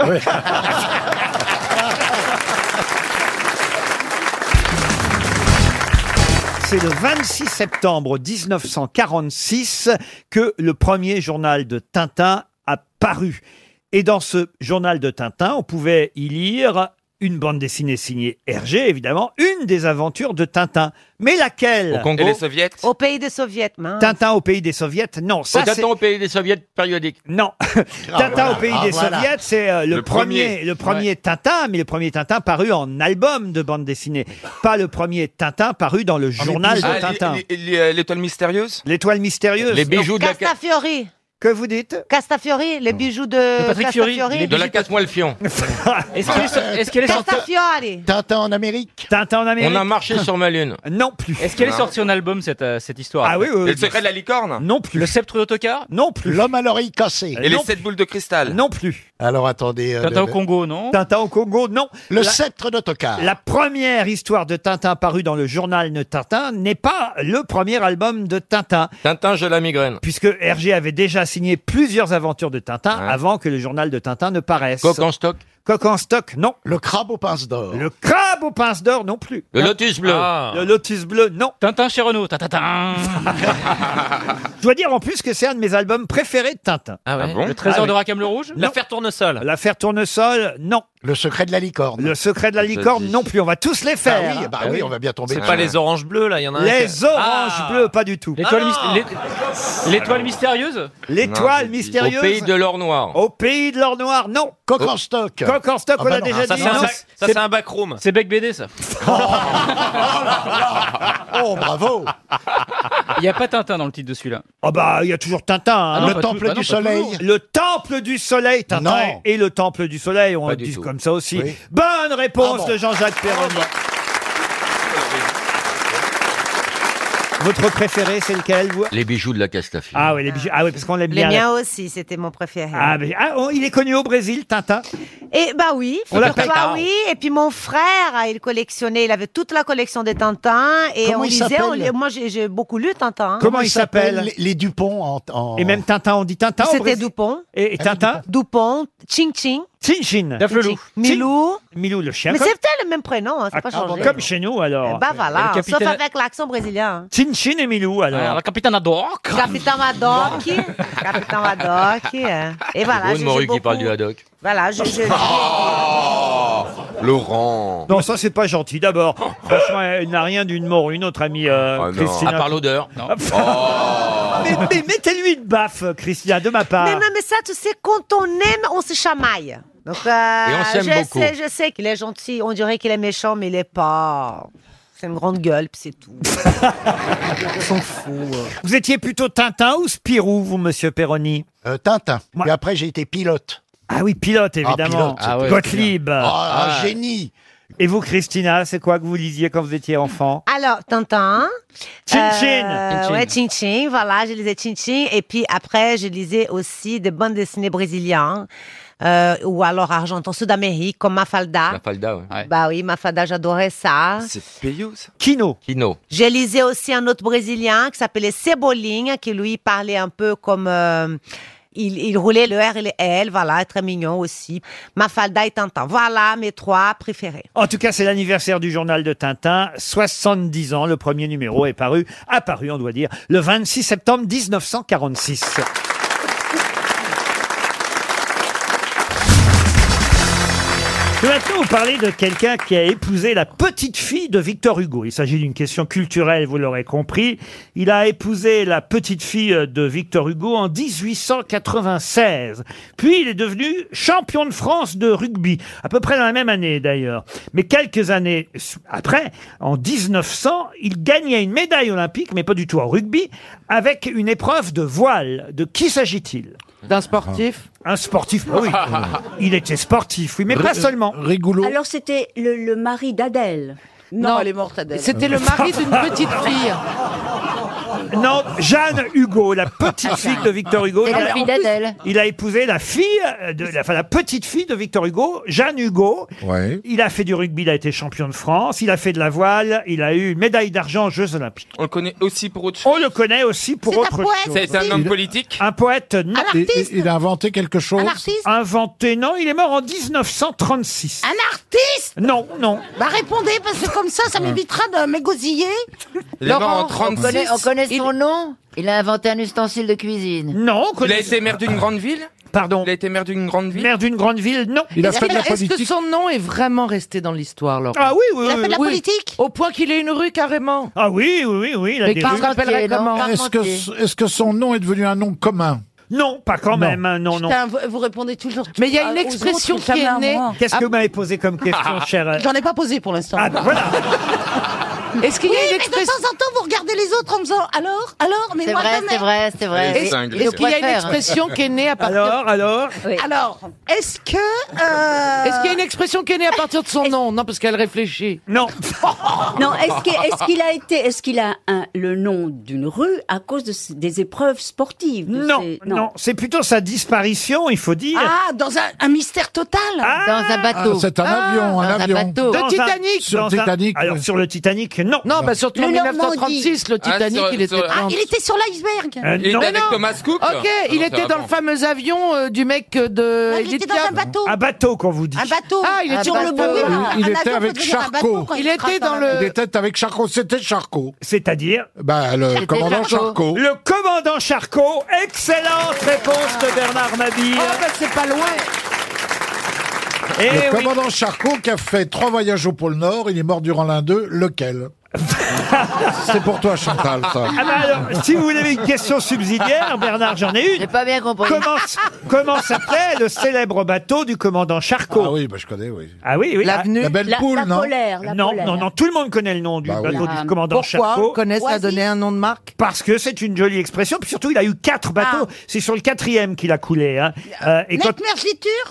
[SPEAKER 1] C'est le 26 septembre 1946 que le premier journal de Tintin a paru. Et dans ce journal de Tintin, on pouvait y lire une bande dessinée signée Hergé, évidemment, une des aventures de Tintin. Mais laquelle
[SPEAKER 3] Au Congo Et les Soviets
[SPEAKER 1] Au pays des Soviets, Tintin au pays des Soviets, non. Ça, c'est-
[SPEAKER 3] Tintin au pays des soviets périodiques.
[SPEAKER 1] Non. Tintin
[SPEAKER 3] voilà,
[SPEAKER 1] au pays
[SPEAKER 3] ah,
[SPEAKER 1] des
[SPEAKER 3] voilà.
[SPEAKER 1] soviets, c'est euh, le,
[SPEAKER 3] Le
[SPEAKER 1] premier,
[SPEAKER 3] premier.
[SPEAKER 1] le premier Tintin, mais le premier Tintin paru en album de bande dessinée, pas le premier Tintin paru dans le journal de
[SPEAKER 24] Ah,
[SPEAKER 1] Tintin.
[SPEAKER 24] les- les- L'étoile mystérieuse
[SPEAKER 1] L'étoile mystérieuse.
[SPEAKER 24] Les bijoux de la ca-
[SPEAKER 8] Castafiori.
[SPEAKER 1] Que vous dites
[SPEAKER 8] Castafiori, les bijoux
[SPEAKER 24] Euh,
[SPEAKER 8] de, Castafiori.
[SPEAKER 3] de la casse-moi le fion.
[SPEAKER 9] Est-ce qu'elle
[SPEAKER 1] Euh,
[SPEAKER 9] est- est-ce qu'elle est sortie
[SPEAKER 8] Castafiori.
[SPEAKER 10] Tintin en Amérique.
[SPEAKER 1] Tintin en
[SPEAKER 3] On a marché sur ma lune.
[SPEAKER 1] Ah, Non plus.
[SPEAKER 9] Est-ce qu'elle est sortie en album cette, euh, cette histoire
[SPEAKER 3] Ah oui, oui, oui. Et le secret de la
[SPEAKER 24] licorne
[SPEAKER 1] Non plus.
[SPEAKER 9] Le sceptre d'autocar
[SPEAKER 1] Non plus.
[SPEAKER 10] L'homme à l'oreille cassée.
[SPEAKER 24] Et les sept boules de cristal
[SPEAKER 1] Non plus.
[SPEAKER 10] Alors attendez. euh, le-
[SPEAKER 9] non
[SPEAKER 1] Tintin au Congo, non.
[SPEAKER 10] Le
[SPEAKER 1] La-
[SPEAKER 10] sceptre d'autocar.
[SPEAKER 1] La première histoire de Tintin parue dans le journal de Tintin n'est pas le premier album de Tintin.
[SPEAKER 3] Tintin, je la migraine.
[SPEAKER 1] Puisque Hergé avait déjà signé plusieurs aventures de Tintin avant que le journal de Tintin ne paraisse.
[SPEAKER 3] Coq en stock
[SPEAKER 1] Coq en stock, non.
[SPEAKER 10] Le crabe aux pinces d'or.
[SPEAKER 1] Le crabe aux pinces d'or, non plus. Ah.
[SPEAKER 3] Le lotus bleu.
[SPEAKER 1] Le lotus bleu, non.
[SPEAKER 9] Ah. Tintin chez Renault. Tintin.
[SPEAKER 1] Je dois dire en plus que c'est un de mes albums préférés de Tintin.
[SPEAKER 9] Ah ouais Le trésor
[SPEAKER 1] Ah oui. Ah
[SPEAKER 9] de Rackham le Rouge L'affaire Tournesol.
[SPEAKER 1] L'affaire Tournesol, non.
[SPEAKER 10] Le secret de la licorne.
[SPEAKER 1] Le secret de la licorne, non plus. On va tous les faire.
[SPEAKER 10] Bah oui, bah
[SPEAKER 1] Ah
[SPEAKER 10] oui, on va bien tomber.
[SPEAKER 1] C'est pas les
[SPEAKER 10] oranges bleues, là, il y en
[SPEAKER 1] Les oranges
[SPEAKER 9] Ah.
[SPEAKER 1] bleues, pas du tout.
[SPEAKER 9] L'étoile mys- l'é- l'étoile mystérieuse
[SPEAKER 1] L'étoile mystérieuse.
[SPEAKER 3] Au pays de l'or noir.
[SPEAKER 1] Au pays de l'or noir, non.
[SPEAKER 10] Coq en stock.
[SPEAKER 1] Coq en stock,
[SPEAKER 10] Ah
[SPEAKER 1] on
[SPEAKER 10] bah
[SPEAKER 1] l'a
[SPEAKER 10] non,
[SPEAKER 1] déjà
[SPEAKER 10] ça,
[SPEAKER 1] dit.
[SPEAKER 10] c'est un
[SPEAKER 1] non
[SPEAKER 10] sac-
[SPEAKER 9] Ça, c'est un backroom. C'est Bec BD, ça.
[SPEAKER 10] Oh, bravo
[SPEAKER 9] Il n'y a pas Tintin dans le titre de celui-là.
[SPEAKER 1] Ah bah, il y a toujours Tintin. hein.
[SPEAKER 9] Ah non, Le pas tout- Temple ah non, du pas Soleil. toujours.
[SPEAKER 1] Le temple du soleil, Tintin.
[SPEAKER 10] Non.
[SPEAKER 1] Et le temple du soleil, on
[SPEAKER 10] Pas
[SPEAKER 1] le
[SPEAKER 10] du
[SPEAKER 1] dit
[SPEAKER 10] tout.
[SPEAKER 1] comme ça aussi.
[SPEAKER 10] Oui.
[SPEAKER 1] Bonne réponse
[SPEAKER 10] Ah bon.
[SPEAKER 1] de Jean-Jacques Perroni. Votre préféré, c'est lequel, vous
[SPEAKER 3] Les bijoux de la Castafi.
[SPEAKER 1] Ah oui, les bijoux. Ah oui, parce qu'on l'aime
[SPEAKER 8] Les
[SPEAKER 1] bien.
[SPEAKER 8] miens aussi, c'était mon préféré.
[SPEAKER 1] Ah, mais- ah, oh, il est connu au Brésil, Tintin.
[SPEAKER 8] Et bah oui,
[SPEAKER 1] On l'appelle
[SPEAKER 8] figure-toi,
[SPEAKER 1] Tintin.
[SPEAKER 8] oui. Et puis mon frère, ah, il collectionnait, il avait toute la collection des Tintins. Et
[SPEAKER 10] Comment
[SPEAKER 8] on
[SPEAKER 10] il
[SPEAKER 8] lisait, on
[SPEAKER 10] s'appelle
[SPEAKER 8] li- moi j'ai j'ai beaucoup lu Tintin. hein.
[SPEAKER 10] les, les Dupont en, en- Ah,
[SPEAKER 1] Et même Tintin, on dit Tintin. au
[SPEAKER 8] C'était
[SPEAKER 1] Brésil.
[SPEAKER 8] Dupont.
[SPEAKER 1] Et, et Tintin
[SPEAKER 8] Dupont, Ching Ching.
[SPEAKER 1] Chin Chin.
[SPEAKER 8] Daph le loup. Milou.
[SPEAKER 1] Milou le chien.
[SPEAKER 8] Mais
[SPEAKER 1] Comme-
[SPEAKER 8] c'est peut-être le même prénom, hein, c'est pas
[SPEAKER 1] Ah,
[SPEAKER 8] changé.
[SPEAKER 1] Comme chez nous, alors.
[SPEAKER 8] Bah voilà,
[SPEAKER 1] Et le
[SPEAKER 8] sauf
[SPEAKER 1] capitaine-
[SPEAKER 8] avec l'accent brésilien. hein.
[SPEAKER 1] Chin Chin et Milou, alors.
[SPEAKER 9] Le capitaine adore.
[SPEAKER 8] Capitão Madoc, Capitão Madoc, hein. et voilà,
[SPEAKER 3] Rune
[SPEAKER 8] j'ai-
[SPEAKER 3] Morue qui
[SPEAKER 8] j'ai beaucoup-
[SPEAKER 3] parle du haddock.
[SPEAKER 8] Voilà, je, je-
[SPEAKER 3] Laurent.
[SPEAKER 1] Non, ça, c'est pas gentil, d'abord. Franchement, elle n'a rien d'une mort, une autre amie, euh, Christina.
[SPEAKER 3] Ah À part l'odeur. Oh.
[SPEAKER 1] Mais, mais mettez-lui une baffe, Christina, de ma part.
[SPEAKER 8] Mais non, mais ça, tu sais, quand on aime, on se chamaille. Donc, euh,
[SPEAKER 1] Et on s'aime
[SPEAKER 8] je
[SPEAKER 1] beaucoup.
[SPEAKER 8] sais, je sais qu'il est gentil. On dirait qu'il est méchant, mais il est pas. C'est une grande gueule, puis c'est tout. on s'en fout.
[SPEAKER 1] Vous étiez plutôt Tintin ou Spirou, vous, monsieur Perroni
[SPEAKER 10] Euh, Tintin. Puis après, j'ai été pilote.
[SPEAKER 1] Ah oui, pilote,
[SPEAKER 10] Ah,
[SPEAKER 1] évidemment.
[SPEAKER 10] pilote, c'était
[SPEAKER 1] Gottlieb.
[SPEAKER 10] bien. Ah, un
[SPEAKER 1] Ouais.
[SPEAKER 10] génie.
[SPEAKER 1] Et vous, Christina, c'est quoi que vous lisiez quand vous étiez enfant
[SPEAKER 8] Alors, Tintin.
[SPEAKER 1] Chin
[SPEAKER 8] Euh,
[SPEAKER 1] Chin.
[SPEAKER 8] Ouais, Chin Chin, voilà, je lisais Chin Chin. Et puis après, je lisais aussi des bandes dessinées brésiliennes. euh, ou alors argentins sud-amérique, comme
[SPEAKER 1] Ah.
[SPEAKER 8] Mafalda.
[SPEAKER 3] La falda, ouais.
[SPEAKER 8] Bah oui, Mafalda, j'adorais ça.
[SPEAKER 3] C'est payeux, ça.
[SPEAKER 1] Kino.
[SPEAKER 3] Kino.
[SPEAKER 8] J'ai lisé aussi un autre Brésilien qui s'appelait Cebolinha, qui lui parlait un peu comme... euh, il, il roulait le R et le L, voilà, très mignon aussi. Mafalda et Tintin, voilà mes trois préférés.
[SPEAKER 1] En tout cas, c'est l'anniversaire du journal de Tintin, 70 ans. Le premier numéro est paru, apparu, on doit dire, le 26 septembre 1946. Je vais maintenant vous parler de quelqu'un qui a épousé la petite fille de Victor Hugo. Il s'agit d'une question culturelle, vous l'aurez compris. Il a épousé la petite fille de Victor Hugo en 1896. Puis il est devenu champion de France de rugby, à peu près dans la même année d'ailleurs. Mais quelques années après, en 1900, il gagnait une médaille olympique, mais pas du tout en rugby, avec une épreuve de voile. De qui s'agit-il D'un sportif Un sportif, oui. Il était sportif, oui, mais pas seulement. Euh, Rigolo.
[SPEAKER 12] Alors c'était le, le mari d'Adèle. Non, elle est morte Adèle.
[SPEAKER 1] C'était le mari d'une petite
[SPEAKER 12] fille.
[SPEAKER 1] Non, Jeanne Hugo, la petite fille de Victor Hugo.
[SPEAKER 12] Et la
[SPEAKER 1] Il a-
[SPEAKER 12] fille
[SPEAKER 1] en plus,
[SPEAKER 12] d'Adèle.
[SPEAKER 1] Il a épousé la fille, de, la, enfin la petite fille de Victor Hugo, Jeanne Hugo. Il a fait du rugby, il a été champion de France, il a fait de la voile, il a eu une médaille d'argent aux Jeux Olympiques.
[SPEAKER 24] On le connaît aussi pour autre
[SPEAKER 1] On le connaît aussi pour autre
[SPEAKER 24] poète,
[SPEAKER 1] chose.
[SPEAKER 24] Oh. C'est un homme Il- politique
[SPEAKER 1] Un poète, non.
[SPEAKER 24] Un artiste
[SPEAKER 1] a inventé quelque chose Inventé, non, il est mort en 1936.
[SPEAKER 15] Ah,
[SPEAKER 23] Un artiste
[SPEAKER 1] Non, non. Euh,
[SPEAKER 23] Bah répondez, parce que comme ça, ça m'évitera de m'égosiller.
[SPEAKER 24] Il est mort en 36.
[SPEAKER 15] On connaît, on connaît son nom Il a inventé un ustensile de cuisine.
[SPEAKER 1] Non,
[SPEAKER 24] Ah. Il a été maire d'une grande ville
[SPEAKER 1] Pardon
[SPEAKER 24] Il a été maire d'une grande ville
[SPEAKER 1] Maire d'une grande ville, non.
[SPEAKER 6] Est-ce que- Est-ce que son nom est vraiment resté dans l'histoire, Laurent
[SPEAKER 1] Ah oui, oui,
[SPEAKER 6] Il a fait de la
[SPEAKER 1] politique
[SPEAKER 6] Au point qu'il ait une rue carrément.
[SPEAKER 1] Ah oui, oui, oui, oui. Il a
[SPEAKER 6] Mais
[SPEAKER 1] des
[SPEAKER 6] qui
[SPEAKER 1] rues.
[SPEAKER 6] se rappellerait comment
[SPEAKER 15] Est-ce que, est-ce que son nom est devenu un nom commun
[SPEAKER 1] Non, pas quand même, hein, non, non.
[SPEAKER 15] Putain, vous, vous répondez toujours.
[SPEAKER 6] Mais il y a une expression qui est née.
[SPEAKER 1] Qu'est-ce que
[SPEAKER 6] Ah.
[SPEAKER 1] vous m'avez posé comme question, chère
[SPEAKER 15] J'en ai pas posé pour l'instant.
[SPEAKER 1] Ah, bah voilà.
[SPEAKER 15] Est-ce
[SPEAKER 6] qu'il y a une
[SPEAKER 15] expression De temps en temps, vous regardez les autres en disant alors, alors, mais
[SPEAKER 13] C'est
[SPEAKER 15] moi
[SPEAKER 13] vrai,
[SPEAKER 15] quand même.
[SPEAKER 13] c'est vrai, c'est vrai.
[SPEAKER 15] Est-ce-
[SPEAKER 13] Et-
[SPEAKER 15] Est-ce
[SPEAKER 13] et le
[SPEAKER 15] qu'il y a une
[SPEAKER 13] préfère.
[SPEAKER 15] expression qui est née à partir
[SPEAKER 1] Alors, alors
[SPEAKER 15] Alors, est-ce que. euh,
[SPEAKER 6] Est-ce qu'il y a une expression qui est née à partir de son nom Non, parce qu'elle réfléchit. Ah
[SPEAKER 1] Non.
[SPEAKER 12] Non, est-ce que- est-ce qu'il a été, est-ce qu'il a un- le nom d'une rue à cause de ce- des épreuves sportives de
[SPEAKER 1] Non,
[SPEAKER 12] ces-
[SPEAKER 1] non, c'est plutôt sa disparition, il faut dire.
[SPEAKER 15] Ah, dans un, un mystère total
[SPEAKER 13] Dans un bateau.
[SPEAKER 15] Ah, c'est un avion, un Dans un avion. bateau. De
[SPEAKER 1] Dans un-
[SPEAKER 15] Titanic.
[SPEAKER 1] dans
[SPEAKER 15] Sur
[SPEAKER 1] un-
[SPEAKER 15] Titanic,
[SPEAKER 1] Alors,
[SPEAKER 15] oui.
[SPEAKER 1] sur le Titanic, non.
[SPEAKER 6] Non, bah surtout en
[SPEAKER 15] Le Normandie.
[SPEAKER 6] 1936, le Titanic, il était.
[SPEAKER 15] Ah, il était sur l'iceberg.
[SPEAKER 1] Euh,
[SPEAKER 24] Il
[SPEAKER 1] non.
[SPEAKER 24] était avec
[SPEAKER 1] Non.
[SPEAKER 24] Thomas Cook
[SPEAKER 6] Ok, il était dans le fameux avion euh, du mec euh, de.
[SPEAKER 15] il était dans un bateau.
[SPEAKER 1] Un bateau, qu'on vous dit.
[SPEAKER 15] Un bateau. Ah, il
[SPEAKER 6] Un
[SPEAKER 15] était sur le
[SPEAKER 13] bah,
[SPEAKER 6] bateau.
[SPEAKER 15] bon.
[SPEAKER 6] Il- il
[SPEAKER 15] un
[SPEAKER 6] était
[SPEAKER 15] avion,
[SPEAKER 6] avec
[SPEAKER 15] faut devenir un
[SPEAKER 6] Charcot.
[SPEAKER 15] bateau quand
[SPEAKER 6] Il était
[SPEAKER 15] crache
[SPEAKER 6] dans
[SPEAKER 15] la-
[SPEAKER 6] le-
[SPEAKER 15] Il
[SPEAKER 6] Il
[SPEAKER 15] était-
[SPEAKER 10] Peut-être avec Charcot, c'était Charcot.
[SPEAKER 1] C'est-à-dire
[SPEAKER 10] Bah, le
[SPEAKER 1] C'était
[SPEAKER 10] commandant Charcot.
[SPEAKER 1] Le commandant Charcot, excellente réponse de Bernard Mabille.
[SPEAKER 6] Oh, bah c'est pas loin.
[SPEAKER 1] Eh
[SPEAKER 10] le
[SPEAKER 1] oui.
[SPEAKER 10] commandant Charcot qui a fait trois voyages au pôle Nord, il est mort durant l'un d'eux, lequel C'est pour toi, Chantal, ben, ça.
[SPEAKER 1] Ah bah alors, si vous voulez une question subsidiaire, Bernard, j'en ai une. J'ai
[SPEAKER 13] pas bien compris.
[SPEAKER 1] Comment, s- comment s'appelait le célèbre bateau du commandant Charcot Ah
[SPEAKER 10] oui, bah je connais, oui.
[SPEAKER 1] Ah oui, oui.
[SPEAKER 6] L'avenue-
[SPEAKER 1] Ah,
[SPEAKER 6] La- la Polaire, la
[SPEAKER 1] Non,
[SPEAKER 6] Polaire.
[SPEAKER 1] non, non, tout le monde connaît le nom du
[SPEAKER 6] Bah oui.
[SPEAKER 1] bateau du
[SPEAKER 6] Ah,
[SPEAKER 1] commandant
[SPEAKER 6] pourquoi
[SPEAKER 1] Charcot.
[SPEAKER 6] on connaît ça, Oasis donner un nom de marque
[SPEAKER 1] Parce que c'est une jolie expression, puis surtout, il a eu quatre bateaux. C'est sur le quatrième qu'il a coulé. Hein. Euh, et quand-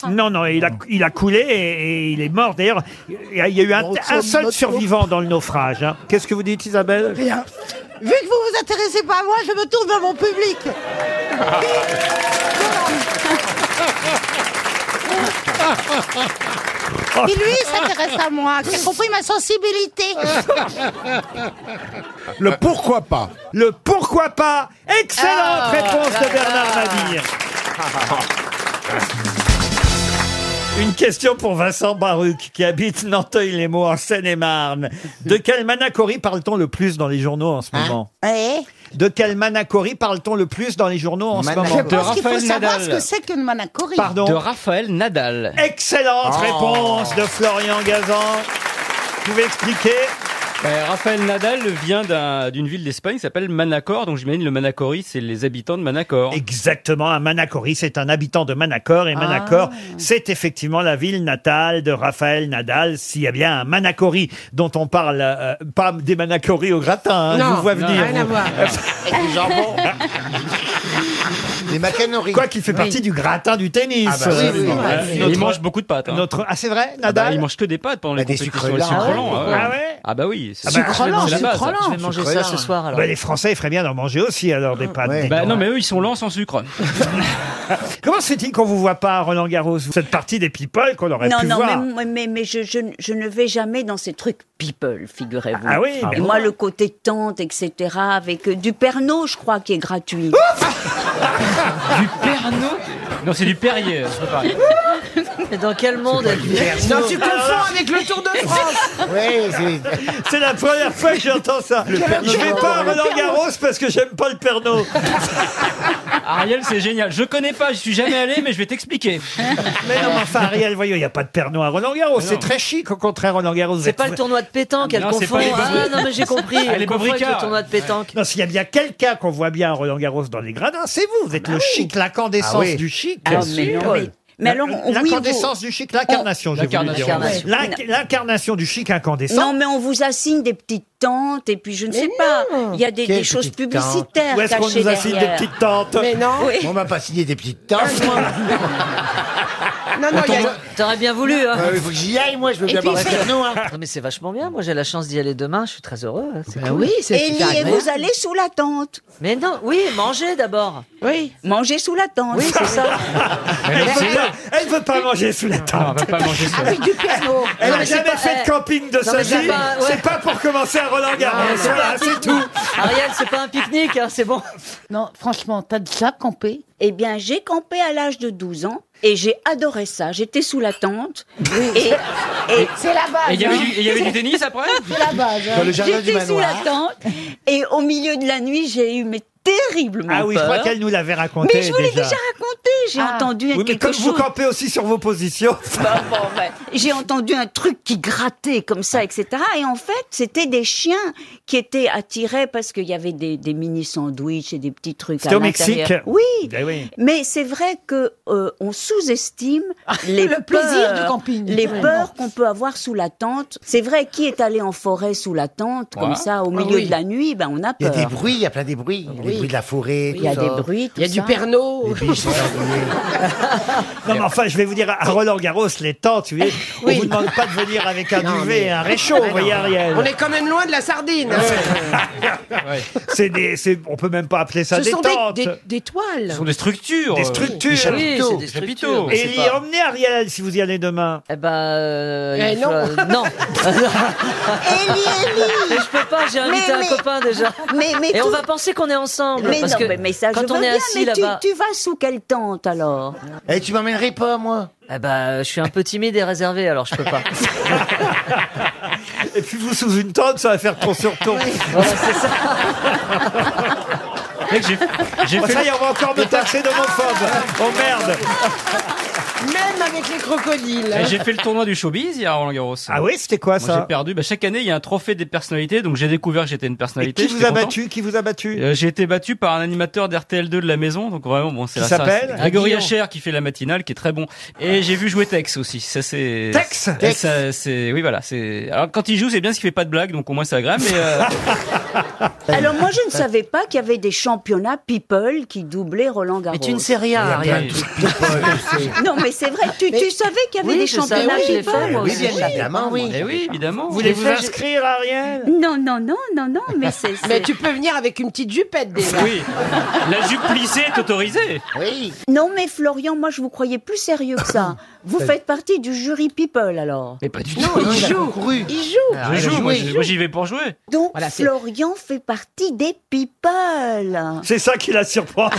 [SPEAKER 1] Non, non, il a, il a coulé et, et il est mort. D'ailleurs, il y a il y a eu un, un seul survivant dans le naufrage. hein. Qu'est-ce que vous dites, Isabelle
[SPEAKER 15] Rien. Vu que vous vous intéressez pas à moi, je me tourne vers mon public. Et lui, il s'intéresse à moi. Qui a compris ma sensibilité.
[SPEAKER 10] Le pourquoi pas.
[SPEAKER 1] Le pourquoi pas Excellente
[SPEAKER 15] Ah,
[SPEAKER 1] réponse
[SPEAKER 15] là
[SPEAKER 1] de Bernard Mabille. Une question pour Vincent Baruc, qui habite Nanteuil-les-Maux, en Seine-et-Marne. De quelle Manacori parle-t-on le plus dans les journaux en ce moment De quelle Manacori parle-t-on le plus dans les journaux en ce moment
[SPEAKER 4] Je pense qu'il faut savoir
[SPEAKER 15] ce que c'est que le Manacori.
[SPEAKER 1] Pardon.
[SPEAKER 4] De Raphaël Nadal.
[SPEAKER 1] Excellente
[SPEAKER 4] Oh.
[SPEAKER 1] réponse de Florian Gazan. Vous pouvez expliquer
[SPEAKER 7] Euh, Raphaël Nadal vient d'un- d'une ville d'Espagne qui s'appelle Manacor, donc j'imagine le Manacori, c'est les habitants de Manacor.
[SPEAKER 1] Exactement, un Manacori, c'est un habitant de Manacor, et Manacor,
[SPEAKER 5] Ah.
[SPEAKER 1] c'est effectivement la ville natale de Raphaël Nadal, s'il y a bien un Manacori dont on parle, euh, pas des Manacori au gratin, hein, je vous vois venir.
[SPEAKER 5] rien à
[SPEAKER 1] vous.
[SPEAKER 5] voir. Avec du jambon.
[SPEAKER 1] Des macaneries. Quoi qu'il fait partie du gratin du tennis.
[SPEAKER 7] Ah bah oui, oui, oui. Et il mange
[SPEAKER 1] beaucoup de pâtes. Notre... Ah c'est vrai, Nadal
[SPEAKER 7] hein. Ah bah, il mange que des pâtes pendant les compétitions.
[SPEAKER 1] sucres
[SPEAKER 7] les
[SPEAKER 1] lents.
[SPEAKER 7] sucres
[SPEAKER 1] Ah ouais,
[SPEAKER 7] lents,
[SPEAKER 1] pourquoi Ah ouais
[SPEAKER 7] Ah bah oui. c'est-
[SPEAKER 1] Ah bah,
[SPEAKER 7] c'est la base.
[SPEAKER 1] Bah, les Français, il ferait bien d'en manger aussi, alors, des pâtes.
[SPEAKER 7] Bah non, mais eux, ils sont lents sans sucre.
[SPEAKER 1] Comment se fait-il qu'on vous voit pas, Roland Garros Vous faites partie des people qu'on aurait
[SPEAKER 12] Non,
[SPEAKER 1] pu
[SPEAKER 12] non,
[SPEAKER 1] voir.
[SPEAKER 12] mais, moi- mais, mais je, je, je ne vais jamais dans ces trucs people, figurez-vous.
[SPEAKER 1] Ah oui,
[SPEAKER 12] Et
[SPEAKER 1] ben
[SPEAKER 12] moi,
[SPEAKER 1] voilà.
[SPEAKER 12] le côté tente, etc., avec euh, du Pernod, je crois, qui est gratuit.
[SPEAKER 7] Du Pernod Non, c'est du Perrier, hein, je
[SPEAKER 5] Ah.
[SPEAKER 7] sais pas.
[SPEAKER 13] Mais dans quel monde êtes-vous
[SPEAKER 6] Non, tu confonds avec le Tour de France.
[SPEAKER 13] Oui,
[SPEAKER 1] C'est la première fois que j'entends ça.
[SPEAKER 7] Le Père
[SPEAKER 1] je vais
[SPEAKER 7] Noël.
[SPEAKER 1] pas à
[SPEAKER 7] Le Père
[SPEAKER 1] Roland Garros parce que j'aime pas le Pernod.
[SPEAKER 7] Ariel, c'est génial. Je connais pas, je suis jamais allé, mais je vais t'expliquer.
[SPEAKER 1] Mais non, mais enfin, Ariel, voyons, il n'y a pas de Pernod à Roland Garros.
[SPEAKER 7] non.
[SPEAKER 1] C'est très chic, au contraire, Roland Garros.
[SPEAKER 13] C'est pas le tournoi de pétanque, elle
[SPEAKER 1] Non, c'est
[SPEAKER 13] confond.
[SPEAKER 1] pas les
[SPEAKER 13] Ah
[SPEAKER 1] Bobri-
[SPEAKER 13] non, mais j'ai compris.
[SPEAKER 1] Ah,
[SPEAKER 13] Elle
[SPEAKER 1] les
[SPEAKER 13] confond avec
[SPEAKER 1] Bobricards.
[SPEAKER 13] le tournoi de pétanque.
[SPEAKER 1] Non, s'il y a bien quelqu'un qu'on voit bien à Roland Garros dans les gradins, c'est vous. Vous êtes le chic, l'incandescence
[SPEAKER 13] Ah oui.
[SPEAKER 1] du chic.
[SPEAKER 13] Ah, mais non, mais-
[SPEAKER 12] mais alors, oui,
[SPEAKER 1] l'incandescence
[SPEAKER 12] vous-
[SPEAKER 1] du chic, l'incarnation, j'ai voulu dire.
[SPEAKER 12] L'incarnation.
[SPEAKER 1] L'inc- L'incarnation du chic incandescent.
[SPEAKER 12] Non, mais on vous assigne des petites tentes, et puis je ne sais pas, il y a des,
[SPEAKER 5] Quelle
[SPEAKER 12] des choses
[SPEAKER 5] petite
[SPEAKER 12] publicitaires
[SPEAKER 5] tente Où est-ce qu'on
[SPEAKER 12] cachées
[SPEAKER 5] nous assigne des
[SPEAKER 12] derrière.
[SPEAKER 5] petites tentes
[SPEAKER 12] Mais non.
[SPEAKER 5] On m'a pas signé des petites tentes.
[SPEAKER 13] Non, non, il y a- t'aurais bien voulu. hein.
[SPEAKER 5] Ouais, il faut que j'y aille, moi, je veux
[SPEAKER 13] Et
[SPEAKER 5] bien
[SPEAKER 13] puis,
[SPEAKER 5] boire un
[SPEAKER 13] c'est-
[SPEAKER 5] Pernod, hein.
[SPEAKER 13] Non, mais c'est vachement bien. Moi, j'ai la chance d'y aller demain. Je suis très heureux. hein,
[SPEAKER 15] Bah
[SPEAKER 13] c'est cool.
[SPEAKER 12] Ah oui, c'est Et super y- et agréable. vous allez sous la tente.
[SPEAKER 13] Mais non, oui, manger d'abord.
[SPEAKER 12] Oui. Manger sous la tente.
[SPEAKER 13] Oui, c'est ça.
[SPEAKER 1] Elle veut, pas, elle veut pas manger sous la tente. elle
[SPEAKER 7] pas manger
[SPEAKER 1] sous
[SPEAKER 13] Avec
[SPEAKER 15] du Pernod.
[SPEAKER 1] Elle
[SPEAKER 13] Non,
[SPEAKER 1] n'a
[SPEAKER 13] mais c'est
[SPEAKER 1] jamais
[SPEAKER 13] pas-
[SPEAKER 1] fait de
[SPEAKER 13] eh,
[SPEAKER 1] camping de
[SPEAKER 13] non,
[SPEAKER 1] sa
[SPEAKER 13] mais c'est
[SPEAKER 1] vie.
[SPEAKER 13] pas- ouais.
[SPEAKER 1] C'est pas pour commencer à Roland Garros.
[SPEAKER 13] Non, Ah, c'est
[SPEAKER 1] Voilà,
[SPEAKER 13] pas-
[SPEAKER 1] c'est tout.
[SPEAKER 13] Ariel, c'est pas un pique-nique, hein, c'est bon.
[SPEAKER 12] Non, franchement, t'as déjà campé Eh bien, j'ai campé à l'âge de 12 ans et j'ai adoré ça. J'étais sous la tente. Et, et
[SPEAKER 15] C'est la base.
[SPEAKER 7] Et il y avait
[SPEAKER 15] hein.
[SPEAKER 7] du- et il y avait du tennis après
[SPEAKER 15] C'est la base. hein.
[SPEAKER 7] Dans le jardin du
[SPEAKER 12] J'étais sous la
[SPEAKER 7] manoir.
[SPEAKER 12] tente et au milieu de la nuit, j'ai eu mes terriblement
[SPEAKER 1] Ah oui, je
[SPEAKER 12] peur.
[SPEAKER 1] crois qu'elle nous l'avait raconté
[SPEAKER 12] Mais je vous l'ai
[SPEAKER 1] déjà.
[SPEAKER 12] déjà raconté. j'ai
[SPEAKER 15] Ah.
[SPEAKER 12] entendu
[SPEAKER 1] Oui, mais
[SPEAKER 12] quelque
[SPEAKER 1] comme
[SPEAKER 12] chose.
[SPEAKER 1] vous campez aussi sur vos positions.
[SPEAKER 12] Bah, bon, ben, j'ai entendu un truc qui grattait comme ça, etc. Et en fait, c'était des chiens qui étaient attirés parce qu'il y avait des, des mini sandwichs et des petits trucs.
[SPEAKER 1] C'était
[SPEAKER 12] à
[SPEAKER 1] au Mexique.
[SPEAKER 12] l'intérieur. Oui.
[SPEAKER 1] Ben oui.
[SPEAKER 12] Mais c'est vrai que euh, on sous-estime
[SPEAKER 13] Ah,
[SPEAKER 12] les
[SPEAKER 22] Le plaisir
[SPEAKER 12] peurs,
[SPEAKER 22] du camping.
[SPEAKER 12] les
[SPEAKER 22] Vraiment.
[SPEAKER 12] peurs qu'on peut avoir sous la tente. C'est vrai, qui est allé en forêt sous la tente comme
[SPEAKER 5] Ouais.
[SPEAKER 12] ça au
[SPEAKER 5] Ah
[SPEAKER 12] milieu
[SPEAKER 5] oui.
[SPEAKER 12] de la nuit, ben on a
[SPEAKER 5] Il y a
[SPEAKER 12] peur.
[SPEAKER 5] des bruits, il y a plein des bruits. Il y a des
[SPEAKER 12] Oui.
[SPEAKER 5] bruits de la forêt,
[SPEAKER 12] Il y a
[SPEAKER 5] tout
[SPEAKER 12] des
[SPEAKER 5] ça.
[SPEAKER 12] bruit,
[SPEAKER 22] Il y a du Pernod.
[SPEAKER 1] Non, mais enfin, je vais vous dire, à Roland Garros, les tentes, vous voyez, on vous demande pas de venir avec un duvet et un réchaud,
[SPEAKER 15] Ah
[SPEAKER 1] vous voyez, Ariel.
[SPEAKER 22] On est quand même loin de la sardine.
[SPEAKER 1] C'est des, c'est- on peut même pas appeler ça
[SPEAKER 22] Ce
[SPEAKER 1] des
[SPEAKER 22] sont des,
[SPEAKER 1] tentes.
[SPEAKER 22] des- des toiles.
[SPEAKER 1] Ce sont des structures. Des structures.
[SPEAKER 13] Des chapiteaux. Oui, c'est des structures, mais
[SPEAKER 1] Et
[SPEAKER 13] c'est pas-
[SPEAKER 1] emmenez Ariel si vous y allez demain.
[SPEAKER 13] Eh ben, euh,
[SPEAKER 1] Eh
[SPEAKER 13] il
[SPEAKER 1] non.
[SPEAKER 13] faut- non.
[SPEAKER 12] Ellie,
[SPEAKER 13] Mais je peux pas, j'ai invité
[SPEAKER 12] Mais-
[SPEAKER 13] un
[SPEAKER 12] mais-
[SPEAKER 13] copain déjà.
[SPEAKER 12] mais- mais
[SPEAKER 13] Et on
[SPEAKER 12] tout-
[SPEAKER 13] va penser qu'on est ensemble.
[SPEAKER 12] Mais
[SPEAKER 13] parce
[SPEAKER 12] non,
[SPEAKER 13] que
[SPEAKER 12] mais, mais ça, je
[SPEAKER 13] quand on
[SPEAKER 12] veux
[SPEAKER 13] est
[SPEAKER 12] bien,
[SPEAKER 13] assis
[SPEAKER 12] mais tu,
[SPEAKER 13] là-bas.
[SPEAKER 12] tu vas sous quelle tente alors
[SPEAKER 1] Eh,
[SPEAKER 13] Et tu m'emmènerais pas, moi Eh ben, je suis un peu timide et réservé, alors je peux pas.
[SPEAKER 1] Et puis vous sous une tente, ça va faire ton sur ton. j'ai,
[SPEAKER 19] j'ai fait-
[SPEAKER 1] Ah, Ça y est, on va encore me taxer d'homophobe. Oh merde.
[SPEAKER 22] Même avec les crocodiles.
[SPEAKER 1] Eh,
[SPEAKER 7] Et Eh, J'ai fait le tournoi du showbiz, il y a Roland Garros.
[SPEAKER 1] Ah oui, c'était quoi ça
[SPEAKER 7] J'ai perdu. Bah, chaque année, il y a un trophée des personnalités, donc j'ai découvert que j'étais une personnalité.
[SPEAKER 1] Qui vous
[SPEAKER 7] j'étais
[SPEAKER 1] a
[SPEAKER 7] content.
[SPEAKER 1] battu Qui vous a battu
[SPEAKER 7] Euh, j'ai été battu par un animateur d'RTL2 de la maison, donc vraiment bon, c'est
[SPEAKER 1] Qui
[SPEAKER 7] ça,
[SPEAKER 1] s'appelle
[SPEAKER 7] c'est Grégory
[SPEAKER 1] Guillaume. Ah.
[SPEAKER 7] Hacher qui fait la matinale, qui est très bon. Et j'ai vu jouer Tex aussi. Ça c'est
[SPEAKER 1] Tex
[SPEAKER 7] Et ça, c'est oui voilà. C'est alors quand il joue, c'est bien parce qu'il fait pas de blagues, donc au moins ça agrée. Mais euh,
[SPEAKER 12] Alors moi, je ne savais pas qu'il y avait des championnats people qui doublaient Roland Garros.
[SPEAKER 13] Mais tu ne sais rien, Il y a plein Ariel. de
[SPEAKER 12] non, mais c'est vrai. Tu, tu savais qu'il y avait
[SPEAKER 13] Oui,
[SPEAKER 12] des
[SPEAKER 13] je savais,
[SPEAKER 12] championnats
[SPEAKER 13] oui, je l'ai
[SPEAKER 12] people.
[SPEAKER 13] fait, moi Oui, aussi. bien
[SPEAKER 12] évidemment, oui.
[SPEAKER 7] Eh oui, évidemment.
[SPEAKER 12] Voulez-vous
[SPEAKER 7] Je l'ai fait,
[SPEAKER 1] inscrire, Ariel
[SPEAKER 12] Non, non, non, non, non, mais c'est.
[SPEAKER 22] Mais
[SPEAKER 12] c'est-
[SPEAKER 22] tu peux venir avec une petite jupette déjà.
[SPEAKER 7] Oui. La jupe plissée est autorisée.
[SPEAKER 12] Oui. Non, mais Florian, moi, je vous croyais plus sérieux que ça. vous faites partie du jury people alors.
[SPEAKER 7] Mais pas du
[SPEAKER 12] Non,
[SPEAKER 7] tout.
[SPEAKER 12] il
[SPEAKER 7] Il a
[SPEAKER 12] joue.
[SPEAKER 7] concouru.
[SPEAKER 12] Il joue.
[SPEAKER 13] Ah,
[SPEAKER 7] Je joue, moi, je- moi, j'y vais pour jouer.
[SPEAKER 12] Donc
[SPEAKER 7] Voilà, c'est-
[SPEAKER 12] Florian fait partie des people.
[SPEAKER 1] C'est ça qui la surprend.